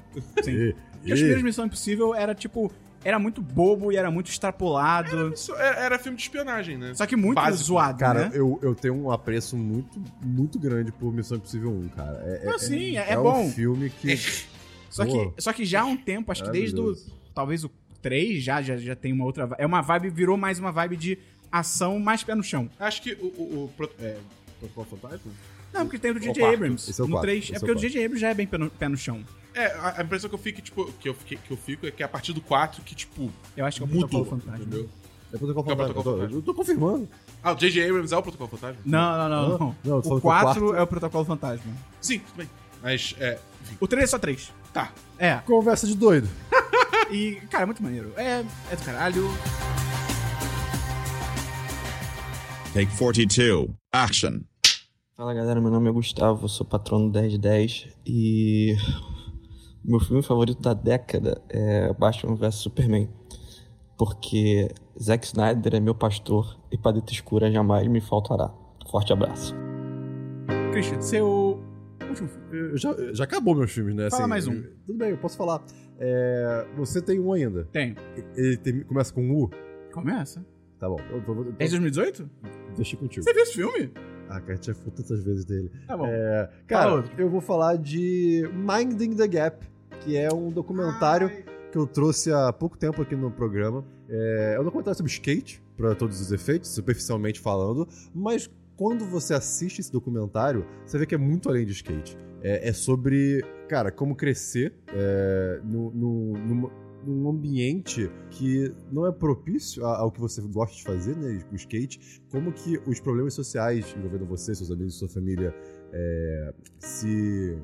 Speaker 1: sim.
Speaker 2: E,
Speaker 1: Porque as primeiras Missão Impossível era tipo. Era muito bobo e era muito extrapolado.
Speaker 3: Isso era, era filme de espionagem, né?
Speaker 1: Só que muito
Speaker 3: Básico.
Speaker 1: zoado, né?
Speaker 2: Cara, eu, eu tenho um apreço muito, muito grande por Missão Impossível 1, cara. É,
Speaker 1: Não, sim, é- é
Speaker 2: um
Speaker 1: bom.
Speaker 2: filme que.
Speaker 1: Só
Speaker 2: Boa.
Speaker 1: que, só que já há um tempo, acho que desde o.
Speaker 2: Maravilhoso.
Speaker 1: Talvez o 3 já, já, já tem uma outra. vi- É uma vibe, virou mais uma vibe de ação mais pé no chão.
Speaker 3: Acho que o. o, o pro- é, Protocolo Fantasma?
Speaker 1: Não, porque tem o do
Speaker 3: É o
Speaker 1: J.J.
Speaker 3: quarto.
Speaker 1: Abrams.
Speaker 2: Esse é o
Speaker 1: no
Speaker 2: quarto,
Speaker 1: 3.
Speaker 2: esse
Speaker 1: É
Speaker 2: é o
Speaker 1: porque o
Speaker 2: quarto.
Speaker 1: J.J. Abrams já é bem pé no, pé no chão.
Speaker 3: É, a, a impressão que eu fico, tipo, que eu, fiquei- que eu fico é que a partir do 4 que, tipo,
Speaker 1: Eu acho que é o
Speaker 3: mudou.
Speaker 1: Protocolo Fantasma.
Speaker 3: Entendeu?
Speaker 2: É protocolo
Speaker 3: É o
Speaker 2: fantasma.
Speaker 3: Protocolo
Speaker 2: eu tô-
Speaker 3: Fantasma.
Speaker 2: Eu tô confirmando.
Speaker 3: Ah, o J.J. Abrams é o Protocolo Fantasma?
Speaker 1: Não, não, não.
Speaker 2: Hã?
Speaker 1: não.
Speaker 2: Não, eu tô
Speaker 1: o
Speaker 2: falando que o
Speaker 1: 4
Speaker 2: quarto-
Speaker 1: é o Protocolo Fantasma.
Speaker 3: Sim, tudo bem. Mas, é. Enfim.
Speaker 1: O 3 é só 3.
Speaker 3: Tá.
Speaker 1: É.
Speaker 2: Conversa de doido.
Speaker 1: E, cara, é muito maneiro. É, é do caralho.
Speaker 4: Take 42. Action.
Speaker 10: Fala galera, meu nome é Gustavo, eu sou patrono 1010 e meu filme favorito da década é Batman vs Superman, porque Zack Snyder é meu pastor e paleta escura jamais me faltará. Forte abraço.
Speaker 1: Christian, seu último filme.
Speaker 2: Eu já, já acabou meus filmes, né?
Speaker 1: Fala mais um.
Speaker 2: Tudo bem, eu posso falar. É, você tem um ainda.
Speaker 1: Tem.
Speaker 2: Ele tem- começa com um U?
Speaker 1: Começa.
Speaker 2: Tá bom. Eu, vou- eu,
Speaker 1: É de 2018?
Speaker 2: deixei contigo.
Speaker 1: Você viu esse filme?
Speaker 2: Ah, cara, a gente já falou tantas vezes dele.
Speaker 1: Tá bom.
Speaker 2: É,
Speaker 1: Fala
Speaker 2: cara,
Speaker 1: outro.
Speaker 2: eu vou falar de Minding the Gap, que é um documentário que eu trouxe há pouco tempo aqui no programa. É, é um documentário sobre skate, para todos os efeitos, superficialmente falando, mas quando você assiste esse documentário, você vê que é muito além de skate. É, é sobre, cara, como crescer é, no, no- numa- num ambiente que não é propício a- ao que você gosta de fazer, né, com skate, como que os problemas sociais envolvendo você, seus amigos, sua família, é, se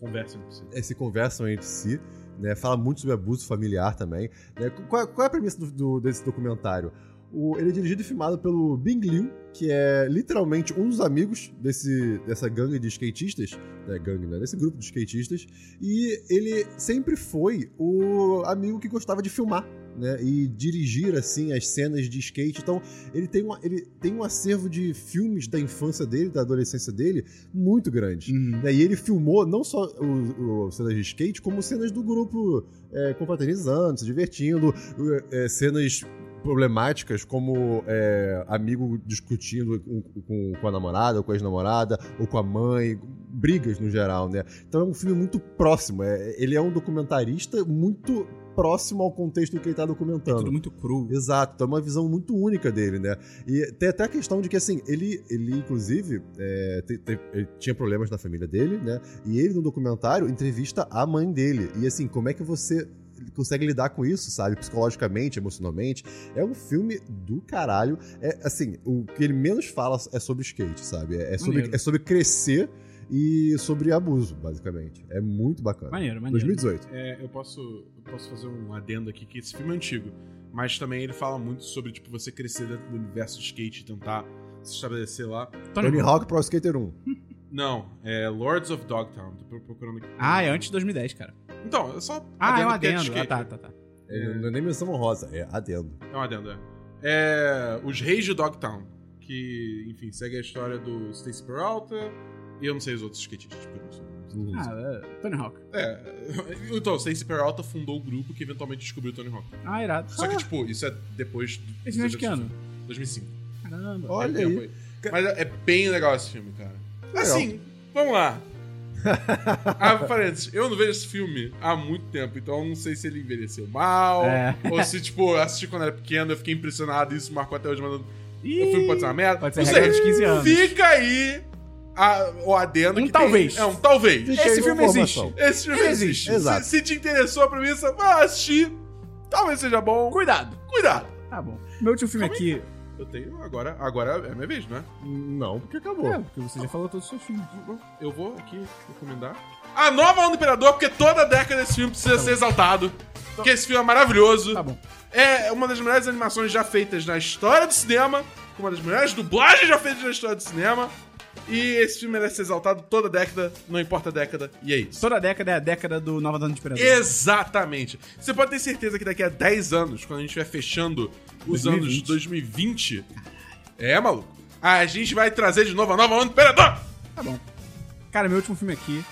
Speaker 3: Conversa com você.
Speaker 2: eh, se conversam entre si, né? Fala muito sobre abuso familiar também. né? Qu- Qual, é- qual é a premissa do- do- desse documentário? O- ele é dirigido e filmado pelo Bing Liu, que é literalmente um dos amigos desse, dessa gangue de skatistas, né, gangue, né, desse grupo de skatistas, e ele sempre foi o amigo que gostava de filmar, né, e dirigir, assim, as cenas de skate, então ele tem, uma, ele tem um acervo de filmes da infância dele, da adolescência dele, muito grande.
Speaker 1: Uhum.
Speaker 2: Né, E ele filmou não só o, o- cenas de skate, como cenas do grupo é, confraternizando, se divertindo, é, é, cenas problemáticas como é, amigo discutindo com, com- com a namorada, ou com a ex-namorada, ou com a mãe, brigas no geral, né? Então é um filme muito próximo. é- ele é um documentarista muito próximo ao contexto que ele está documentando.
Speaker 1: Tudo muito cru.
Speaker 2: Exato, então é uma visão muito única dele, né? E tem até a questão de que, assim, ele, ele inclusive, é, te- te- ele tinha problemas na família dele, né? E ele, no documentário, entrevista a mãe dele. E, assim, como é que você consegue lidar com isso, sabe? Psicologicamente, emocionalmente. É um filme do caralho. É, assim, o que ele menos fala é sobre skate, sabe? É, é sobre,
Speaker 1: Maneiro.
Speaker 2: é sobre crescer e sobre abuso, basicamente. É muito bacana.
Speaker 1: Maneiro, maneiro.
Speaker 2: 2018.
Speaker 3: É, eu posso, eu posso fazer um adendo aqui que esse filme é antigo, mas também ele fala muito sobre tipo você crescer dentro do universo de skate e tentar se estabelecer lá.
Speaker 2: Tony Hawk Pro Skater 1.
Speaker 3: Não, é Lords of Dogtown. Tô pro- procurando aqui.
Speaker 1: Ah, é antes de 2010, cara.
Speaker 3: Então, é só.
Speaker 1: Ah, é um
Speaker 3: porque
Speaker 1: adendo.
Speaker 3: de
Speaker 1: Ah,
Speaker 3: skate.
Speaker 1: tá, tá, tá.
Speaker 2: É, não é nem menção honrosa, é adendo.
Speaker 3: É um adendo, é. É, Os Reis de Dogtown. Que, enfim, segue a história do Stacy Peralta. E eu não sei os outros skatistas, porque eu não sou.
Speaker 1: Ah, é, Tony Hawk.
Speaker 3: É. Então, Stacy Peralta fundou o grupo que eventualmente descobriu o Tony Hawk.
Speaker 1: Ah, irado.
Speaker 3: Só que, tipo, isso é depois. do-
Speaker 1: Esse filme é de que ano?
Speaker 3: 2005.
Speaker 1: Caramba.
Speaker 2: Olha
Speaker 3: É
Speaker 2: aí.
Speaker 3: tempo aí. Mas é é bem legal esse filme, cara. Assim, vamos lá. ah, parênteses, eu não vejo esse filme há muito tempo, então eu não sei se ele envelheceu mal,
Speaker 1: É.
Speaker 3: ou se, tipo, eu assisti quando era pequeno, eu fiquei impressionado e isso marcou até hoje, mandando. O filme pode ser uma merda.
Speaker 1: Pode ser
Speaker 3: não
Speaker 1: regra
Speaker 3: sei.
Speaker 1: dos 15 anos.
Speaker 3: Fica aí a- o adendo.
Speaker 1: Um
Speaker 3: que
Speaker 1: talvez.
Speaker 3: Tem, é um talvez.
Speaker 2: Fica aí
Speaker 1: Esse
Speaker 2: uma
Speaker 1: filme existe.
Speaker 2: informação.
Speaker 3: Esse filme
Speaker 1: Ele
Speaker 3: existe.
Speaker 1: existe.
Speaker 2: Exato.
Speaker 3: Se, se te interessou a premissa, vá assistir. Talvez seja bom.
Speaker 1: Cuidado.
Speaker 3: Cuidado.
Speaker 1: Tá bom. Meu último filme
Speaker 3: é
Speaker 1: aqui.
Speaker 3: Eu tenho agora. Agora é a minha vez, né?
Speaker 2: Não, porque acabou.
Speaker 1: É, porque você já falou todos os seus filmes.
Speaker 3: Eu vou aqui recomendar. A nova Onda do Imperador, porque toda década esse filme precisa ser exaltado. Porque esse filme é maravilhoso.
Speaker 1: Tá bom.
Speaker 3: É uma das melhores animações já feitas na história do cinema. Uma das melhores dublagens já feitas na história do cinema. E esse filme merece ser exaltado toda década, não importa a década. E é isso.
Speaker 1: Toda década é a década do Nova Dona de Imperador.
Speaker 3: Exatamente. Você pode ter certeza que daqui a 10 anos, quando a gente estiver fechando os
Speaker 1: 2020.
Speaker 3: anos 2020. É, maluco. A gente vai trazer de novo a nova Onda do Imperador.
Speaker 1: Tá Cara, meu último filme aqui.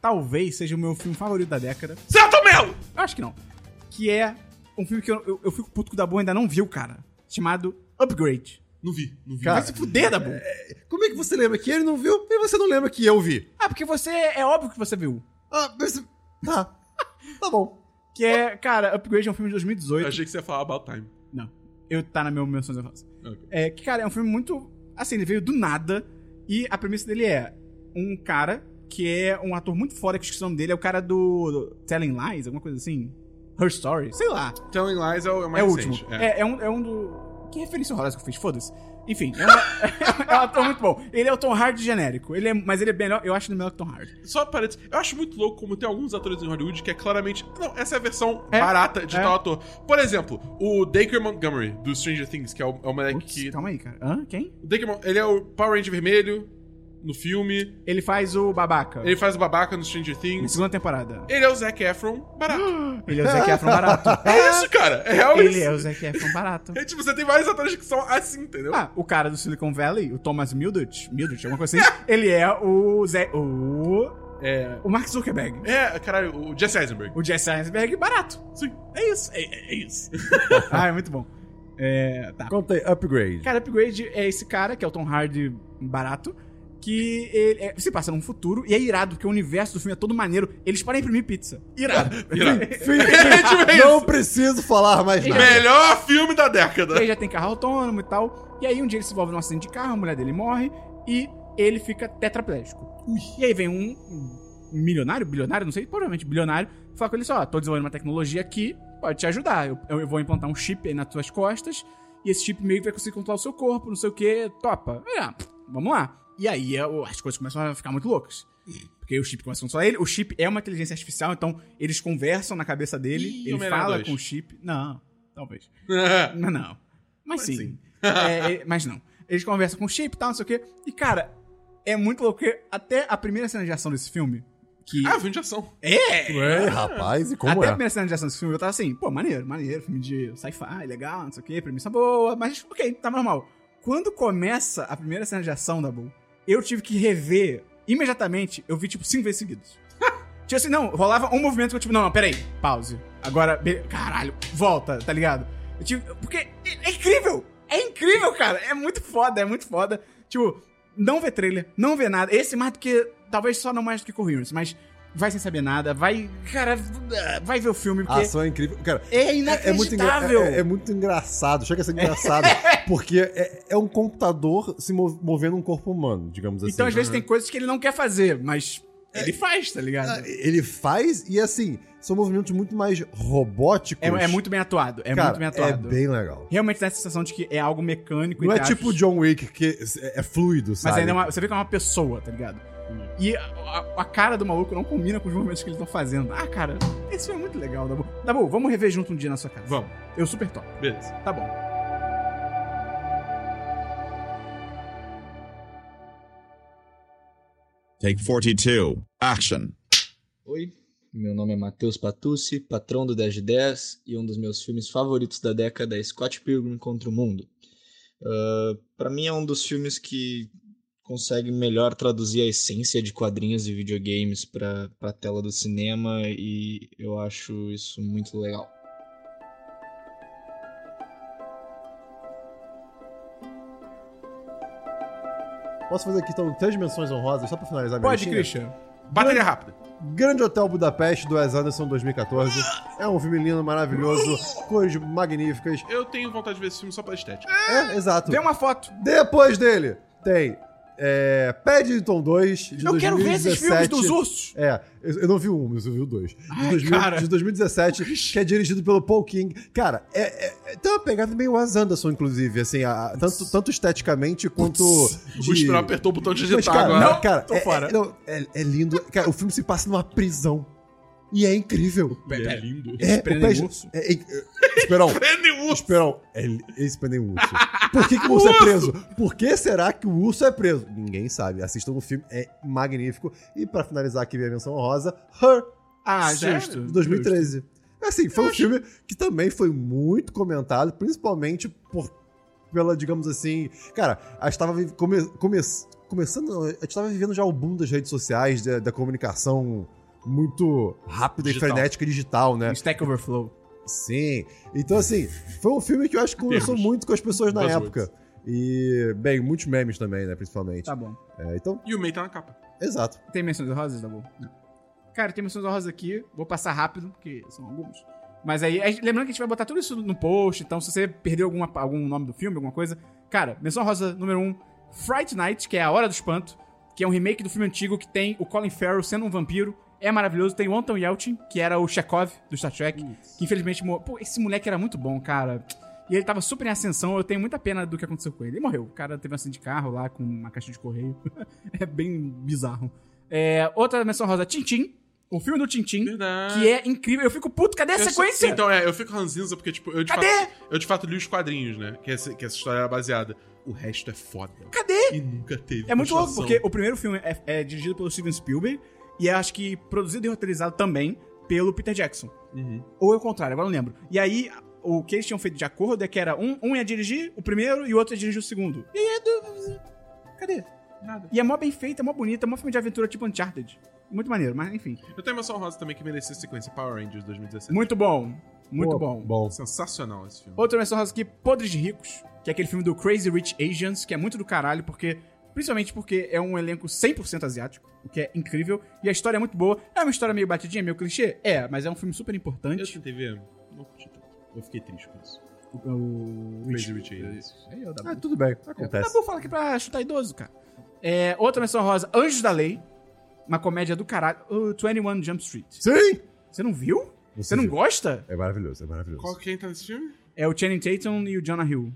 Speaker 1: Talvez seja o meu filme favorito da década.
Speaker 3: Celto Melo!
Speaker 1: Eu acho que não. Que é um filme que eu, eu, eu fico puto que o Dabu ainda não viu, cara. Chamado Upgrade.
Speaker 3: Não vi, não vi.
Speaker 1: Vai se fuder, Dabu.
Speaker 2: Como é que você lembra que ele não viu e você não lembra que eu vi?
Speaker 1: Ah, porque você. É óbvio que você viu.
Speaker 2: Ah, mas... Tá. tá bom.
Speaker 1: Que é, cara, Upgrade é um filme de 2018.
Speaker 3: Eu achei que você ia falar About Time.
Speaker 1: Eu tá na minha menção de infância.
Speaker 3: Ok.
Speaker 1: É que, cara, é um filme muito. Assim, ele veio do nada. E a premissa dele é um cara que é um ator muito foda, que eu esqueci o nome dele, é o cara do, do Telling Lies, alguma coisa assim. Her Story, sei lá.
Speaker 3: Telling Lies é o é o mais
Speaker 1: é o
Speaker 3: recente.
Speaker 1: último. É. é um, é um do. Que referência horrorosa que eu fiz? Foda-se. Enfim, é, uma- é um ator muito bom. Ele é o Tom Hardy genérico. Ele é, mas ele é melhor. Eu acho ele melhor que o Tom Hardy.
Speaker 3: Só parênteses, eu acho muito louco como tem alguns atores em Hollywood que é claramente. Não, essa é a versão
Speaker 1: É,
Speaker 3: barata de
Speaker 1: é.
Speaker 3: tal ator. Por exemplo, o Dacre Montgomery, do Stranger Things, que é o, é o moleque
Speaker 1: Putz, então.
Speaker 3: que.
Speaker 1: calma aí, cara. Hã? Quem?
Speaker 3: O Dacre, Mon- ele é o Power Ranger vermelho no filme,
Speaker 1: Ele faz o babaca.
Speaker 3: ele faz o babaca no Stranger
Speaker 1: Na
Speaker 3: Things.
Speaker 1: segunda temporada.
Speaker 3: Ele é o Zac Efron barato.
Speaker 1: Ele é o Zac Efron barato.
Speaker 3: É isso, cara. É real
Speaker 1: Ele
Speaker 3: isso.
Speaker 1: é o Zac Efron barato.
Speaker 3: É tipo, você tem vários atores que são assim, entendeu?
Speaker 1: Ah, o cara do Silicon Valley, o Thomas Mildred, Mildred, alguma coisa assim, ele é o Zé, o
Speaker 3: É.
Speaker 1: o Mark Zuckerberg.
Speaker 3: É, caralho, o Jesse Eisenberg.
Speaker 1: O Jesse Eisenberg barato. Sim. É isso, é, é- é isso. ah, é muito bom. É, tá.
Speaker 2: Conta aí, upgrade.
Speaker 1: Cara, Upgrade é esse cara, que é o Tom Hardy barato, que ele é- se passa num futuro e é irado, porque o universo do filme é todo maneiro. Eles podem imprimir pizza. Irado.
Speaker 3: Irado.
Speaker 2: Fim,
Speaker 3: Tipo, é
Speaker 2: fim. não preciso falar mais nada.
Speaker 3: Melhor filme da
Speaker 1: E
Speaker 3: década.
Speaker 1: aí já tem carro autônomo e tal. E aí um dia ele se envolve num acidente de carro, a mulher dele morre e ele fica tetraplégico. E aí vem um um milionário, bilionário, não sei, provavelmente bilionário, fala com ele só, ó, tô desenvolvendo uma tecnologia aqui, pode te ajudar. Eu, eu vou implantar um chip aí nas tuas costas e esse chip meio que vai conseguir controlar o seu corpo, não sei o que, topa. Aí, ah, vamos lá. E aí é, o- as coisas começam a ficar muito loucas. Porque o chip começa a controlar ele. O chip é uma inteligência artificial, então eles conversam na cabeça dele,
Speaker 3: Ih,
Speaker 1: ele
Speaker 3: Homem-Aranha
Speaker 1: fala
Speaker 3: 2.
Speaker 1: com o chip. Não, talvez. Mas não. Mas, sim.
Speaker 3: sim.
Speaker 1: É, é, mas não. Eles conversam com o Shape e tal, não sei o quê. E, cara, é muito louco. porque Até a primeira cena de ação desse filme, que...
Speaker 3: Ah, filme de ação.
Speaker 1: é!
Speaker 2: Ei, rapaz, e como
Speaker 1: até a
Speaker 2: é?
Speaker 1: primeira cena de ação desse filme, eu tava assim, pô, maneiro, maneiro. Filme de sci-fi, legal, não sei o quê. Premissa boa, mas ok, tá normal. Quando começa a primeira cena de ação da Bull, eu tive que rever imediatamente. Eu vi, tipo, cinco vezes seguidos. Tipo assim, não, rolava um movimento que eu, tipo, não, não, peraí, pause. Agora, be- caralho, volta, tá ligado? Eu tive- porque é, é incrível! É incrível, cara! É muito foda, é muito foda. Tipo, não vê trailer, não vê nada. Esse mais do que. Talvez só não mais do que Coherence, mas vai sem saber nada, vai. Cara, vai ver o filme,
Speaker 2: A
Speaker 1: porque.
Speaker 2: ação é incrível. Cara,
Speaker 1: é
Speaker 2: É muito, engra-
Speaker 1: inacreditável!
Speaker 2: é- é muito engraçado, chega a ser engraçado. porque é, é um computador se mov- movendo um corpo humano, digamos assim.
Speaker 1: então, às vezes, tem coisas que ele não quer fazer, mas ele faz, tá
Speaker 2: Ah,
Speaker 1: ligado?
Speaker 2: Ele faz e assim, são movimentos muito mais robóticos.
Speaker 1: É, é muito bem atuado, é
Speaker 2: Cara,
Speaker 1: muito bem atuado.
Speaker 2: É bem legal.
Speaker 1: Realmente dá a sensação de que é algo mecânico
Speaker 2: Não é
Speaker 1: entre
Speaker 2: tipo
Speaker 1: aspas.
Speaker 2: John Wick, que é, é fluido,
Speaker 1: Mas
Speaker 2: sabe?
Speaker 1: ainda é uma, você vê que é uma pessoa, tá ligado? E a, a- a cara do maluco não combina com os movimentos que eles estão fazendo. Ah, cara, esse filme é muito legal, Dabu. Dabu, vamos rever junto um dia na sua casa.
Speaker 3: Vamos.
Speaker 1: Tá Eu super top.
Speaker 3: Beleza.
Speaker 1: Tá bom.
Speaker 4: Take 42. Action.
Speaker 9: Oi, meu nome é Matheus Patucci, patrão do 10 de 10 e um dos meus filmes favoritos da década é Scott Pilgrim contra o Mundo. Ah, Pra mim é um dos filmes que consegue melhor traduzir a essência de quadrinhos e videogames pra pra tela do cinema e eu acho isso muito legal.
Speaker 2: Posso fazer aqui então três menções honrosas só pra finalizar minha
Speaker 1: Pode,
Speaker 2: listinha?
Speaker 1: Christian.
Speaker 3: Bateria rápida.
Speaker 2: Grande Hotel Budapeste do Wes Anderson 2014. É um filme lindo, maravilhoso, cores magníficas.
Speaker 3: Eu tenho vontade de ver esse filme só pela estética.
Speaker 2: É, exato.
Speaker 1: Vê uma foto.
Speaker 2: Depois dele tem é, Paddington 2 de
Speaker 1: Eu quero ver esses filmes
Speaker 2: 2017.
Speaker 1: dos ursos.
Speaker 2: É, eu, eu não vi um, mas eu vi o dois. De,
Speaker 1: Ai,
Speaker 2: 2000
Speaker 1: cara.
Speaker 2: de 2017, que é dirigido pelo Paul King. Cara, é, é- é- tem uma pegada meio Wes Anderson, inclusive, assim, a- tanto, tanto esteticamente quanto.
Speaker 3: O Spinal apertou o botão de
Speaker 2: Mas,
Speaker 3: digitar
Speaker 2: cara,
Speaker 3: agora.
Speaker 2: não, cara,
Speaker 1: tô
Speaker 2: é,
Speaker 1: fora.
Speaker 2: É, não, é- é lindo. Cara, o filme se passa numa prisão. E é incrível.
Speaker 3: E é lindo.
Speaker 2: É,
Speaker 1: Eles
Speaker 2: o
Speaker 1: prendem
Speaker 2: pés-
Speaker 1: um urso?
Speaker 2: É, é, é, Esperão,
Speaker 3: Prende o urso.
Speaker 2: Esperão, ele- eles prendem um urso. Por que, que o urso é preso? Por que será que o urso é preso? Ninguém sabe. Assistam o filme, é magnífico. E pra finalizar aqui minha menção honrosa, Her,
Speaker 1: Ah,
Speaker 3: Sério?
Speaker 1: justo.
Speaker 2: de 2013. Assim, foi um filme que também foi muito comentado, principalmente por pela, digamos assim, cara, a gente tava vi- come, come, começando, não, a gente tava vivendo já o boom das redes sociais, da, da comunicação muito rápida
Speaker 1: Digital.
Speaker 2: e frenética e digital, né?
Speaker 1: Um Stack Overflow.
Speaker 2: Sim. Então, assim, foi um filme que eu acho que conversou
Speaker 3: Temos.
Speaker 2: muito com as pessoas na
Speaker 3: Buzzwords.
Speaker 2: época. E, bem, muitos memes também, né, principalmente.
Speaker 1: Tá bom.
Speaker 2: É, então,
Speaker 3: E o May tá na capa.
Speaker 2: exato.
Speaker 1: Tem menções honrosas, Dabu? Não. Cara, tem menções honrosas aqui. Vou passar rápido, porque são alguns. Mas aí, a gente- lembrando que a gente vai botar tudo isso no post, então se você perdeu alguma, algum nome do filme, alguma coisa. Cara, menção rosa número 1, um, Fright Night, que é A Hora do Espanto, que é um remake do filme antigo que tem o Colin Farrell sendo um vampiro. É maravilhoso. Tem o Anton Yelchin, que era o Chekhov do Star Trek, que infelizmente morreu. Pô, esse moleque era muito bom, cara. E ele tava super em ascensão, eu tenho muita pena do que aconteceu com ele. Ele morreu. O cara teve um acidente de carro lá com uma caixa de correio. é bem bizarro. É, outra menção rosa, Tintim. O filme do Tintim,
Speaker 3: Verdade.
Speaker 1: que é incrível. Eu fico puto, cadê a
Speaker 3: Eu só-
Speaker 1: sequência?
Speaker 3: então, é, eu fico ranzinza porque, tipo, eu de,
Speaker 1: Cadê?
Speaker 3: Fato, eu de fato li os quadrinhos, né? Que essa, que essa história era baseada. O resto é foda.
Speaker 1: Cadê?
Speaker 3: E nunca teve.
Speaker 1: É muito louco,
Speaker 3: continuação.
Speaker 1: porque o primeiro filme é, é dirigido pelo Steven Spielberg e é, acho que produzido e roteirizado também pelo Peter Jackson.
Speaker 3: Uhum.
Speaker 1: Ou é o contrário, agora eu não lembro. E aí, o que eles tinham feito de acordo é que era um, um ia dirigir o primeiro e o outro ia dirigir o segundo. E é do... Cadê?
Speaker 3: Nada.
Speaker 1: E é mó bem feito, é mó bonito, é mó filme de aventura tipo Uncharted. Muito maneiro, mas enfim.
Speaker 3: Eu tenho a menção rosa também que merecia sequência. Power Rangers 2017.
Speaker 1: Muito bom. Muito bom.
Speaker 2: Bom.
Speaker 3: Sensacional esse filme.
Speaker 1: Outra menção rosa aqui, Podres de Ricos, que é aquele filme do Crazy Rich Asians, que é muito do caralho, porque. Principalmente porque é um elenco 100% asiático, o que é incrível, e a história é muito boa. É uma história meio batidinha, meio clichê? É, mas é um filme super
Speaker 3: Eu
Speaker 1: importante.
Speaker 3: tentei ver. Não curti tanto. Eu fiquei triste com isso.
Speaker 1: O- o-
Speaker 3: Crazy Rich Asians.
Speaker 1: Aí eu, Dabu.
Speaker 2: Ah, tudo bem,
Speaker 1: Tá
Speaker 2: acontece.
Speaker 1: bom, fala aqui pra chutar idoso, cara. É, outra menção rosa, Anjos da Lei, uma comédia do caralho, o 21 Jump Street.
Speaker 2: Sim!
Speaker 1: Você não viu? Você não
Speaker 2: viu.
Speaker 1: gosta?
Speaker 2: É maravilhoso, é maravilhoso.
Speaker 3: Qual quem tá nesse filme?
Speaker 1: É o Channing Tatum e o Jonah Hill.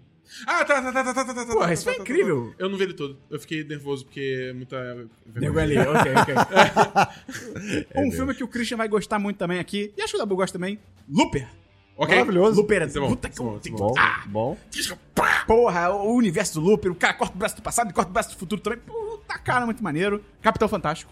Speaker 3: Ah, tá, tá, tá, tá, tá, tá, tá.
Speaker 1: Pô,
Speaker 3: tá,
Speaker 1: esse
Speaker 3: tá,
Speaker 1: foi
Speaker 3: tá,
Speaker 1: incrível.
Speaker 3: tá, tá. Eu não vi ele todo. Eu fiquei nervoso porque é muita.
Speaker 1: Nego ali, ok, ok.
Speaker 3: É
Speaker 1: um filme que o Christian vai gostar muito também aqui, e acho que o Dabu gosta também, Looper.
Speaker 3: Ok.
Speaker 2: Maravilhoso.
Speaker 1: Looper é
Speaker 3: Isso é bom,
Speaker 1: puta que
Speaker 3: isso é bom,
Speaker 1: eu-
Speaker 3: isso é
Speaker 2: Bom,
Speaker 1: Ah,
Speaker 2: bom.
Speaker 1: porra, o universo do Looper, o cara corta o braço do passado e corta o braço do futuro também. Puta cara, muito maneiro. Capitão Fantástico.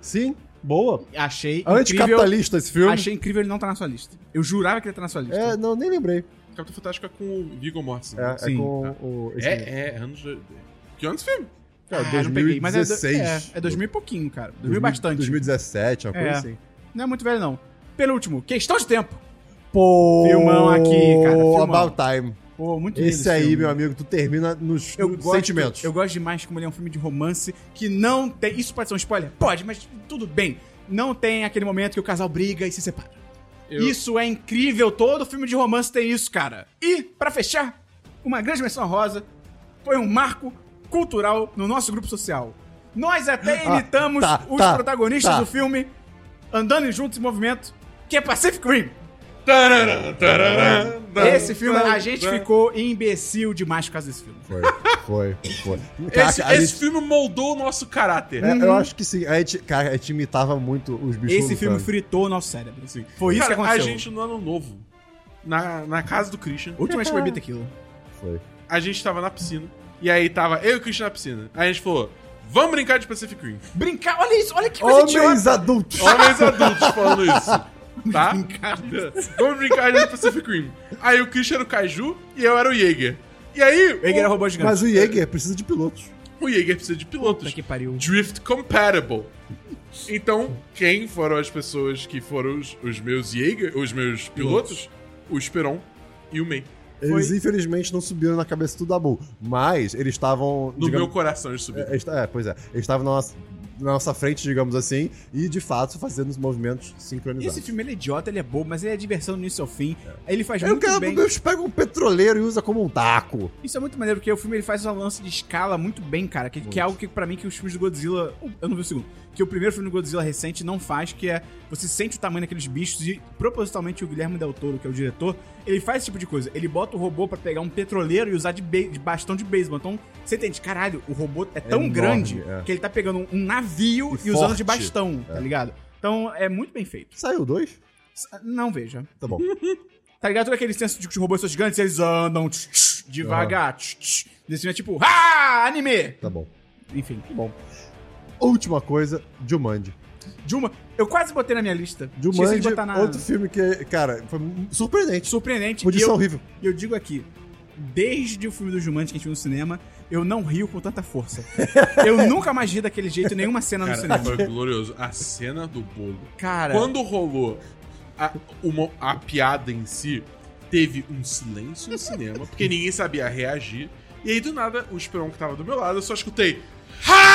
Speaker 2: Sim, boa.
Speaker 1: Achei incrível.
Speaker 2: Anticapitalista esse filme.
Speaker 1: Achei incrível ele não tá na sua lista. Eu jurava que ele tá na sua lista.
Speaker 2: É, não, nem lembrei.
Speaker 3: Capitão Fantástica com o Viggo Mortensen.
Speaker 2: É,
Speaker 1: Sim.
Speaker 2: é com o. esse filme.
Speaker 3: É, é, anos. de- Que ano esse filme?
Speaker 1: Ah,
Speaker 2: Cara,
Speaker 1: eu não peguei, mas é, do-
Speaker 2: 2016.
Speaker 1: é, é 2000 e pouquinho, cara. 2000 e bastante.
Speaker 2: 2017, uma coisa
Speaker 1: É.
Speaker 2: assim.
Speaker 1: Não é muito velho, não. Penúltimo, questão de tempo.
Speaker 2: Pô,
Speaker 1: Filmão aqui, cara, filmão.
Speaker 2: About Time.
Speaker 1: Pô, muito lindo
Speaker 2: Esse aí,
Speaker 1: filme.
Speaker 2: meu amigo, tu termina nos
Speaker 1: Eu
Speaker 2: nos
Speaker 1: gosto,
Speaker 2: sentimentos.
Speaker 1: Eu gosto demais como ele é um filme de romance que não tem. Isso pode ser um spoiler? Pode, mas tudo bem. Não tem aquele momento que o casal briga e se separa.
Speaker 3: Eu-
Speaker 1: Isso é incrível. Todo filme de romance tem isso, cara. E, pra fechar, uma grande menção rosa foi um marco cultural no nosso grupo social. Nós até
Speaker 2: Ah,
Speaker 1: imitamos
Speaker 2: tá,
Speaker 1: os
Speaker 2: tá,
Speaker 1: protagonistas
Speaker 2: tá.
Speaker 1: do filme andando juntos em movimento, que é Pacific Rim.
Speaker 3: Tarará, tarará, tarará,
Speaker 1: Esse filme, a
Speaker 3: tarará.
Speaker 1: gente ficou imbecil demais por causa desse filme.
Speaker 2: Foi, foi, foi. Caraca,
Speaker 3: Esse,
Speaker 2: a
Speaker 3: esse
Speaker 2: gente-
Speaker 3: filme moldou o nosso caráter.
Speaker 2: é, Eu acho que sim. A gente, cara, a gente imitava muito os bichos.
Speaker 1: Uhum. Esse filme
Speaker 2: lutando.
Speaker 1: fritou o nosso cérebro. assim. Foi isso
Speaker 3: Cara,
Speaker 1: que aconteceu.
Speaker 3: A gente no ano novo, na, na casa do Christian,
Speaker 1: Última vez que eu bebi tequila.
Speaker 2: Foi.
Speaker 3: a gente tava na piscina. E aí tava eu e o Christian na piscina. Aí a gente falou: Vamos brincar de Pacific Rim.
Speaker 1: Brincar, olha isso, olha que coisa idiota.
Speaker 2: Homens adultos!
Speaker 3: Homens adultos falando isso. Tá? Vamos brincar de Pacific Rim. Aí o Christian era o Kaiju e eu era o Jaeger. E aí,
Speaker 1: Ele era robô gigante.
Speaker 2: Mas o Jaeger precisa de pilotos.
Speaker 3: o Jaeger precisa de pilotos.
Speaker 1: Puta que pariu.
Speaker 3: Drift Compatible. Então, quem foram as pessoas que foram os, os meus Jaeger, os meus pilotos? O Esperon e o May.
Speaker 2: Eles, infelizmente, não subiram na cabeça do Dabu. Mas eles estavam.
Speaker 3: No
Speaker 2: digamos-
Speaker 3: meu coração eles subiram.
Speaker 2: É, eles- é, pois é. Eles estavam na nossa, na nossa frente, digamos assim, e de fato fazendo os movimentos sincronizados.
Speaker 1: Esse filme ele é idiota, ele é bobo, mas ele é diversão do início ao fim. Ele faz
Speaker 2: Eu
Speaker 1: muito
Speaker 2: quero
Speaker 1: bem.
Speaker 2: eles pegam um petroleiro e usa como um taco.
Speaker 1: Isso é muito maneiro, porque o filme ele faz um lance de escala muito bem, cara. Que, que é algo que, pra mim, que os filmes do Godzilla. um, Eu não vi o segundo. Que o primeiro filme do Godzilla recente não faz, que é. Você sente o tamanho daqueles bichos e, propositalmente, o Guilherme Del Toro, que é o diretor, ele faz esse tipo de coisa. Ele bota o robô pra pegar um petroleiro e usar de, be- de bastão de beisebol. Então, você entende, caralho, o robô é tão
Speaker 2: enorme,
Speaker 1: grande
Speaker 2: é.
Speaker 1: que ele tá pegando um- um navio
Speaker 2: E
Speaker 1: e, usando
Speaker 2: forte.
Speaker 1: de bastão, tá ligado? Então, é muito bem feito.
Speaker 2: Saiu dois?
Speaker 1: S- Não veja.
Speaker 2: Tá bom.
Speaker 1: Tá ligado? Todo aquele senso de que os robôs são gigantes, eles andam tch, tch, devagar. tch, tch. Nesse filme é tipo, ah, anime!
Speaker 2: Tá bom.
Speaker 1: Enfim,
Speaker 2: Bom. Última coisa, Jumanji.
Speaker 1: Dilma, eu quase botei na minha lista. Esqueci
Speaker 2: Jumanji,
Speaker 1: de botar na...
Speaker 2: outro filme que, cara, foi surpreendente.
Speaker 1: Surpreendente.
Speaker 2: Podia
Speaker 1: e
Speaker 2: ser
Speaker 1: eu,
Speaker 2: horrível.
Speaker 1: eu digo aqui, desde o filme do Jumanji que a gente viu no cinema, eu não rio com tanta força. eu nunca mais ri daquele jeito em nenhuma cena Tá no
Speaker 3: Cara,
Speaker 1: cinema.
Speaker 3: foi glorioso. A cena do bolo.
Speaker 1: Cara,
Speaker 3: Quando rolou a, uma- a piada em si, teve um silêncio no cinema, porque ninguém sabia reagir. E aí, do nada, o Esperão que tava do meu lado, eu só escutei.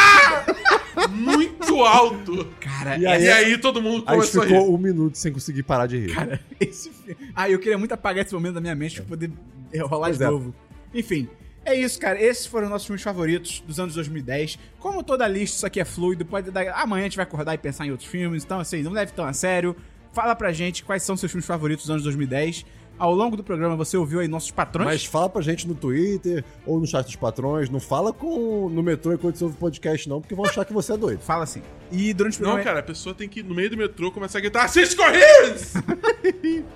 Speaker 3: "Ha!" Muito alto!
Speaker 1: cara,
Speaker 2: E
Speaker 3: E
Speaker 2: aí-
Speaker 3: aí, todo mundo
Speaker 2: Aí
Speaker 3: começou a rir.
Speaker 2: ficou um minuto sem conseguir parar de rir.
Speaker 1: Cara, esse filme. Ah, eu queria muito apagar esse momento da minha mente pra poder eh, rolar
Speaker 2: Pois
Speaker 1: de
Speaker 2: é.
Speaker 1: novo. Enfim, é isso, cara. Esses foram os nossos filmes favoritos dos anos 2010. Como toda lista, isso aqui é fluido. Pode dar... Amanhã a gente vai acordar e pensar em outros filmes. Então, assim, não leve tão a sério. Fala pra gente quais são seus filmes favoritos dos anos 2010. Ao longo do programa, você ouviu aí nossos patrões.
Speaker 2: Mas fala pra gente no Twitter ou no chat dos patrões. Não fala com no metrô enquanto você ouve o podcast, não, porque vão achar que você é doido.
Speaker 1: Fala assim. E durante o programa.
Speaker 3: Não, cara, a pessoa tem que, no meio do metrô, começar a gritar Assist Coherence!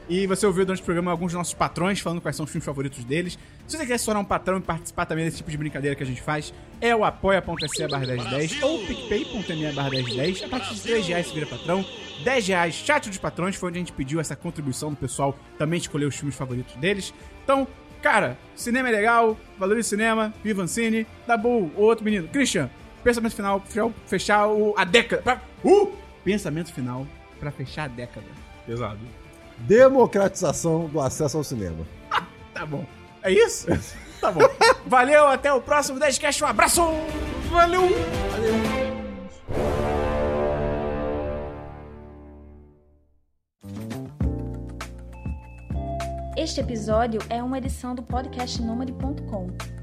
Speaker 1: E você ouviu durante o programa alguns dos nossos patrões falando quais são os filmes favoritos deles. Se você quiser se tornar um patrão e participar também desse tipo de brincadeira que a gente faz, é o apoia.se barra 1010 ou picpay.me barra 1010. A partir de 3 reais você vira patrão. 10 reais, chat dos patrões, foi onde a gente pediu essa contribuição do pessoal também escolher os filmes favoritos deles. Então, cara, cinema é legal, valorize o cinema, viva o cine, Dabu, o outro menino, Christian, pensamento final, fechar, o- fechar o, a década. Pra, uh, pensamento final pra fechar a década.
Speaker 3: Pesado.
Speaker 2: Democratização do acesso ao cinema.
Speaker 1: Tá bom. É isso? tá bom. Valeu, até o próximo 10 Cast. Um abraço! Valeu!
Speaker 11: Este episódio é uma edição do podcast Nômade.com.